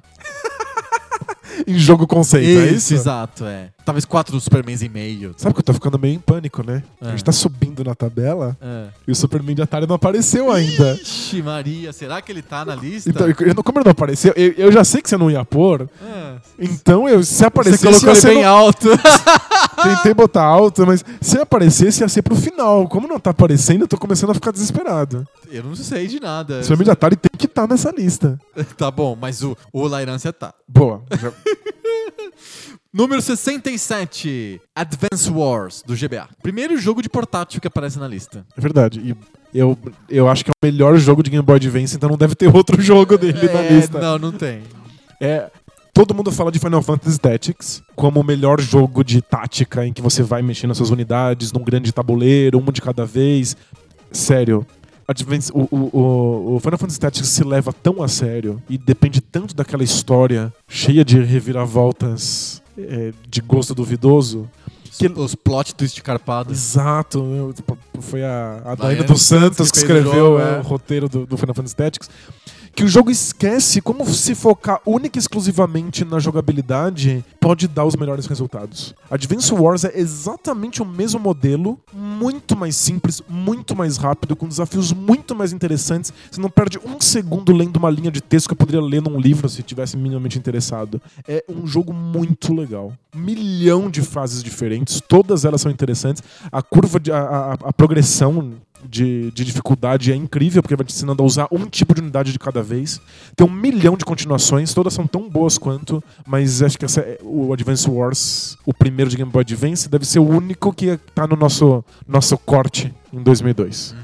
Speaker 2: Em jogo conceito, é isso?
Speaker 1: exato, é. Talvez quatro Supermans e meio.
Speaker 2: Sabe que eu tô ficando meio em pânico, né?
Speaker 1: É.
Speaker 2: A gente tá subindo na tabela
Speaker 1: É.
Speaker 2: e o Superman de Atari não apareceu ainda.
Speaker 1: Ixi, Maria, será que ele tá na lista?
Speaker 2: Então, eu- como ele não apareceu, eu, eu já sei que você não ia pôr.
Speaker 1: É.
Speaker 2: Então, eu, se aparecesse,
Speaker 1: Você colocou
Speaker 2: ia
Speaker 1: ele
Speaker 2: ser
Speaker 1: bem
Speaker 2: no-
Speaker 1: alto.
Speaker 2: Tentei botar alto, mas se aparecesse, ia ser pro final. Como não tá aparecendo, eu tô começando a ficar desesperado.
Speaker 1: eu não sei de nada.
Speaker 2: O Superman de Atari tem que estar nessa lista.
Speaker 1: Tá bom, mas o, o Lairance tá.
Speaker 2: Boa. Já-
Speaker 1: Número 67, Advance Wars, do GBA. Primeiro jogo de portátil que aparece na lista.
Speaker 2: É verdade. E eu, eu acho que é o melhor jogo de Game Boy Advance, então não deve ter outro jogo dele na
Speaker 1: É,
Speaker 2: lista.
Speaker 1: Não, não tem.
Speaker 2: É, todo mundo fala de Final Fantasy Tactics como o melhor jogo de tática em que você vai mexendo nas suas unidades num grande tabuleiro, uma de cada vez. Sério. Advance- o, o- o- o Final Fantasy Tactics se leva tão a sério e depende tanto daquela história cheia de reviravoltas é, de gosto duvidoso. Que-
Speaker 1: Os plot twist carpados.
Speaker 2: Exato, né? Tipo, foi a, a Daína
Speaker 1: Daiane
Speaker 2: dos Santos que
Speaker 1: que fez o
Speaker 2: escreveu
Speaker 1: jogo,
Speaker 2: é,
Speaker 1: é.
Speaker 2: o roteiro do, do Final Fantasy Tactics. Que o jogo esquece como se focar única e exclusivamente na jogabilidade pode dar os melhores resultados. Advance Wars é exatamente o mesmo modelo, muito mais simples, muito mais rápido, com desafios muito mais interessantes. Você não perde um segundo lendo uma linha de texto que eu poderia ler num livro se tivesse minimamente interessado. É um jogo muito legal. Milhão de fases diferentes, todas elas são interessantes. A curva, de, a, a- a progressão de, de dificuldade é incrível, porque vai te ensinando a usar um tipo de unidade de cada vez. Tem um milhão de continuações, todas são tão boas quanto, mas acho que essa é- o Advance Wars, o primeiro de Game Boy Advance, deve ser o único que tá no nosso, nosso corte em 2002.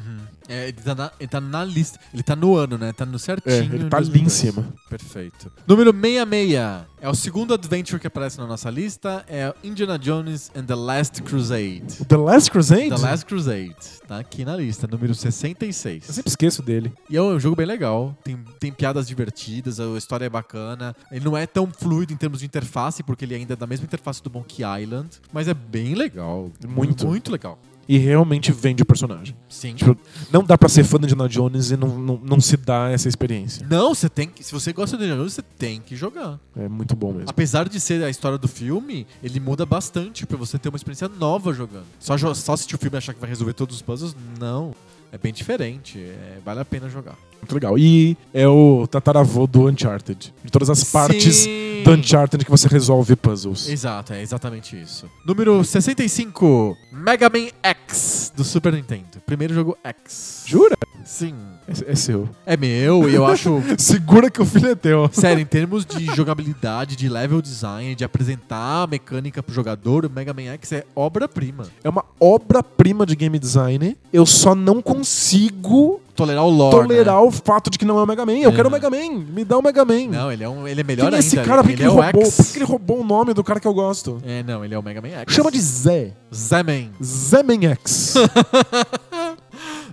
Speaker 1: É, ele, tá na, ele tá na lista. Ele tá no ano, né? Tá no certinho.
Speaker 2: É, ele tá
Speaker 1: em 2002.
Speaker 2: ali em cima.
Speaker 1: Perfeito. Número 66. É o segundo adventure que aparece na nossa lista. É Indiana Jones and the Last Crusade.
Speaker 2: The Last Crusade?
Speaker 1: The Last Crusade. Tá aqui na lista, número 66.
Speaker 2: Eu sempre esqueço dele.
Speaker 1: E é um jogo bem legal. Tem, tem piadas divertidas, a história é bacana. Ele não é tão fluido em termos de interface, porque ele ainda é da mesma interface do Monkey Island. Mas é bem legal.
Speaker 2: Muito.
Speaker 1: Muito legal.
Speaker 2: E realmente vende o personagem.
Speaker 1: Sim.
Speaker 2: Tipo, não dá pra ser fã de Indiana Jones e não, não, não se dá essa experiência.
Speaker 1: Não, você tem que. Se você gosta de Indiana Jones, você tem que jogar.
Speaker 2: É muito bom mesmo.
Speaker 1: Apesar de ser a história do filme, ele muda bastante pra você ter uma experiência nova jogando. Só, jo- só assistir o filme e achar que vai resolver todos os puzzles, não. É bem diferente. é- vale a pena jogar.
Speaker 2: Muito legal. E é o tataravô do Uncharted. De todas as partes
Speaker 1: Sim.
Speaker 2: do Uncharted que você resolve puzzles.
Speaker 1: Exato, é exatamente isso. Número 65, Mega Man X, do Super Nintendo. Primeiro jogo X.
Speaker 2: Jura?
Speaker 1: Sim.
Speaker 2: É, é seu.
Speaker 1: É meu e eu acho
Speaker 2: Segura que o filho é teu.
Speaker 1: Sério, em termos de jogabilidade, de level design, de apresentar a mecânica pro jogador, o Mega Man X é obra-prima.
Speaker 2: É uma obra-prima de game design. Eu só não consigo
Speaker 1: Tolerar o lore. né?
Speaker 2: tolerar o fato de que não é o Mega Man. Eu
Speaker 1: É.
Speaker 2: quero o Mega Man. Me dá o Mega Man.
Speaker 1: Não, ele é, um, ele é
Speaker 2: Quem
Speaker 1: melhor
Speaker 2: é
Speaker 1: ainda.
Speaker 2: esse cara? Por
Speaker 1: Ele
Speaker 2: que, que
Speaker 1: é
Speaker 2: ele
Speaker 1: o
Speaker 2: roubou? Por que
Speaker 1: X.
Speaker 2: que ele roubou o nome do cara que eu gosto?
Speaker 1: É, não, ele é o Mega Man X.
Speaker 2: Chama de Zé.
Speaker 1: Zeman.
Speaker 2: Zé Man X.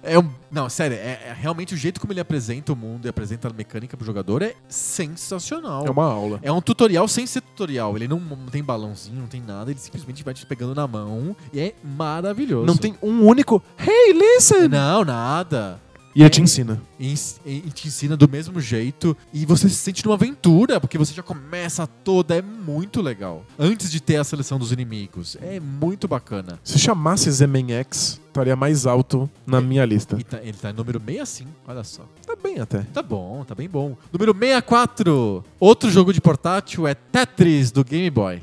Speaker 1: É um- não, sério, é, é realmente o jeito como ele apresenta o mundo e apresenta a mecânica pro jogador é sensacional.
Speaker 2: É uma aula.
Speaker 1: É um tutorial sem ser tutorial. Ele não não tem balãozinho, não tem nada. Ele simplesmente vai te pegando na mão e é maravilhoso.
Speaker 2: Não tem um único Hey, listen!
Speaker 1: Não, nada.
Speaker 2: E ele te ensina.
Speaker 1: E, ens- e- e te ensina do mesmo jeito. E você se sente numa aventura, porque você já começa toda. É muito legal. Antes de ter a seleção dos inimigos. É muito bacana.
Speaker 2: Se chamasse Zemen X, estaria mais alto na minha lista.
Speaker 1: E tá- ele tá em número 65, olha só.
Speaker 2: Tá bem até.
Speaker 1: Tá bom, tá bem bom. Número 64. Outro jogo de portátil é Tetris do Game Boy.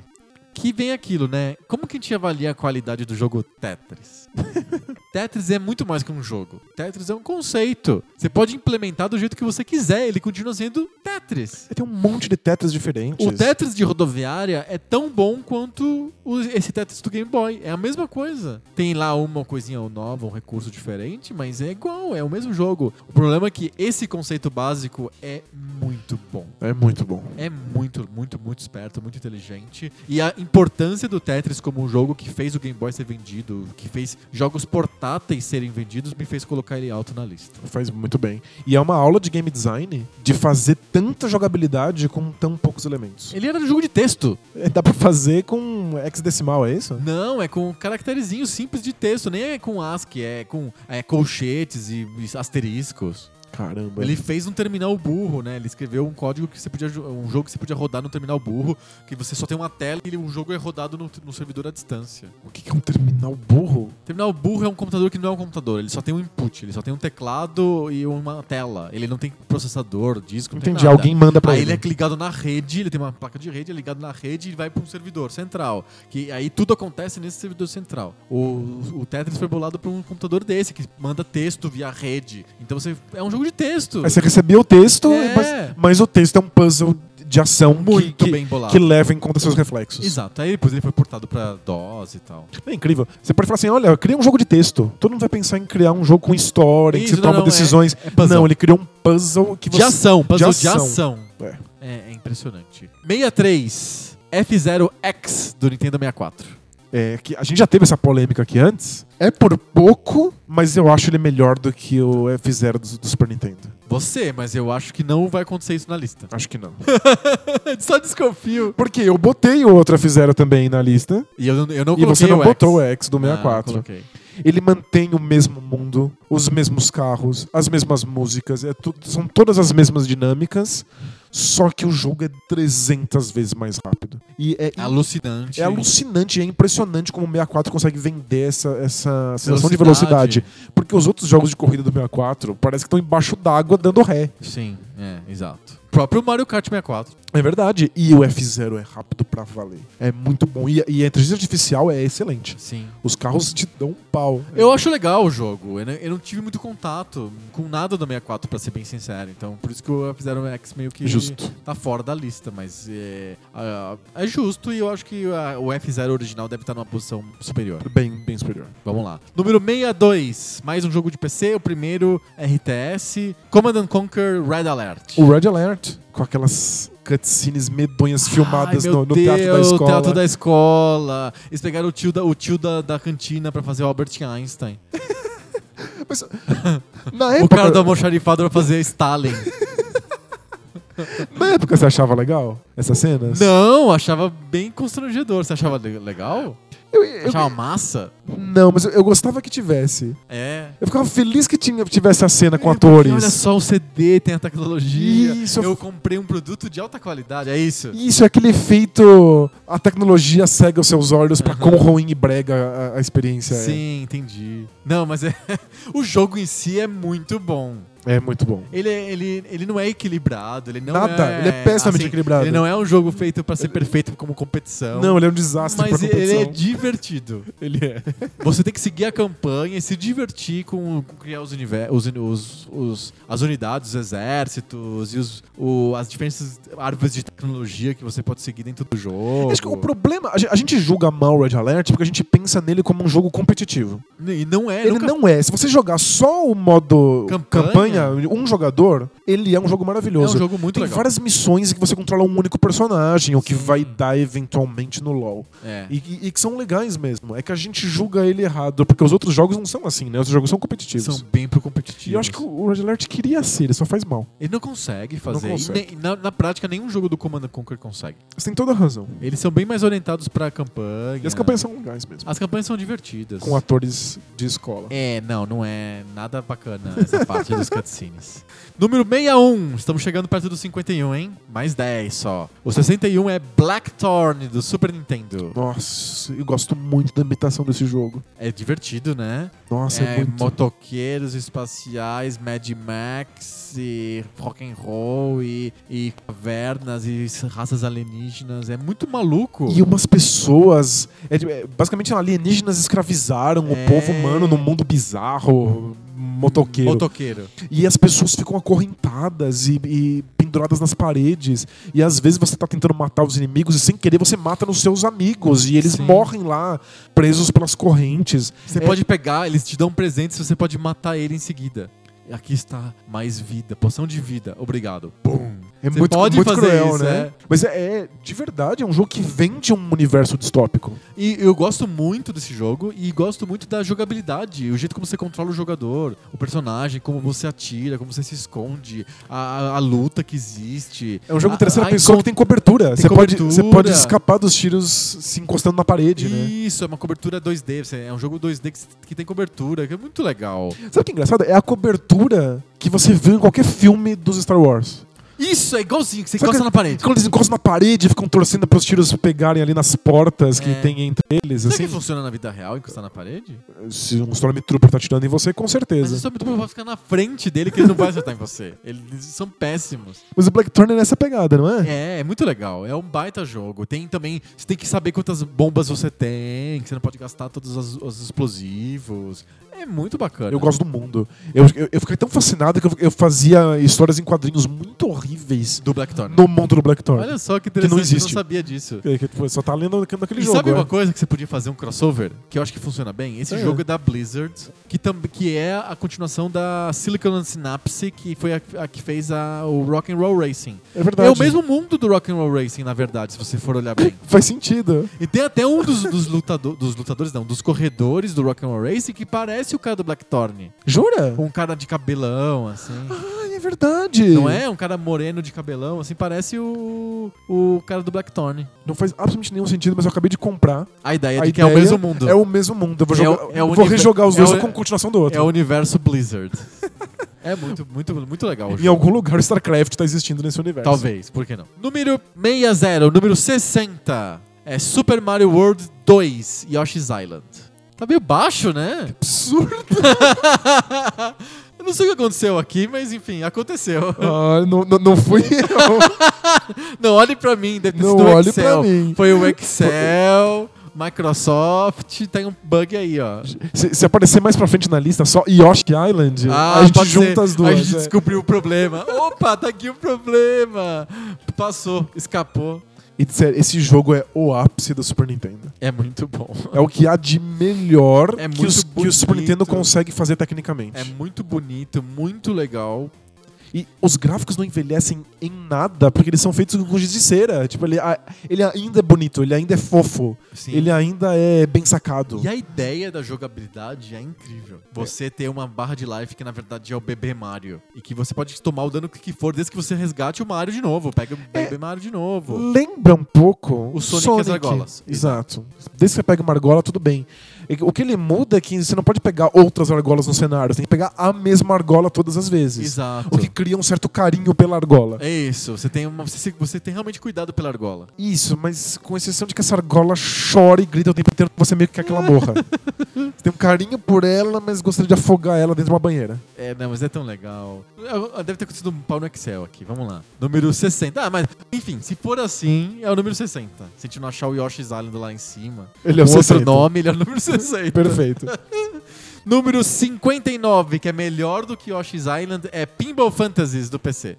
Speaker 1: Que vem aquilo, né? Como que a gente avalia a qualidade do jogo Tetris? Tetris é muito mais que um jogo. Tetris é um conceito. Você pode implementar do jeito que você quiser, ele continua sendo Tetris.
Speaker 2: Tem um monte de tetas diferentes.
Speaker 1: O Tetris de rodoviária é tão bom quanto o- esse Tetris do Game Boy. É a mesma coisa. Tem lá uma coisinha nova, um recurso diferente, mas é igual, é o mesmo jogo. O problema é que esse conceito básico é muito bom.
Speaker 2: É muito bom.
Speaker 1: É muito, muito, muito esperto, muito inteligente. E a importância do Tetris como um jogo que fez o Game Boy ser vendido, que fez jogos portáteis serem vendidos, me fez colocar ele alto na lista.
Speaker 2: Faz muito bem. E é uma aula de game design de fazer tanta jogabilidade com tão poucos elementos.
Speaker 1: Ele era um jogo de texto.
Speaker 2: É, Dá pra fazer com hexadecimal, é isso?
Speaker 1: Não, é com caracterezinhos simples de texto, nem é com ASCII, é com é, colchetes e, e asteriscos.
Speaker 2: Caramba.
Speaker 1: Ele fez um terminal burro, né? Ele escreveu um código que você podia jo- um jogo que você podia rodar no terminal burro, que você só tem uma tela e ele- o jogo é rodado no, no servidor à distância.
Speaker 2: O que que é um terminal burro?
Speaker 1: Terminal burro é um computador que não é um computador, ele só tem um input, ele só tem um teclado e uma tela. Ele não tem processador, disco, não
Speaker 2: Entendi,
Speaker 1: tem nada.
Speaker 2: alguém manda pra
Speaker 1: Aí
Speaker 2: ele.
Speaker 1: ele é ligado na rede, ele tem uma placa de rede, é ligado na rede e vai para um servidor central. Que aí tudo acontece nesse servidor central. O, o Tetris foi bolado para um computador desse, que manda texto via rede. Então você é um jogo de texto.
Speaker 2: Aí você recebia o texto,
Speaker 1: É.
Speaker 2: mas, mas o texto é um puzzle de ação que-
Speaker 1: muito
Speaker 2: que,
Speaker 1: bem bolado.
Speaker 2: que leva em conta seus reflexos.
Speaker 1: Exato. Aí depois ele foi portado para DOS e tal.
Speaker 2: É incrível. Você pode falar assim: olha, cria um jogo de texto. Todo mundo vai pensar em criar um jogo com história, em que
Speaker 1: Isso,
Speaker 2: você
Speaker 1: não,
Speaker 2: toma
Speaker 1: não,
Speaker 2: decisões.
Speaker 1: é- é puzzle.
Speaker 2: não, ele criou um puzzle que
Speaker 1: De
Speaker 2: você.
Speaker 1: ação, puzzle de
Speaker 2: ação.
Speaker 1: ação.
Speaker 2: É.
Speaker 1: É, é impressionante. 63 F0X do Nintendo 64.
Speaker 2: É, que a gente já teve essa polêmica aqui antes. É por pouco, mas eu acho ele melhor do que o F0 do, do Super Nintendo.
Speaker 1: Você, mas eu acho que não vai acontecer isso na lista.
Speaker 2: Acho que não.
Speaker 1: Só desconfio.
Speaker 2: Porque eu botei o outro F0 também na lista.
Speaker 1: E eu, não- eu não
Speaker 2: E
Speaker 1: coloquei
Speaker 2: você não
Speaker 1: o X.
Speaker 2: botou o X Ah, do
Speaker 1: Não, não
Speaker 2: 64.
Speaker 1: Ah, coloquei.
Speaker 2: ele mantém o mesmo mundo, os mesmos carros, as mesmas músicas, é tu- são todas as mesmas dinâmicas, só que o jogo é 300 vezes mais rápido. E é,
Speaker 1: Alucinante.
Speaker 2: é alucinante, é impressionante como o 64 consegue vender essa, essa sensação de velocidade. Porque os outros jogos de corrida do 64 parece que estão embaixo d'água dando ré.
Speaker 1: Sim, é, exato. O próprio Mario Kart 64.
Speaker 2: É verdade. E o F0 é rápido pra valer. É muito bom. E, e a inteligência artificial é excelente.
Speaker 1: Sim.
Speaker 2: Os carros te dão um pau.
Speaker 1: Eu acho legal o jogo. Eu não, eu não tive muito contato com nada do 64, pra ser bem sincero. Então, por isso que eu fizeram o X meio que
Speaker 2: Justo.
Speaker 1: tá fora da lista. Mas é, ah, é justo e eu acho que ah, o F0 original deve estar numa posição superior.
Speaker 2: Bem, bem superior.
Speaker 1: Vamos lá. Número 62. Mais um jogo de PC. O primeiro RTS. Command and Conquer Red Alert.
Speaker 2: O Red Alert, com aquelas cutscenes medonhas filmadas
Speaker 1: Ai, meu
Speaker 2: no, no teatro da
Speaker 1: Deus,
Speaker 2: escola.
Speaker 1: O teatro da escola. Eles pegaram o tio da, o tio da, da cantina pra fazer o Albert Einstein.
Speaker 2: Mas- na,
Speaker 1: O cara
Speaker 2: época,
Speaker 1: do almoxarifado pra fazer Stalin.
Speaker 2: na época você achava legal essas cenas?
Speaker 1: Não, achava bem constrangedor. Você achava le- legal?
Speaker 2: Eu- eu-
Speaker 1: Achava massa?
Speaker 2: não, mas eu, eu gostava que tivesse.
Speaker 1: É.
Speaker 2: Eu ficava feliz que tinha, tivesse a cena é com
Speaker 1: E
Speaker 2: atores.
Speaker 1: Olha só, o CD tem a tecnologia.
Speaker 2: Isso.
Speaker 1: Eu comprei um produto de alta qualidade, é isso?
Speaker 2: Isso é aquele efeito. A tecnologia cega os seus olhos pra quão ruim e brega a, a experiência é.
Speaker 1: Sim, entendi. Não, mas é, o jogo em si é muito bom.
Speaker 2: é. É muito bom.
Speaker 1: Ele, é- ele, ele não é equilibrado, ele não
Speaker 2: Nada,
Speaker 1: é...
Speaker 2: ele é pessimamente equilibrado.
Speaker 1: Ele não é um jogo feito pra ser perfeito como competição.
Speaker 2: Não, ele é um desastre
Speaker 1: mas
Speaker 2: pra
Speaker 1: ele
Speaker 2: competição.
Speaker 1: é divertido.
Speaker 2: Ele é.
Speaker 1: Você tem que seguir a campanha e se divertir com, com criar os univer- os uni- os- os- as unidades, os exércitos e os- o- as diferentes árvores de tecnologia que você pode seguir dentro do jogo.
Speaker 2: Acho que o problema. a gen- A gente julga mal o Red Alert porque a gente pensa nele como um jogo competitivo.
Speaker 1: E não é.
Speaker 2: Ele
Speaker 1: nunca-
Speaker 2: não é. Se você jogar só o modo
Speaker 1: Campanha,
Speaker 2: campanha, tenha um jogador, ele é um jogo maravilhoso.
Speaker 1: É um jogo muito
Speaker 2: Tem
Speaker 1: legal.
Speaker 2: várias missões em que você controla um único personagem, o que vai dar eventualmente no LoL.
Speaker 1: É.
Speaker 2: E, e- e que são legais mesmo. É que a gente julga ele errado, porque os outros jogos não são assim, né? Os jogos são competitivos.
Speaker 1: São bem pro competitivo.
Speaker 2: E eu acho que o Red Alert queria ser, ele só faz mal.
Speaker 1: Ele não consegue fazer.
Speaker 2: Não consegue.
Speaker 1: E nem- na, na prática, nenhum jogo do Command and Conquer consegue.
Speaker 2: Você tem toda a razão.
Speaker 1: Eles são bem mais orientados pra campanha.
Speaker 2: E as campanhas são legais mesmo.
Speaker 1: As campanhas são divertidas.
Speaker 2: Com atores de escola.
Speaker 1: É, não, não é nada bacana essa parte dos cutscenes. Número 61. Estamos chegando perto do 51, hein? Mais 10 só. O 61 é Blackthorn, do Super Nintendo.
Speaker 2: Nossa, eu gosto muito da ambientação desse jogo.
Speaker 1: É divertido, né?
Speaker 2: Nossa, é,
Speaker 1: é,
Speaker 2: muito.
Speaker 1: motoqueiros espaciais, Mad Max, e rock and roll e, e cavernas e raças alienígenas. É muito maluco.
Speaker 2: E umas pessoas. é, de- é, basicamente, alienígenas escravizaram
Speaker 1: É.
Speaker 2: o povo humano num mundo bizarro, motoqueiro.
Speaker 1: Motoqueiro.
Speaker 2: E as pessoas ficam acorrentadas e, e penduradas nas paredes. E às vezes você tá tentando matar os inimigos e sem querer você mata nos seus amigos. E eles
Speaker 1: Sim.
Speaker 2: morrem lá, presos pelas correntes.
Speaker 1: Você
Speaker 2: É-
Speaker 1: pode pegar, eles te dão um presente se você pode matar ele em seguida. Aqui está mais vida, poção de vida. Obrigado. Pum.
Speaker 2: É
Speaker 1: Você
Speaker 2: muito,
Speaker 1: pode
Speaker 2: muito
Speaker 1: fazer
Speaker 2: cruel,
Speaker 1: isso,
Speaker 2: né?
Speaker 1: é.
Speaker 2: Mas é, é, de verdade, é um jogo que vende um universo distópico.
Speaker 1: E eu gosto muito desse jogo e gosto muito da jogabilidade, o jeito como você controla o jogador, o personagem, como você atira, como você se esconde, a, a- a luta que existe.
Speaker 2: É um
Speaker 1: A-
Speaker 2: jogo em terceira
Speaker 1: a
Speaker 2: pessoa que tem cobertura. você, Pode, você
Speaker 1: ah, cobertura.
Speaker 2: pode escapar dos tiros se encostando na parede, né?
Speaker 1: Isso, é uma cobertura 2D, você- é um jogo 2D que, que tem cobertura, que é muito legal.
Speaker 2: Sabe o que é engraçado? É a cobertura que você viu em qualquer filme dos Star Wars.
Speaker 1: Isso, é igualzinho, que você
Speaker 2: Só
Speaker 1: encosta
Speaker 2: que-
Speaker 1: na parede.
Speaker 2: Quando eles encostam na parede, ficam torcendo para os tiros pegarem ali nas portas que
Speaker 1: É.
Speaker 2: tem entre eles.
Speaker 1: Será
Speaker 2: Assim,
Speaker 1: que funciona na vida real, encostar na parede?
Speaker 2: se um Stormtrooper tá atirando em você, com
Speaker 1: Mas é
Speaker 2: certeza.
Speaker 1: o Stormtrooper vai ficar na frente dele que ele não vai acertar em você. Eles são péssimos.
Speaker 2: Mas o Black Turner é essa pegada, não é?
Speaker 1: É, é muito legal. É um baita jogo. Tem também. Você tem que saber quantas bombas você tem, que você não pode gastar todos as- os explosivos. É muito bacana.
Speaker 2: Eu gosto do mundo. Eu, eu, eu fiquei tão fascinado que eu, eu fazia histórias em quadrinhos muito horríveis
Speaker 1: do Blackthorn.
Speaker 2: no mundo do Black Turner.
Speaker 1: Olha só que
Speaker 2: não
Speaker 1: interessante, eu não
Speaker 2: existe.
Speaker 1: sabia disso.
Speaker 2: Que- que, tipo, Só tá lendo naquele
Speaker 1: E
Speaker 2: jogo.
Speaker 1: sabe
Speaker 2: é.
Speaker 1: uma coisa que você podia fazer um crossover? Que eu acho que funciona bem? Esse
Speaker 2: É.
Speaker 1: jogo é da Blizzard, que, tam- que é a continuação da Silicon Synapse, que foi a, a que fez a- o Rock and Roll Racing.
Speaker 2: É verdade.
Speaker 1: É o mesmo mundo do Rock and Roll Racing, na verdade, se você for olhar bem.
Speaker 2: Faz sentido.
Speaker 1: E tem até um dos, dos, lutado- dos lutadores, não, dos corredores do Rock'n'Roll Racing que parece o cara do Blackthorn.
Speaker 2: Jura?
Speaker 1: Um cara de cabelão, assim.
Speaker 2: Ah, é verdade.
Speaker 1: Não é? Um cara moreno de cabelão, assim, parece o, o cara do Blackthorn.
Speaker 2: Não faz absolutamente nenhum sentido, mas eu acabei de comprar.
Speaker 1: A ideia
Speaker 2: A
Speaker 1: de que é o
Speaker 2: ideia
Speaker 1: mesmo mundo.
Speaker 2: É o mesmo mundo. Eu vou,
Speaker 1: É o-
Speaker 2: jogar-
Speaker 1: é o
Speaker 2: vou
Speaker 1: univer-
Speaker 2: rejogar os
Speaker 1: é
Speaker 2: dois
Speaker 1: o-
Speaker 2: com continuação do
Speaker 1: É
Speaker 2: outro.
Speaker 1: o universo Blizzard. é muito, muito, muito legal. o
Speaker 2: Em
Speaker 1: jogo.
Speaker 2: algum lugar o StarCraft tá existindo nesse universo.
Speaker 1: Talvez, por que não? Número 60, o número 60 é Super Mario World 2 Yoshi's Island. Tá meio baixo, né?
Speaker 2: Absurdo.
Speaker 1: Eu não sei o que aconteceu aqui, mas enfim, aconteceu.
Speaker 2: Ah, não, não, não fui eu.
Speaker 1: Não olhe pra mim, deve ter
Speaker 2: Não
Speaker 1: sido o
Speaker 2: olhe
Speaker 1: Excel.
Speaker 2: pra mim.
Speaker 1: Foi o Excel, Microsoft, tem um bug aí, ó.
Speaker 2: se, se aparecer mais pra frente na lista só Yoshi Island, a
Speaker 1: Ah,
Speaker 2: gente
Speaker 1: pode
Speaker 2: junta
Speaker 1: ser.
Speaker 2: as duas.
Speaker 1: A gente
Speaker 2: é.
Speaker 1: descobriu o problema. Opa, tá aqui o problema. Passou, escapou.
Speaker 2: E sério, esse jogo é o ápice do Super Nintendo.
Speaker 1: É muito bom.
Speaker 2: É o que há de melhor
Speaker 1: É
Speaker 2: que,
Speaker 1: muito
Speaker 2: os- que o Super
Speaker 1: bonito.
Speaker 2: Nintendo consegue fazer tecnicamente.
Speaker 1: É muito bonito, muito legal.
Speaker 2: E os gráficos não envelhecem em nada, porque eles são feitos com giz de cera. Tipo, ele, a- ele ainda é bonito, ele ainda é fofo,
Speaker 1: Sim.
Speaker 2: ele ainda é bem sacado.
Speaker 1: E a ideia da jogabilidade é incrível. Você ter uma barra de life que na verdade é o bebê Mario. E que você pode tomar o dano que for, desde que você resgate o Mario de novo. Pega o
Speaker 2: É.
Speaker 1: bebê Mario de novo.
Speaker 2: Lembra um pouco
Speaker 1: O Sonic e as argolas.
Speaker 2: Exato. Desde que você pega uma argola, tudo bem. E O que ele muda é que você não pode pegar outras argolas no cenário, você tem que pegar a mesma argola todas as vezes.
Speaker 1: Exato.
Speaker 2: O que cria um certo carinho pela argola.
Speaker 1: É isso. Você tem, uma, você, você tem realmente cuidado pela argola.
Speaker 2: Isso, mas com exceção de que essa argola chora e grita o tempo inteiro que você meio que quer que ela morra. Você tem um carinho por ela, mas gostaria de afogar ela dentro de uma banheira.
Speaker 1: É, não, mas é tão legal. Ah, Deve ter acontecido um pau no Excel aqui. Vamos lá. Número 60. Ah, mas, enfim, se for assim, é o número 60. Se a gente não achar o Yoshi's Island lá em cima,
Speaker 2: Ele é o
Speaker 1: com outro
Speaker 2: 60.
Speaker 1: nome, ele é o número 60.
Speaker 2: Perfeito.
Speaker 1: Número 59, que é melhor do que Yoshi's Island, é Pinball Fantasies do PC.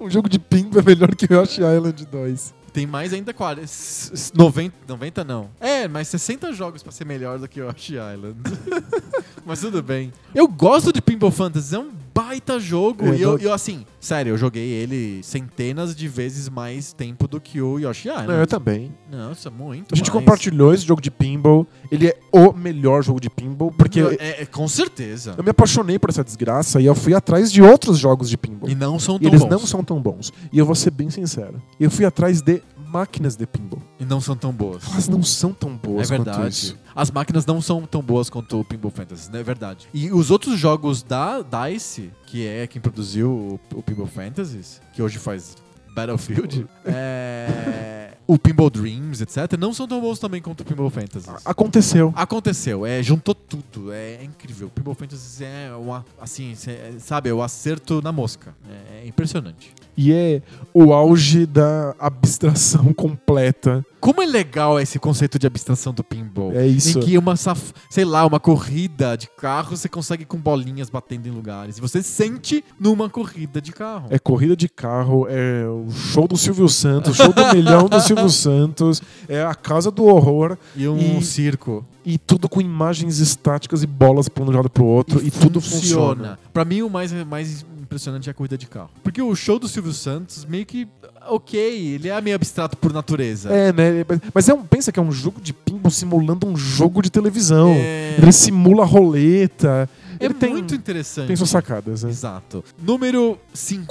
Speaker 2: um jogo de pingo é melhor que o Yoshi Island 2.
Speaker 1: Tem mais ainda 40. s- s- 90, 90 não. É, mas 60 jogos pra ser melhor do que Yoshi Island. Mas tudo bem. Eu gosto de Pinball Fantasy, é um baita jogo.
Speaker 2: Eu
Speaker 1: e eu,
Speaker 2: gosto.
Speaker 1: eu, assim, sério, eu joguei ele centenas de vezes mais tempo do que o Yoshi Island.
Speaker 2: Não, eu também.
Speaker 1: Nossa, muito
Speaker 2: É. A gente
Speaker 1: mais.
Speaker 2: compartilhou esse jogo de pinball. Ele é o melhor jogo de pinball, porque
Speaker 1: Não,
Speaker 2: eu,
Speaker 1: é, é, com certeza.
Speaker 2: eu me apaixonei por essa desgraça e eu fui atrás de outros jogos de pinball.
Speaker 1: E não são
Speaker 2: E
Speaker 1: tão
Speaker 2: eles
Speaker 1: bons.
Speaker 2: não são tão bons. E eu vou ser bem sincero. Eu fui atrás de máquinas de pinball.
Speaker 1: E não são tão boas.
Speaker 2: Elas não são tão
Speaker 1: É
Speaker 2: boas quanto
Speaker 1: verdade.
Speaker 2: isso.
Speaker 1: As máquinas não são tão boas quanto o Pinball Fantasy, né? é verdade. E os outros jogos da DICE, que é quem produziu o, o Pinball Fantasy, que hoje faz Battlefield, é, o Pinball Dreams, etc., não são tão bons também quanto o Pinball Fantasy.
Speaker 2: Ah, Aconteceu.
Speaker 1: Aconteceu, é, juntou tudo, é, é incrível. Pinball Fantasy é uma, assim, cê- é, sabe, é o acerto na mosca. É, é impressionante.
Speaker 2: E é o auge da abstração completa.
Speaker 1: Como é legal esse conceito de abstração do pinball.
Speaker 2: É isso.
Speaker 1: Em que uma, saf- sei lá, uma corrida de carro você consegue com bolinhas batendo em lugares. E você sente numa corrida de carro.
Speaker 2: É corrida de carro, é o show do Silvio Santos, o show do milhão do Silvio Santos, é a casa do horror
Speaker 1: E um
Speaker 2: E-
Speaker 1: circo.
Speaker 2: e tudo com imagens estáticas e bolas para um lado para o outro e, tudo funciona.
Speaker 1: Pra mim, o mais, mais impressionante é a corrida de carro. Porque o show do Silvio Santos meio que. Ok, ele é meio abstrato por natureza.
Speaker 2: É, né? Mas é um, pensa que é um jogo de pinball simulando um jogo de televisão.
Speaker 1: É-
Speaker 2: Ele simula roleta.
Speaker 1: é
Speaker 2: ele tem,
Speaker 1: muito interessante.
Speaker 2: tem suas sacadas, né?
Speaker 1: Exato. Número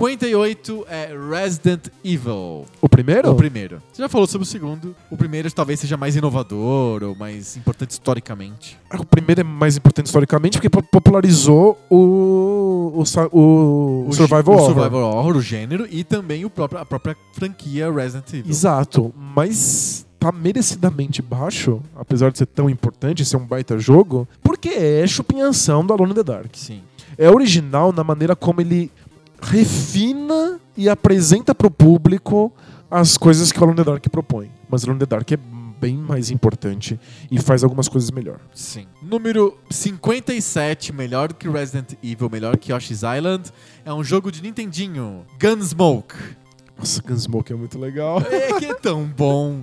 Speaker 1: 58 é Resident Evil.
Speaker 2: O primeiro?
Speaker 1: O primeiro. Você já falou sobre o segundo. O primeiro talvez seja mais inovador ou mais importante historicamente.
Speaker 2: O primeiro é mais importante historicamente porque po- popularizou o, o, sa- o
Speaker 1: O
Speaker 2: Survival
Speaker 1: gê- o
Speaker 2: Horror.
Speaker 1: Survival Horror, o gênero, e também o próprio, a própria franquia Resident Evil.
Speaker 2: Exato, mas tá merecidamente baixo, apesar de ser tão importante, ser um baita jogo, porque é chupinhação do Alone in the Dark.
Speaker 1: Sim.
Speaker 2: É original na maneira como ele refina e apresenta pro público as coisas que o Alone in the Dark propõe. Mas o Alone in the Dark é bem mais importante e faz algumas coisas melhor.
Speaker 1: Sim. Número 57, melhor que Resident Evil, melhor que Yoshi's Island, é um jogo de Nintendinho. Gunsmoke.
Speaker 2: Nossa, Gunsmoke é muito legal.
Speaker 1: É que é tão bom.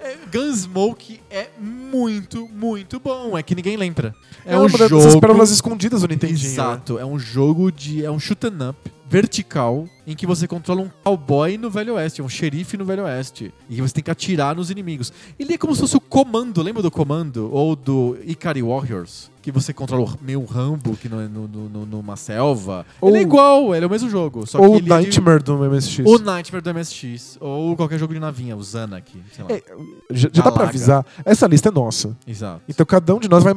Speaker 1: É, Gunsmoke é muito, muito bom. É que ninguém lembra. É um
Speaker 2: uma
Speaker 1: jogo...
Speaker 2: dessas pérolas escondidas do Nintendinho. né?
Speaker 1: Exato, é um jogo de. É um shoot 'em up vertical em que você controla um cowboy no Velho Oeste, um xerife no Velho Oeste. E você tem que atirar nos inimigos. Ele é como se fosse o comando, lembra do comando? Ou do Ikari Warriors? Que você controla o meio Rambo que não é no, no- no- numa selva.
Speaker 2: Ou-
Speaker 1: ele é igual, ele é o mesmo jogo. Só
Speaker 2: Ou
Speaker 1: que ele é de-
Speaker 2: Nightmare do MSX.
Speaker 1: ou Nightmare do MSX. Ou qualquer jogo de navinha, o Zanak, sei lá.
Speaker 2: É, já já dá pra
Speaker 1: Malaga.
Speaker 2: avisar, essa lista é nossa.
Speaker 1: Exato.
Speaker 2: Então cada um de nós vai.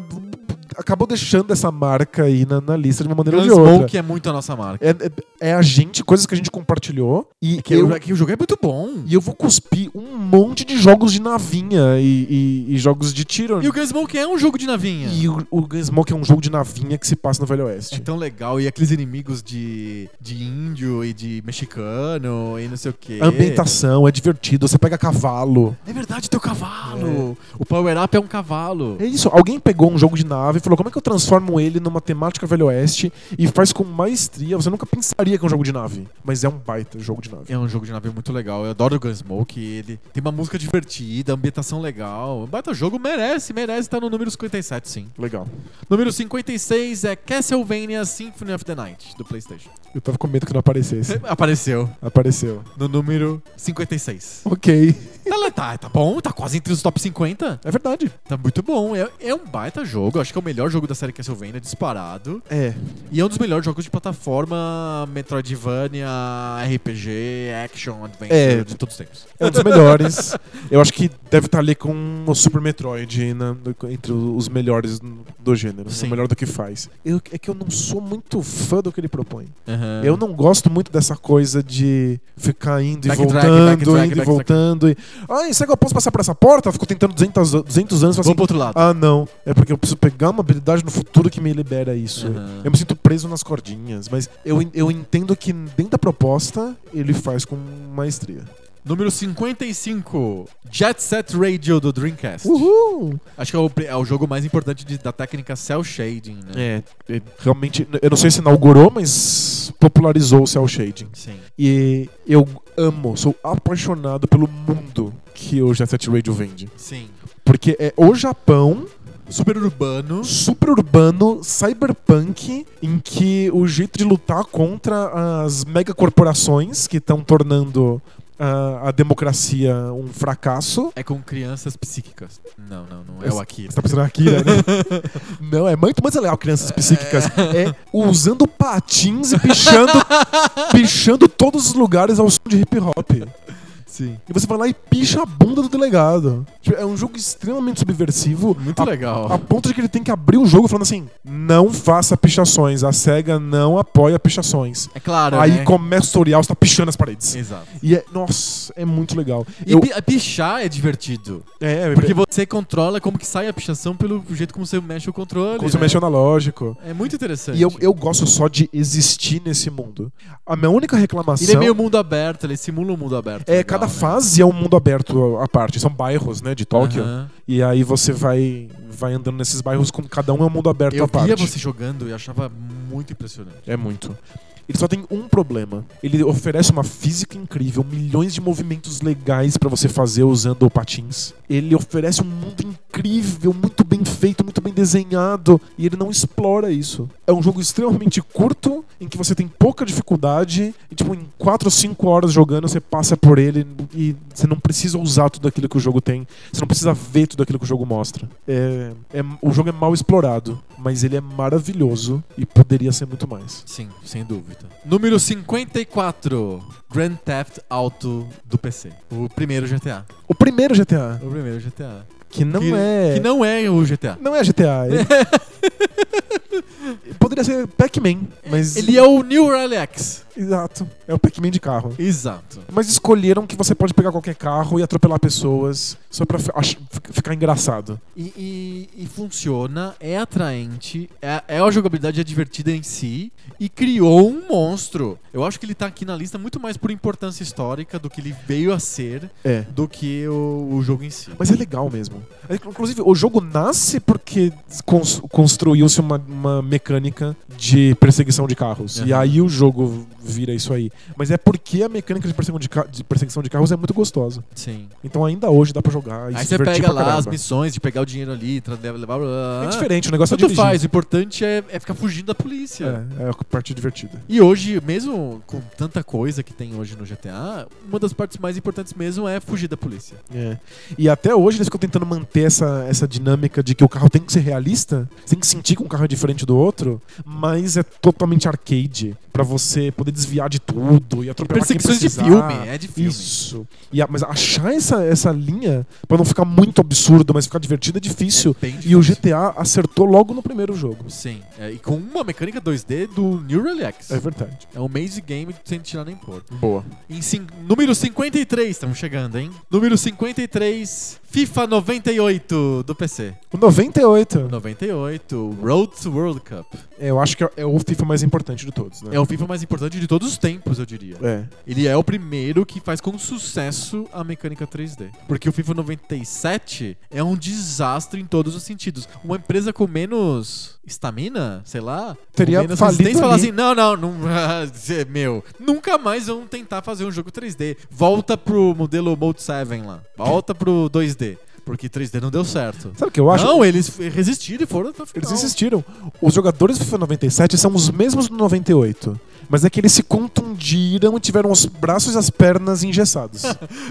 Speaker 2: Acabou deixando essa marca aí na, na lista de uma maneira ou de outra.
Speaker 1: Gunsmoke é muito a nossa marca.
Speaker 2: É, é- é a gente, coisas que a gente compartilhou. E
Speaker 1: Que
Speaker 2: eu,
Speaker 1: o- que o jogo é muito bom.
Speaker 2: e eu vou cuspir um monte de jogos de navinha e, e- e jogos de tiro.
Speaker 1: E o Gunsmoke é um jogo de navinha.
Speaker 2: E o, o Gunsmoke é um jogo de navinha que se passa no Velho
Speaker 1: É
Speaker 2: Oeste.
Speaker 1: tão legal. E aqueles inimigos de, de índio e de mexicano e não sei o quê.
Speaker 2: A ambientação é divertido, você pega cavalo.
Speaker 1: É verdade, teu cavalo. O Power Up é um cavalo.
Speaker 2: É isso, alguém pegou um jogo de nave e falou: como é que eu transformo ele numa temática Velho Oeste e faz com maestria? Você nunca pensaria que é um jogo de nave, mas é um baita jogo de nave.
Speaker 1: É um jogo de nave muito legal. Eu adoro o Gunsmoke. Ele tem uma música divertida, ambientação legal. Um baita jogo merece, merece estar no número 57, sim.
Speaker 2: Legal.
Speaker 1: Número 56 é Castlevania Symphony of the Night, do PlayStation.
Speaker 2: Eu tava com medo que não aparecesse.
Speaker 1: Apareceu
Speaker 2: Apareceu.
Speaker 1: no número 56.
Speaker 2: Ok.
Speaker 1: Ela tá, tá bom, tá quase entre os top 50.
Speaker 2: É verdade.
Speaker 1: Tá muito bom, é, é um baita jogo. Acho que é o melhor jogo da série Castlevania, disparado.
Speaker 2: É.
Speaker 1: E é um dos melhores jogos de plataforma, Metroidvania, RPG, Action, Adventure
Speaker 2: É.
Speaker 1: de todos os tempos.
Speaker 2: É um dos melhores. Eu acho que deve estar ali com o Super Metroid na- no- entre os melhores do gênero.
Speaker 1: Sim.
Speaker 2: O melhor do que faz. Eu- é que eu não sou muito fã do que ele propõe.
Speaker 1: Aham.
Speaker 2: Eu não gosto muito dessa coisa de ficar indo e
Speaker 1: Backtrack,
Speaker 2: voltando,
Speaker 1: backtrack,
Speaker 2: indo e
Speaker 1: backtrack.
Speaker 2: voltando. E... Ai, será que eu posso passar por essa porta? Eu fico tentando 200, an- 200 anos e falo
Speaker 1: Vou
Speaker 2: assim,
Speaker 1: pro outro lado.
Speaker 2: Ah, não. É porque eu preciso pegar uma habilidade no futuro que me libera isso.
Speaker 1: Aham.
Speaker 2: Eu me sinto preso nas cordinhas, mas eu, en- eu entendo que dentro da proposta ele faz com maestria.
Speaker 1: Número 55, Jet Set Radio do Dreamcast.
Speaker 2: Uhul!
Speaker 1: Acho que é o, pri- é o jogo mais importante de- da técnica Cell Shading, né?
Speaker 2: É, é, realmente, eu não sei se inaugurou, mas popularizou o cel shading.
Speaker 1: Sim.
Speaker 2: E eu amo, sou apaixonado pelo mundo que o Jet Set Radio vende.
Speaker 1: Sim.
Speaker 2: Porque é o Japão
Speaker 1: super urbano.
Speaker 2: super urbano, cyberpunk, em que o jeito de lutar contra as megacorporações que estão tornando ah, a democracia um fracasso.
Speaker 1: É com crianças psíquicas. Não, não, não é o Akira.
Speaker 2: Você tá pensando aqui, né? Não, é muito mais legal crianças psíquicas. É usando patins e pichando, pichando todos os lugares ao som de hip hop.
Speaker 1: Sim.
Speaker 2: E você vai lá e picha a bunda do delegado. Tipo, É um jogo extremamente subversivo.
Speaker 1: Muito
Speaker 2: a,
Speaker 1: legal.
Speaker 2: A ponto de que ele tem que abrir o jogo falando assim: não faça pichações. A SEGA não apoia pichações.
Speaker 1: É claro,
Speaker 2: Aí
Speaker 1: né?
Speaker 2: começa o tutorial, você tá pichando as paredes.
Speaker 1: Exato.
Speaker 2: E é, nossa, é muito legal.
Speaker 1: E
Speaker 2: Eu-
Speaker 1: pi- pichar é divertido.
Speaker 2: é,
Speaker 1: Porque
Speaker 2: porque
Speaker 1: você controla como que sai a pichação pelo jeito como você mexe o controle.
Speaker 2: quando você
Speaker 1: né?
Speaker 2: mexe o analógico.
Speaker 1: É muito interessante.
Speaker 2: E eu, eu gosto só de existir nesse mundo. A minha única reclamação.
Speaker 1: Ele é meio mundo aberto, ele simula um mundo aberto.
Speaker 2: é,
Speaker 1: legal,
Speaker 2: cada
Speaker 1: né?
Speaker 2: fase é um mundo aberto à parte. São bairros, né, de Tóquio.
Speaker 1: Aham.
Speaker 2: E aí você vai, vai andando nesses bairros com cada um é um mundo aberto
Speaker 1: Eu
Speaker 2: à parte.
Speaker 1: via você jogando e achava muito impressionante.
Speaker 2: É muito. Ele só tem um problema. Ele oferece uma física incrível, milhões de movimentos legais pra você fazer usando patins. Ele oferece um mundo incrível, muito bem feito, muito bem desenhado, e ele não explora isso. É um jogo extremamente curto, em que você tem pouca dificuldade, e tipo, em 4 ou 5 horas jogando, você passa por ele e você não precisa usar tudo aquilo que o jogo tem. Você não precisa ver tudo aquilo que o jogo mostra. É- é- o jogo é mal explorado, mas ele é maravilhoso e poderia ser muito mais.
Speaker 1: Sim, sem dúvida. Número 54. Grand Theft Auto do PC. O primeiro GTA.
Speaker 2: O primeiro GTA,
Speaker 1: O primeiro GTA.
Speaker 2: que não
Speaker 1: que,
Speaker 2: é.
Speaker 1: Que não é o GTA.
Speaker 2: não é GTA. ele- Poderia ser Pac-Man, mas.
Speaker 1: Ele é o New Rally X.
Speaker 2: Exato. É o Pac-Man de carro.
Speaker 1: Exato.
Speaker 2: Mas escolheram que você pode pegar qualquer carro e atropelar pessoas só pra fi- ach- fi- ficar engraçado.
Speaker 1: E, e- e funciona, é atraente, é, é a jogabilidade é divertida em si e criou um monstro. Eu acho que ele tá aqui na lista muito mais por importância histórica do que ele veio a ser
Speaker 2: É.
Speaker 1: do que o, o jogo em si.
Speaker 2: Mas é legal mesmo. É, Inclusive, o jogo nasce porque cons- construiu-se uma, uma mecânica de perseguição de carros. E
Speaker 1: Aham.
Speaker 2: aí o jogo vira isso aí. Mas é porque a mecânica de perseguição de, ca- de perseguição de carros é muito gostosa.
Speaker 1: Sim.
Speaker 2: Então ainda hoje dá pra jogar. E
Speaker 1: Aí
Speaker 2: se
Speaker 1: você
Speaker 2: divertir
Speaker 1: pega
Speaker 2: é pra
Speaker 1: lá as
Speaker 2: caramba.
Speaker 1: missões de pegar o dinheiro ali, tra- levar, levar blá, blá, blá.
Speaker 2: É diferente, o negócio é
Speaker 1: Tanto
Speaker 2: dirigir.
Speaker 1: faz, o importante é, é ficar fugindo da polícia.
Speaker 2: É, é a parte divertida.
Speaker 1: E hoje, mesmo com tanta coisa que tem hoje no GTA, uma das partes mais importantes mesmo é fugir da polícia.
Speaker 2: É. E até hoje eles ficam tentando manter essa, essa dinâmica de que o carro tem que ser realista, você tem que sentir que um carro é diferente do outro, mas é totalmente arcade, Pra você poder desviar de tudo e atropelar quem
Speaker 1: Perseguições de
Speaker 2: precisar.
Speaker 1: filme, é de filme.
Speaker 2: Isso. E a- mas achar essa, essa linha pra não ficar muito absurdo, mas ficar divertido é difícil.
Speaker 1: É bem
Speaker 2: e o
Speaker 1: difícil.
Speaker 2: GTA acertou logo no primeiro jogo.
Speaker 1: Sim, é, e com uma mecânica 2D do New Relax.
Speaker 2: É verdade.
Speaker 1: É um maze game sem tirar nem pôr.
Speaker 2: Boa.
Speaker 1: Em cin- número 53, estamos chegando, hein? Número 53, FIFA 98 do PC.
Speaker 2: O 98,
Speaker 1: 98, Road to World Cup.
Speaker 2: eu acho que é- é o FIFA mais importante de todos, né?
Speaker 1: É o FIFA mais importante de todos os tempos, eu diria.
Speaker 2: É.
Speaker 1: Ele é o primeiro que faz com sucesso a mecânica 3D. Porque o FIFA 97 é um desastre em todos os sentidos. Uma empresa com menos estamina, sei lá,
Speaker 2: Teria
Speaker 1: com menos
Speaker 2: falido
Speaker 1: resistência, falar
Speaker 2: ali.
Speaker 1: assim: não, não, não meu, nunca mais vão tentar fazer um jogo 3D. Volta pro modelo Mode 7 lá. Volta pro 2D. Porque 3D não deu certo.
Speaker 2: Sabe o que eu acho?
Speaker 1: Não, eles resistiram e foram até o final.
Speaker 2: Eles insistiram. Os jogadores do FIFA 97 são os mesmos do 98. Mas é que eles se contundiram e tiveram os braços e as pernas engessados.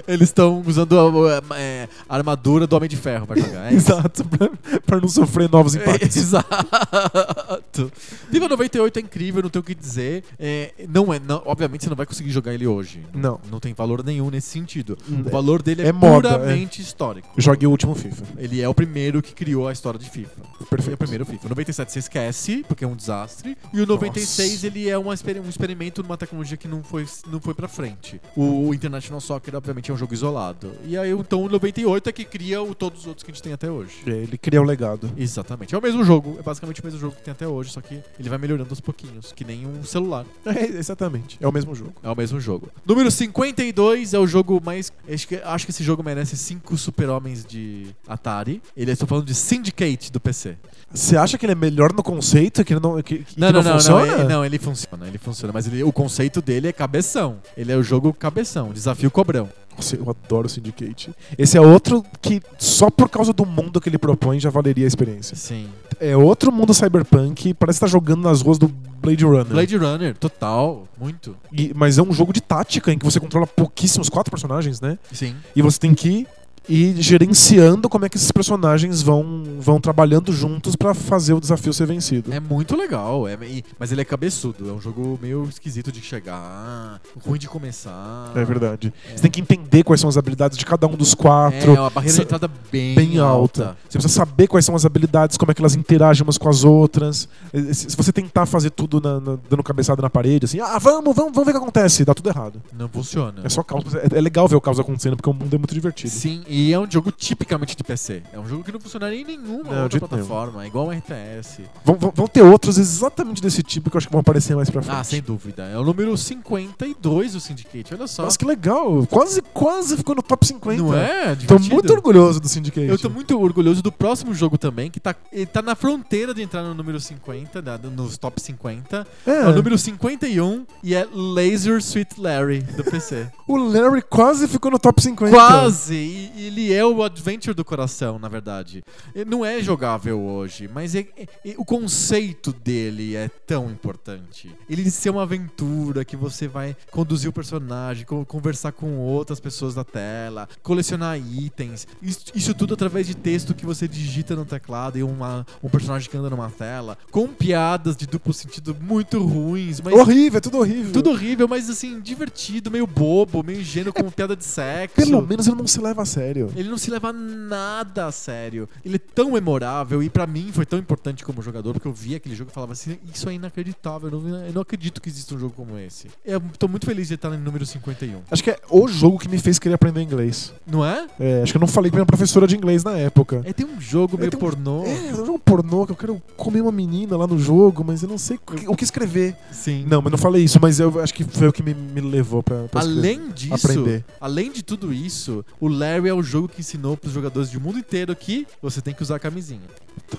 Speaker 1: Eles estão usando a, a- é, a armadura do Homem de Ferro pra jogar. É isso. É
Speaker 2: Exato, pra, pra não sofrer novos impactos.
Speaker 1: Exato. FIFA 98 é incrível, não tenho o que dizer. É, não é, não- obviamente você não vai conseguir jogar ele hoje.
Speaker 2: Não.
Speaker 1: Não tem valor nenhum nesse sentido.
Speaker 2: Hum,
Speaker 1: O valor dele é,
Speaker 2: é moda,
Speaker 1: puramente histórico.
Speaker 2: Jogue o último FIFA. é
Speaker 1: Ele é o primeiro que criou a história de FIFA. Foi
Speaker 2: Perfeito.
Speaker 1: o primeiro FIFA. O 97 você esquece, porque é um desastre. E o 96 ele é uma exper- um experimento numa tecnologia que não foi, não foi pra frente. O, o International Soccer, obviamente, é um jogo isolado. E aí, então, o 98 é que cria o- todos os outros que a gente tem até hoje.
Speaker 2: É, Ele cria o legado.
Speaker 1: Exatamente. É o mesmo jogo. É basicamente o mesmo jogo que tem até hoje, só que ele vai melhorando aos pouquinhos, que nem um celular.
Speaker 2: É, exatamente. É o mesmo jogo.
Speaker 1: É o mesmo jogo. Número 52 é o jogo mais. Acho que, acho que esse jogo merece cinco super-homens de Atari. Ele estou falando de Syndicate do PC.
Speaker 2: Você acha que ele é melhor no conceito? Que ele não, que, que
Speaker 1: Não, não, não, não,
Speaker 2: funciona?
Speaker 1: ele, não, ele funciona, ele funciona. Mas ele- o conceito dele é cabeção. Ele é o jogo cabeção, desafio cobrão.
Speaker 2: Nossa, eu adoro Syndicate. Esse é outro que só por causa do mundo que ele propõe já valeria a experiência.
Speaker 1: Sim.
Speaker 2: É outro mundo cyberpunk, parece que tá jogando nas ruas do Blade Runner.
Speaker 1: Blade Runner, total, muito.
Speaker 2: E- mas é um jogo de tática em que você controla pouquíssimos, quatro personagens, né?
Speaker 1: Sim.
Speaker 2: E você tem que ir gerenciando como é que esses personagens vão, vão trabalhando juntos pra fazer o desafio ser vencido.
Speaker 1: É muito legal, é, e- mas ele é cabeçudo. É um jogo meio esquisito de chegar, ruim de começar.
Speaker 2: É verdade. Você tem que entender quais são as habilidades de cada um dos quatro.
Speaker 1: É, uma barreira de
Speaker 2: Sa-
Speaker 1: entrada bem,
Speaker 2: bem alta. Você precisa saber quais são as habilidades, como é que elas interagem umas com as outras. Eh, Se se você tentar fazer tudo na- na- dando cabeçada na parede, assim, ah, vamos, vamos, vamos ver o que acontece, dá tudo errado.
Speaker 1: Não funciona.
Speaker 2: É só caos. É, é legal ver o caos acontecendo, porque o mundo é muito divertido.
Speaker 1: Sim, e é um jogo tipicamente de PC. É um jogo que não funcionaria em nenhuma
Speaker 2: Não, de
Speaker 1: outra
Speaker 2: jeito
Speaker 1: plataforma. É igual um RTS.
Speaker 2: Vão, vão- vão ter outros exatamente desse tipo que eu acho que vão aparecer mais pra frente.
Speaker 1: Ah, sem dúvida. É o número 52 do Syndicate, olha só.
Speaker 2: Nossa, que legal! Quase, quase ficou no top 50.
Speaker 1: não é?
Speaker 2: Tô
Speaker 1: Divertido.
Speaker 2: muito orgulhoso do Syndicate.
Speaker 1: Eu tô muito orgulhoso do próximo jogo também, que tá, ele tá na fronteira de entrar no número 50, da- nos top 50.
Speaker 2: É,
Speaker 1: É o número 51 e é Laser Sweet Larry do PC.
Speaker 2: o Larry quase ficou no top 50.
Speaker 1: Quase! E- ele é o Adventure do coração, na verdade. E Não é jogável hoje, mas é- é- é- o conceito dele é tão importante. Ele ser uma aventura que você vai conduzir o personagem, co- conversar com outras pessoas na tela, colecionar itens. Isso, isso tudo através de texto que você digita no teclado e uma- um personagem que anda numa tela. Com piadas de duplo sentido muito ruins, mas.
Speaker 2: Horrível, é tudo horrível.
Speaker 1: Tudo horrível, mas assim, divertido, meio bobo, meio ingênuo, como piada de sexo.
Speaker 2: Pelo menos ele não se leva a sério.
Speaker 1: Ele não se leva nada a sério. Ele é tão memorável e pra mim foi tão importante como jogador, porque eu vi aquele jogo e falava assim: Isso é inacreditável, eu não, eu não acredito que exista um jogo como esse. Eu tô muito feliz de estar no número 51.
Speaker 2: Acho que é o jogo que me fez querer aprender inglês.
Speaker 1: Não é?
Speaker 2: É, acho que eu não falei com minha professora de inglês na época.
Speaker 1: É, tem um jogo meio
Speaker 2: tem um-
Speaker 1: pornô.
Speaker 2: É, é um jogo pornô que eu quero comer uma menina lá no jogo, mas eu não sei o que, o que escrever.
Speaker 1: Sim.
Speaker 2: Não, mas não falei isso, mas eu acho que foi o que me, me levou pra, pra escrever.
Speaker 1: Além disso,
Speaker 2: aprender.
Speaker 1: além de tudo isso, o Larry é o jogo que ensinou pros jogadores do mundo inteiro que você tem que usar camisinha.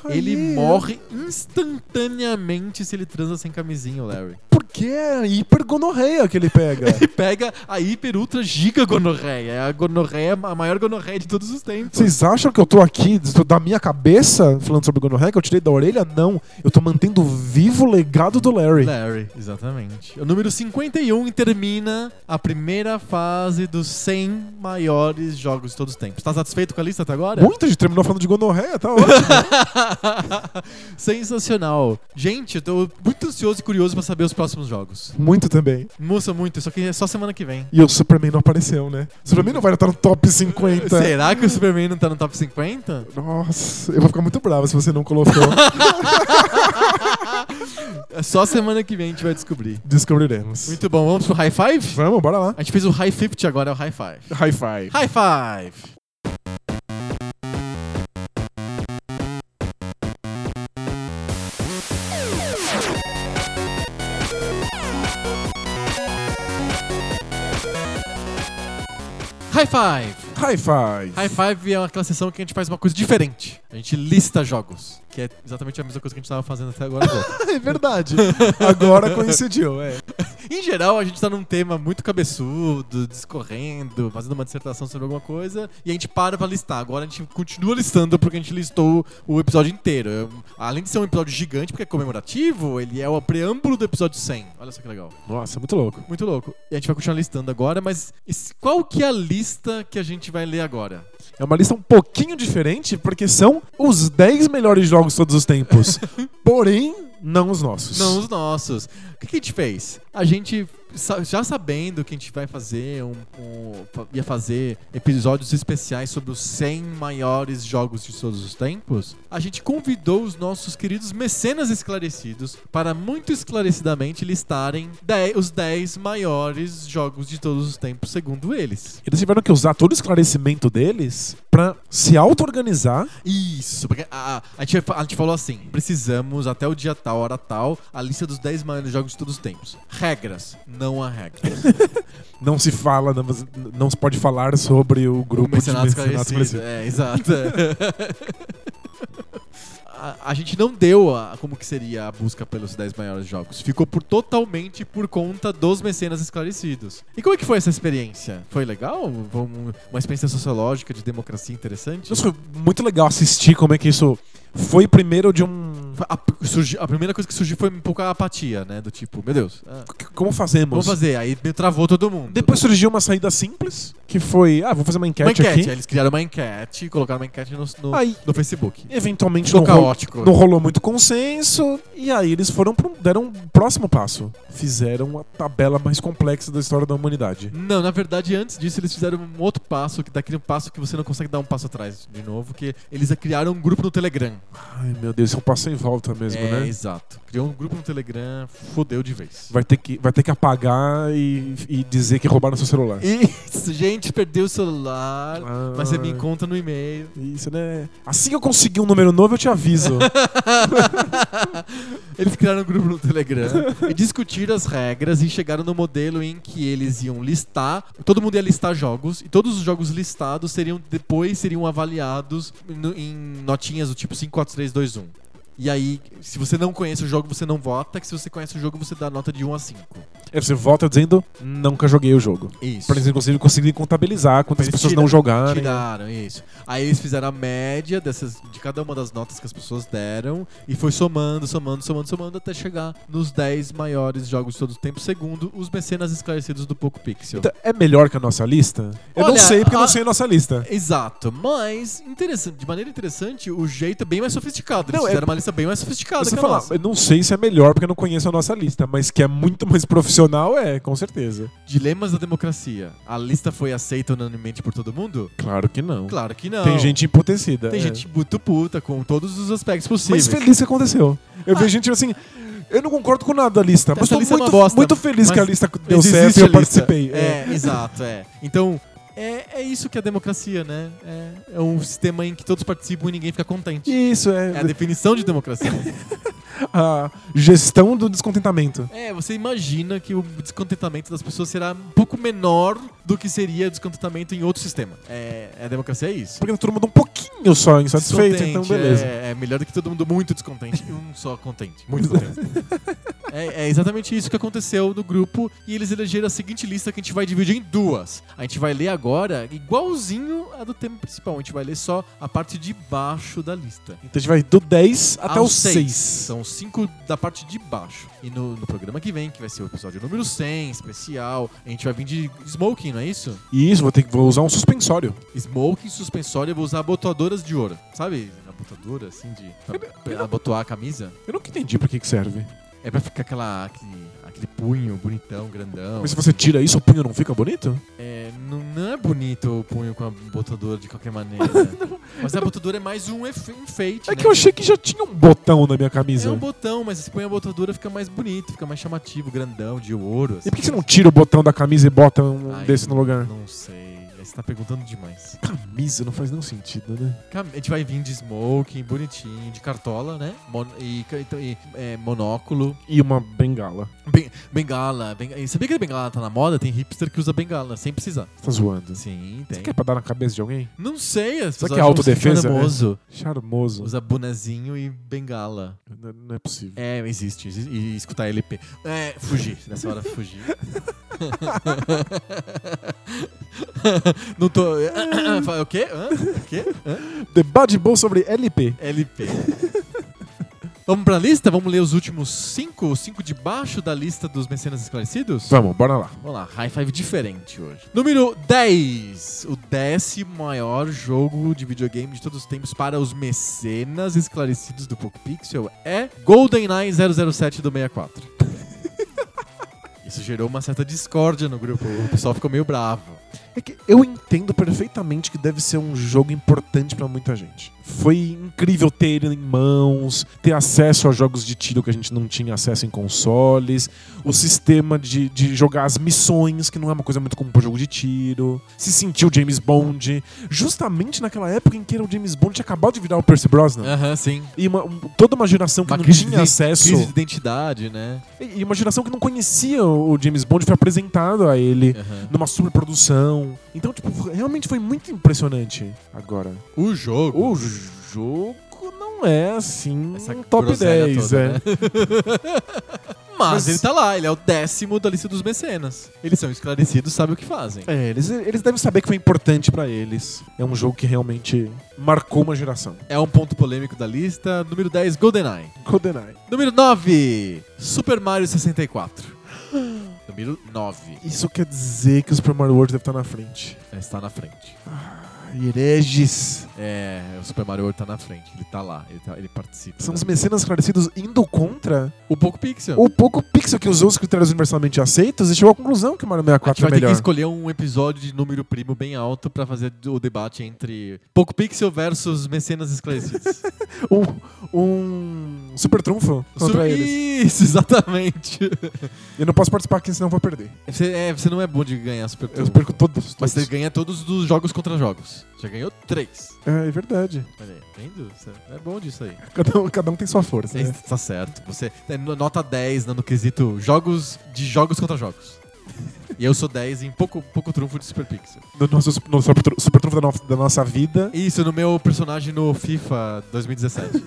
Speaker 2: Tá
Speaker 1: Ele
Speaker 2: aí.
Speaker 1: morre instantaneamente se ele transa sem camisinha, o Larry.
Speaker 2: Porque é hipergonorreia que ele pega.
Speaker 1: Ele pega a hiper ultra giga gonorreia. É a gonorreia, a maior gonorreia de todos os tempos.
Speaker 2: Vocês acham que eu tô aqui tô da minha cabeça falando sobre gonorreia que eu tirei da orelha? Não. Eu tô mantendo vivo o legado do Larry.
Speaker 1: Larry, exatamente. O número 51 termina a primeira fase dos 100 maiores jogos de todos os tempos. Tá satisfeito com a lista até agora?
Speaker 2: Muita gente terminou falando de gonorreia, tá ótimo.
Speaker 1: Sensacional. Gente, eu tô muito ansioso e curioso pra saber os próximos jogos.
Speaker 2: Muito também.
Speaker 1: Moça, muito, só que é só semana que vem.
Speaker 2: E o Superman não apareceu, né? O Superman não vai estar no top 50.
Speaker 1: Será que o Superman não tá no top 50?
Speaker 2: Nossa, eu vou ficar muito bravo se você não colocou.
Speaker 1: É Só semana que vem a gente vai descobrir.
Speaker 2: Descobriremos.
Speaker 1: Muito bom, vamos pro high five?
Speaker 2: Vamos, bora lá.
Speaker 1: A gente fez o high 50, agora é o high five.
Speaker 2: High five.
Speaker 1: High five! High five!
Speaker 2: High five.
Speaker 1: High five é aquela sessão que a gente faz uma coisa diferente. A gente lista jogos, que é exatamente a mesma coisa que a gente tava fazendo até agora.
Speaker 2: É verdade. Agora coincidiu, é.
Speaker 1: Em geral, a gente tá num tema muito cabeçudo, discorrendo, fazendo uma dissertação sobre alguma coisa, e a gente para pra listar. Agora a gente continua listando porque a gente listou o episódio inteiro. Eu- além de ser um episódio gigante, porque é comemorativo, ele é o preâmbulo do episódio 100. Olha só que legal.
Speaker 2: Nossa, muito louco.
Speaker 1: Muito louco. E a gente vai continuar listando agora, mas esse- qual que é a lista que a gente vai ler agora?
Speaker 2: É uma lista um pouquinho diferente, porque são os 10 melhores jogos de todos os tempos. Porém, não os nossos.
Speaker 1: Não os nossos. O que, que a gente fez? A gente, sa- já sabendo que a gente vai fazer um, um- fa- ia fazer episódios especiais sobre os 100 maiores jogos de todos os tempos, a gente convidou os nossos queridos mecenas esclarecidos para muito esclarecidamente listarem de- os 10 maiores jogos de todos os tempos, segundo eles.
Speaker 2: Eles tiveram que usar todo o esclarecimento deles pra se auto-organizar.
Speaker 1: Isso, porque a, a- a gente, fa- a gente falou assim: precisamos até o dia tal, hora tal, a lista dos 10 maiores jogos de todos os tempos. Regras, não há regras.
Speaker 2: Não se fala, não, não se pode falar sobre o
Speaker 1: O
Speaker 2: grupo de
Speaker 1: mercenário
Speaker 2: mercenários É,
Speaker 1: esclarecido.
Speaker 2: esclarecidos.
Speaker 1: É, exato. a, a gente não deu a, como que seria a busca pelos 10 maiores jogos. Ficou por totalmente por conta dos mecenas esclarecidos. E como é que foi essa experiência? Foi legal? Vamos- Uma experiência sociológica de democracia interessante?
Speaker 2: Nossa, foi muito legal assistir como é que isso foi primeiro de um.
Speaker 1: Foi A, surgi- a primeira coisa que surgiu foi um pouco a apatia, né? Do tipo, meu Deus, ah,
Speaker 2: Como fazemos?
Speaker 1: vamos fazer. Aí me travou todo mundo.
Speaker 2: Depois surgiu uma saída simples, que foi, ah, vou fazer uma enquete,
Speaker 1: uma enquete. é
Speaker 2: aqui.
Speaker 1: Aí Eles criaram uma enquete, colocaram uma enquete no, no,
Speaker 2: Aí,
Speaker 1: no Facebook.
Speaker 2: eventualmente,
Speaker 1: Ficou
Speaker 2: não, rolo-
Speaker 1: caótico.
Speaker 2: não rolou muito consenso. E aí eles foram pro, deram um próximo passo. Fizeram a tabela mais complexa da história da humanidade.
Speaker 1: Não, na verdade, antes disso, eles fizeram um outro passo, que daquele passo que você não consegue dar um passo atrás de novo, que eles criaram um grupo no Telegram.
Speaker 2: Ai, meu Deus, eu passo em volta mesmo,
Speaker 1: é,
Speaker 2: né?
Speaker 1: exato. Criou um grupo no Telegram, fodeu de vez.
Speaker 2: Vai ter, que, vai ter que apagar e, e dizer que roubaram seu celular.
Speaker 1: Isso, gente, perdeu o celular,
Speaker 2: Ah.
Speaker 1: mas é você me
Speaker 2: Ai.
Speaker 1: encontra no e-mail.
Speaker 2: Isso, né? Assim que eu conseguir um número novo, eu te aviso.
Speaker 1: Eles criaram um grupo no Telegram e discutiram as regras e chegaram no modelo em que eles iam listar, todo mundo ia listar jogos e todos os jogos listados seriam depois seriam avaliados no- em notinhas do tipo 5, 4, 3, 2, 1. E aí, se você não conhece o jogo, você não vota, que se você conhece o jogo, você dá nota de 1 a 5.
Speaker 2: Aí você volta dizendo, nunca joguei o jogo.
Speaker 1: Isso.
Speaker 2: Pra eles inclusive conseguirem contabilizar quantas
Speaker 1: Eles
Speaker 2: pessoas
Speaker 1: tira-
Speaker 2: não jogaram.
Speaker 1: Tiraram, isso. Aí eles fizeram a média dessas, de cada uma das notas que as pessoas deram e foi somando, somando, somando, somando até chegar nos 10 maiores jogos de todo o tempo, segundo os mecenas esclarecidos do Poco Pixel.
Speaker 2: Então, é melhor que a nossa lista? Eu não
Speaker 1: Olha,
Speaker 2: sei, porque eu
Speaker 1: a-
Speaker 2: não sei a nossa lista.
Speaker 1: Exato, mas interessante, de maneira interessante, o jeito é bem mais sofisticado. Eles
Speaker 2: Não, é-
Speaker 1: fizeram uma lista bem mais sofisticada
Speaker 2: Você
Speaker 1: que a
Speaker 2: fala,
Speaker 1: nossa.
Speaker 2: eu não sei se é melhor porque eu não conheço a nossa lista, mas que é muito mais profissional, é, com certeza.
Speaker 1: Dilemas da democracia. A lista foi aceita unanimemente por todo mundo?
Speaker 2: Claro que não.
Speaker 1: Claro que não.
Speaker 2: Tem gente emputecida.
Speaker 1: Tem
Speaker 2: é.
Speaker 1: gente muito puta com todos os aspectos
Speaker 2: Mas
Speaker 1: possíveis.
Speaker 2: feliz que aconteceu. Eu
Speaker 1: Ah.
Speaker 2: vejo gente assim. Eu não concordo com nada da lista, mas
Speaker 1: Essa
Speaker 2: tô
Speaker 1: lista é uma
Speaker 2: muito,
Speaker 1: bosta,
Speaker 2: muito feliz
Speaker 1: mas
Speaker 2: que a lista deu
Speaker 1: Existe
Speaker 2: certo e
Speaker 1: a
Speaker 2: eu
Speaker 1: lista.
Speaker 2: participei.
Speaker 1: É, exato, é. Então, é, é isso que é a democracia, né? É, é um sistema em que todos participam e ninguém fica contente.
Speaker 2: Isso, é.
Speaker 1: É a definição de democracia.
Speaker 2: a gestão do descontentamento.
Speaker 1: É, você imagina que o descontentamento das pessoas será um pouco menor do que seria o descontentamento em outro sistema. É, a democracia é isso.
Speaker 2: Porque todo mundo um pouquinho só insatisfeito, então
Speaker 1: Descontente,
Speaker 2: beleza.
Speaker 1: É, é melhor do que todo mundo muito descontente e um só contente. Muito contente. É, é exatamente isso que aconteceu no grupo e eles elegeram a seguinte lista que a gente vai dividir em duas. A gente vai ler agora igualzinho a do tema principal. A gente vai ler só a parte de baixo da lista.
Speaker 2: Então a gente vai do 10 até
Speaker 1: Ao
Speaker 2: o 6.
Speaker 1: seis. São cinco da parte de baixo. E no, no programa que vem, que vai ser o episódio número 100, especial, a gente vai vir de smoking, não é isso?
Speaker 2: E isso, vou, ter, que- vou usar um suspensório.
Speaker 1: Smoking, suspensório, eu vou usar abotoadoras de ouro. Sabe? Abotadora, assim, de... Pra abotoar a camisa.
Speaker 2: Eu nunca entendi pra que, que serve.
Speaker 1: É pra ficar aquela, aquele, aquele punho bonitão, grandão.
Speaker 2: Mas se você tira isso, o punho não fica bonito?
Speaker 1: É, não, não é bonito o punho com a botadora de qualquer maneira. mas a botadora é mais um efe- enfeite.
Speaker 2: É
Speaker 1: né?
Speaker 2: que eu achei que já tinha um botão na minha
Speaker 1: É
Speaker 2: camisa.
Speaker 1: um botão, mas se põe a botadora fica mais bonito, fica mais chamativo, grandão, de ouro. assim.
Speaker 2: E por que você não tira o botão da camisa e bota um
Speaker 1: Ai,
Speaker 2: desse no lugar?
Speaker 1: Não sei. Aí Você tá perguntando demais.
Speaker 2: Camisa não faz nenhum sentido, né?
Speaker 1: Cam- A gente vai vir de smoking, bonitinho, de cartola, né? Mon- e ca- então, e, é, monóculo.
Speaker 2: E uma bengala.
Speaker 1: Ben- bengala. Ben- e Sabia que a bengala tá na moda? Tem hipster que usa bengala, sem precisar.
Speaker 2: Você tá zoando.
Speaker 1: Sim,
Speaker 2: Você
Speaker 1: tem.
Speaker 2: quer pra dar na cabeça de alguém?
Speaker 1: Não sei, as
Speaker 2: Será
Speaker 1: pessoas
Speaker 2: que é
Speaker 1: acham
Speaker 2: autodefesa,
Speaker 1: charmoso.
Speaker 2: Charmoso.
Speaker 1: Usa bonezinho e bengala.
Speaker 2: N- Não é possível.
Speaker 1: É, existe. exi- E escutar LP. É, fugir. Nessa hora, fugir. Não tô... é, ah, Fala, o quê? Hã? O quê? Hã?
Speaker 2: Debate bom sobre LP.
Speaker 1: LP. Vamos pra lista? Vamos ler os últimos cinco? Os cinco de baixo da lista dos mecenas esclarecidos?
Speaker 2: Vamos, bora lá.
Speaker 1: Vamos lá, High Five diferente hoje. Número 10. O décimo maior jogo de videogame de todos os tempos para os mecenas esclarecidos do PocoPixel é GoldenEye 007 do 64. Isso gerou uma certa discórdia no grupo, o pessoal ficou meio bravo.
Speaker 2: É que eu entendo perfeitamente que deve ser um jogo importante pra muita gente. Foi incrível ter ele em mãos, ter acesso a jogos de tiro que a gente não tinha acesso em consoles, o sistema de, de jogar as missões, que não é uma coisa muito comum pra jogo de tiro, se sentir o James Bond, justamente naquela época em que era o James Bond tinha acabado de virar o Percy Brosnan.
Speaker 1: Aham, sim.
Speaker 2: E uma- um- toda uma geração que
Speaker 1: É. Uma
Speaker 2: não
Speaker 1: crise de,
Speaker 2: tinha acesso.
Speaker 1: crise de identidade, né?
Speaker 2: E e uma geração que não conhecia o James Bond foi apresentado a ele
Speaker 1: Aham.
Speaker 2: numa superprodução. Então, tipo, realmente foi muito impressionante. Agora,
Speaker 1: O jogo.
Speaker 2: o jogo não é assim
Speaker 1: Essa
Speaker 2: um top
Speaker 1: groselha
Speaker 2: 10,
Speaker 1: toda,
Speaker 2: é.
Speaker 1: né? Mas
Speaker 2: Mas-
Speaker 1: ele tá lá, ele é o décimo da lista dos mecenas. Eles são esclarecidos, sabem o que fazem.
Speaker 2: É, eles, eles devem saber que foi importante pra eles. É um jogo que realmente marcou uma geração.
Speaker 1: É um ponto polêmico da lista. Número 10, GoldenEye.
Speaker 2: GoldenEye.
Speaker 1: Número 9, Super Mario 64. Número 9,
Speaker 2: Isso quer dizer que o Super Mario World deve estar na frente.
Speaker 1: está na frente.
Speaker 2: Ah, hereges.
Speaker 1: É, o Super Mario World tá na frente, ele tá lá, ele, tá- ele participa.
Speaker 2: São os mecenas esclarecidos indo contra
Speaker 1: O Poco Pixel.
Speaker 2: o pouco pixel que usou os critérios universalmente aceitos e chegou à conclusão que o Mario
Speaker 1: A gente
Speaker 2: 64 é
Speaker 1: vai ter que
Speaker 2: melhor.
Speaker 1: escolher um episódio de número primo bem alto pra fazer o debate entre Poco Pixel versus Mecenas Esclarecidos.
Speaker 2: Um, um super trunfo contra
Speaker 1: Super-
Speaker 2: eles.
Speaker 1: Isso, exatamente.
Speaker 2: Eu não posso participar aqui, senão eu vou perder.
Speaker 1: Você, é, você não é bom de ganhar Super
Speaker 2: Eu
Speaker 1: Trunfo.
Speaker 2: perco todos.
Speaker 1: Mas você
Speaker 2: todos.
Speaker 1: ganha todos dos jogos contra jogos. Já ganhou três.
Speaker 2: É, é verdade.
Speaker 1: Olha aí, vendo? Você É bom disso aí.
Speaker 2: Cada um, cada um tem sua força.
Speaker 1: Você
Speaker 2: né?
Speaker 1: Tá certo. Você é no- nota 10 no quesito jogos de jogos contra jogos. E eu sou 10 em pouco, pouco trunfo de Super Pixel.
Speaker 2: No nosso no super, tru- super trunfo da, no- da nossa vida.
Speaker 1: Isso, no meu personagem no FIFA 2017.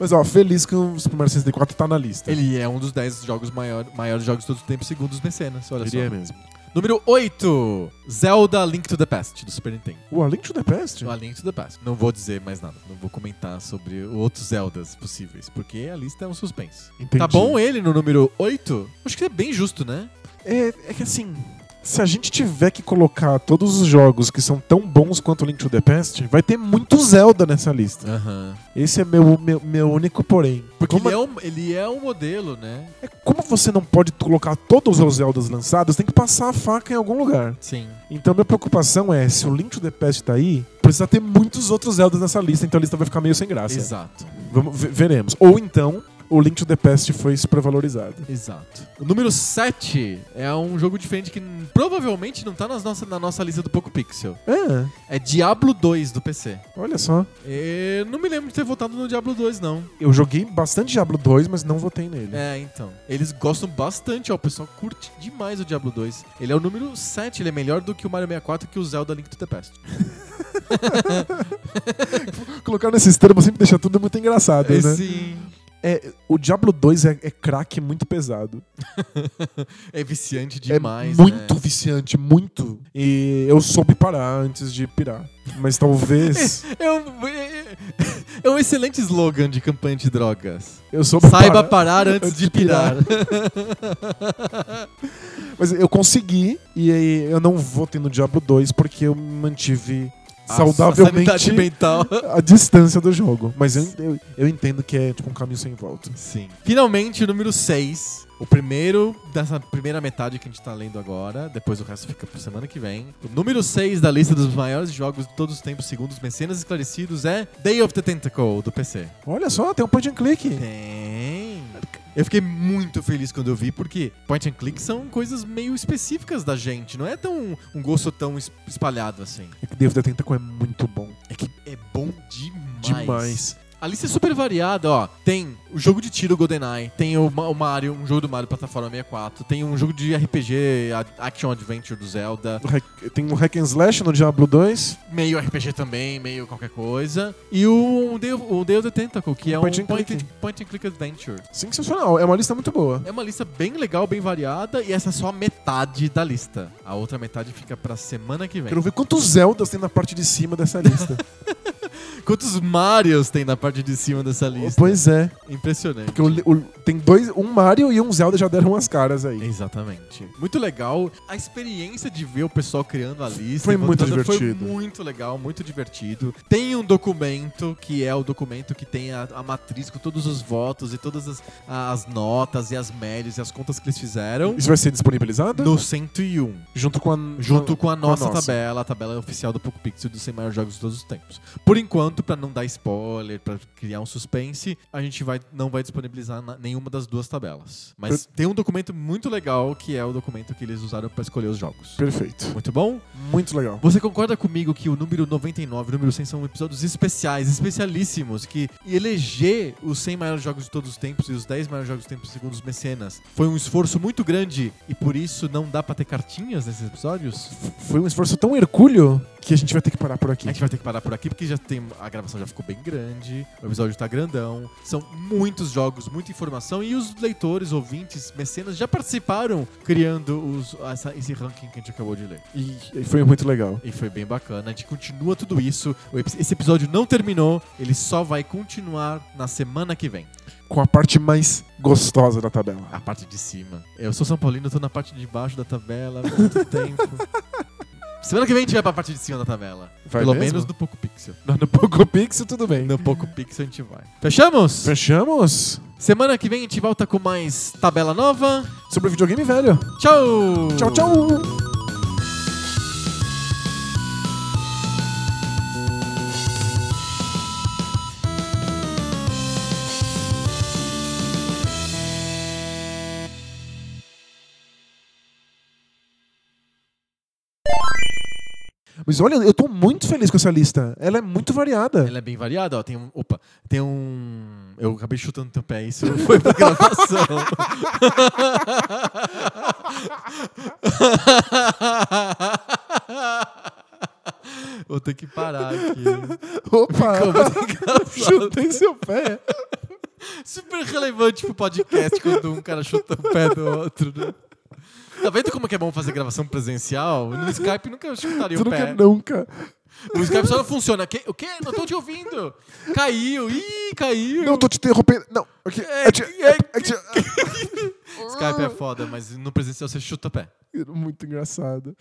Speaker 2: Mas ó, feliz que o Super Mario 64 tá na lista.
Speaker 1: Ele é um dos 10 jogos maior, maiores jogos de todos os tempos, segundo os mecenas. Olha
Speaker 2: Diria
Speaker 1: só.
Speaker 2: mesmo.
Speaker 1: Número 8. Zelda Link to the Past, do Super Nintendo.
Speaker 2: O Além to the Past?
Speaker 1: A Link to the Past. Não vou dizer mais nada. Não vou comentar sobre outros Zeldas possíveis, porque a lista é um suspense.
Speaker 2: Entendi.
Speaker 1: Tá bom ele no número 8? Acho que é bem justo, né?
Speaker 2: É, é que assim, se a gente tiver que colocar todos os jogos que são tão bons quanto o Link to the Past, vai ter muito Zelda nessa lista.
Speaker 1: Aham.
Speaker 2: Esse é meu, meu, meu único porém.
Speaker 1: Porque
Speaker 2: como,
Speaker 1: ele é, um, ele é um modelo, né?
Speaker 2: é- como você não pode colocar todos os Zeldas lançados, tem que passar a faca em algum lugar.
Speaker 1: Sim.
Speaker 2: Então minha preocupação é, se o Link to the Past tá aí, precisa ter muitos outros Zeldas nessa lista, então a lista vai ficar meio sem graça.
Speaker 1: Exato.
Speaker 2: Vamos, ve- veremos. Ou então, o Link to the Past foi supervalorizado.
Speaker 1: Exato. O número 7 é um jogo diferente que n- provavelmente não tá nas nossa, na nossa lista do Poco Pixel.
Speaker 2: É,
Speaker 1: É Diablo 2 do PC.
Speaker 2: olha só.
Speaker 1: Eu não me lembro de ter votado no Diablo 2, não.
Speaker 2: Eu joguei bastante Diablo 2, mas não votei nele.
Speaker 1: É, então. Eles gostam bastante, ó. O pessoal curte demais o Diablo 2. Ele é o número 7, ele é melhor do que o Mario 64 que o Zelda Link to the Past.
Speaker 2: Colocar nesses termos sempre deixa tudo muito engraçado, né?
Speaker 1: É, Sim.
Speaker 2: É, o Diablo 2 é, é craque muito pesado.
Speaker 1: É viciante demais.
Speaker 2: é muito
Speaker 1: né?
Speaker 2: viciante, muito. E eu soube parar antes de pirar. Mas talvez
Speaker 1: É um, é- é um excelente slogan de campanha de drogas.
Speaker 2: eu soube
Speaker 1: Saiba
Speaker 2: parar.
Speaker 1: parar antes de pirar.
Speaker 2: Mas eu consegui e aí eu não votei no Diablo 2 porque eu me mantive
Speaker 1: A sanidade
Speaker 2: saudavelmente
Speaker 1: mental.
Speaker 2: a distância do jogo. Mas eu, eu, eu entendo que é tipo um caminho sem volta.
Speaker 1: Sim. Finalmente, o número 6. O primeiro dessa primeira metade que a gente tá lendo agora. Depois o resto fica pra semana que vem. O número 6 da lista dos maiores jogos de todos os tempos, segundo os mecenas esclarecidos, é Day of the Tentacle, do PC.
Speaker 2: Olha só, tem um point and click.
Speaker 1: Tem. Eu fiquei muito feliz quando eu vi, porque point and click são coisas meio específicas da gente. Não é tão um gosto tão es- espalhado assim.
Speaker 2: É que Devo da Tentacle é muito bom.
Speaker 1: É que é bom demais.
Speaker 2: Demais.
Speaker 1: A lista é super variada, ó. Tem o jogo de tiro GoldenEye, tem o, Ma- o Mario, um jogo do Mario plataforma 64, tem um jogo de RPG, a- Action Adventure do Zelda,
Speaker 2: Hack- Tem um hack and slash no Diablo 2.
Speaker 1: meio RPG também, meio qualquer coisa. E o Day of, o Day of the Tentacle, que é um
Speaker 2: Point
Speaker 1: point
Speaker 2: and
Speaker 1: and,
Speaker 2: click.
Speaker 1: point and click adventure.
Speaker 2: Sensacional, é uma lista muito boa.
Speaker 1: É uma lista bem legal, bem variada, e essa é só a metade da lista. A outra metade fica pra semana que vem.
Speaker 2: Quero ver quantos Zeldas tem na parte de cima dessa lista.
Speaker 1: Quantos Marios tem na parte de cima dessa lista?
Speaker 2: pois é,
Speaker 1: Impressionante.
Speaker 2: porque o li- o- tem dois, um Mario e um Zelda já deram as caras aí.
Speaker 1: Exatamente. Muito legal. A experiência de ver o pessoal criando a lista.
Speaker 2: Foi
Speaker 1: e
Speaker 2: muito
Speaker 1: montando
Speaker 2: divertido.
Speaker 1: Foi muito legal, muito divertido. Tem um documento, que é o documento que tem a, a matriz com todos os votos e todas as, as notas e as médias e as contas que eles fizeram.
Speaker 2: Isso é vai ser disponibilizado?
Speaker 1: No 101,
Speaker 2: Junto com a
Speaker 1: junto com a nossa,
Speaker 2: nossa.
Speaker 1: tabela, a tabela é oficial do Poco Pixel dos 100 maiores jogos de todos os tempos. Por enquanto, pra não dar spoiler, pra criar um suspense, a gente vai, não vai disponibilizar na- nenhuma das duas tabelas. Mas tem um documento muito legal que é o documento que eles usaram pra escolher os jogos.
Speaker 2: Perfeito.
Speaker 1: Muito bom?
Speaker 2: Muito legal.
Speaker 1: Você concorda comigo que o número 99 e o número 100 são episódios especiais, especialíssimos, que eleger os 100 maiores jogos de todos os tempos e os 10 maiores jogos de tempos segundo os mecenas foi um esforço muito grande e por isso não dá pra ter cartinhas nesses episódios?
Speaker 2: Foi um esforço tão hercúleo que a gente vai ter que parar por aqui.
Speaker 1: A gente vai ter que parar por aqui porque já tem a gravação já ficou bem grande, o episódio tá grandão. São muitos jogos, muita informação e os leitores, ouvintes, mecenas já participaram criando os- essa- esse ranking que a gente acabou de ler.
Speaker 2: E foi muito legal.
Speaker 1: E foi bem bacana. A gente continua tudo isso. O epi- Esse episódio não terminou, ele só vai continuar na semana que vem.
Speaker 2: Com a parte mais gostosa da tabela.
Speaker 1: A parte de cima. Eu sou São Paulino, eu tô na parte de baixo da tabela há muito tempo. Semana que vem a gente vai pra parte de cima da tabela.
Speaker 2: Vai
Speaker 1: Pelo
Speaker 2: mesmo?
Speaker 1: menos no Poco Pixel.
Speaker 2: No, no Poco Pixel, tudo bem.
Speaker 1: No Poco Pixel a gente vai. Fechamos?
Speaker 2: Fechamos?
Speaker 1: Semana que vem a gente volta com mais tabela nova.
Speaker 2: Sobre videogame velho.
Speaker 1: Tchau!
Speaker 2: Tchau, tchau! Mas olha, eu tô muito feliz com essa lista. Ela é muito variada.
Speaker 1: Ela é bem variada, ó. Tem um. Opa, tem um. Eu acabei chutando teu pé, isso não foi pra gravação. Vou ter que parar aqui.
Speaker 2: Opa!
Speaker 1: Vou ter que gravar.
Speaker 2: Chutei seu pé.
Speaker 1: Super relevante pro podcast quando um cara chuta o pé do outro, né? Tá vendo como que é bom fazer gravação presencial? No Skype nunca chutaria
Speaker 2: Tu
Speaker 1: o
Speaker 2: não
Speaker 1: pé.
Speaker 2: quer nunca.
Speaker 1: O Skype só não funciona. Que- o quê? Não tô te ouvindo. Caiu. Ih, caiu.
Speaker 2: Não, eu tô te interrompendo. Não. ok.
Speaker 1: É,
Speaker 2: É de-
Speaker 1: é,
Speaker 2: é de-
Speaker 1: Skype é foda, mas no presencial você chuta pé.
Speaker 2: Muito engraçado.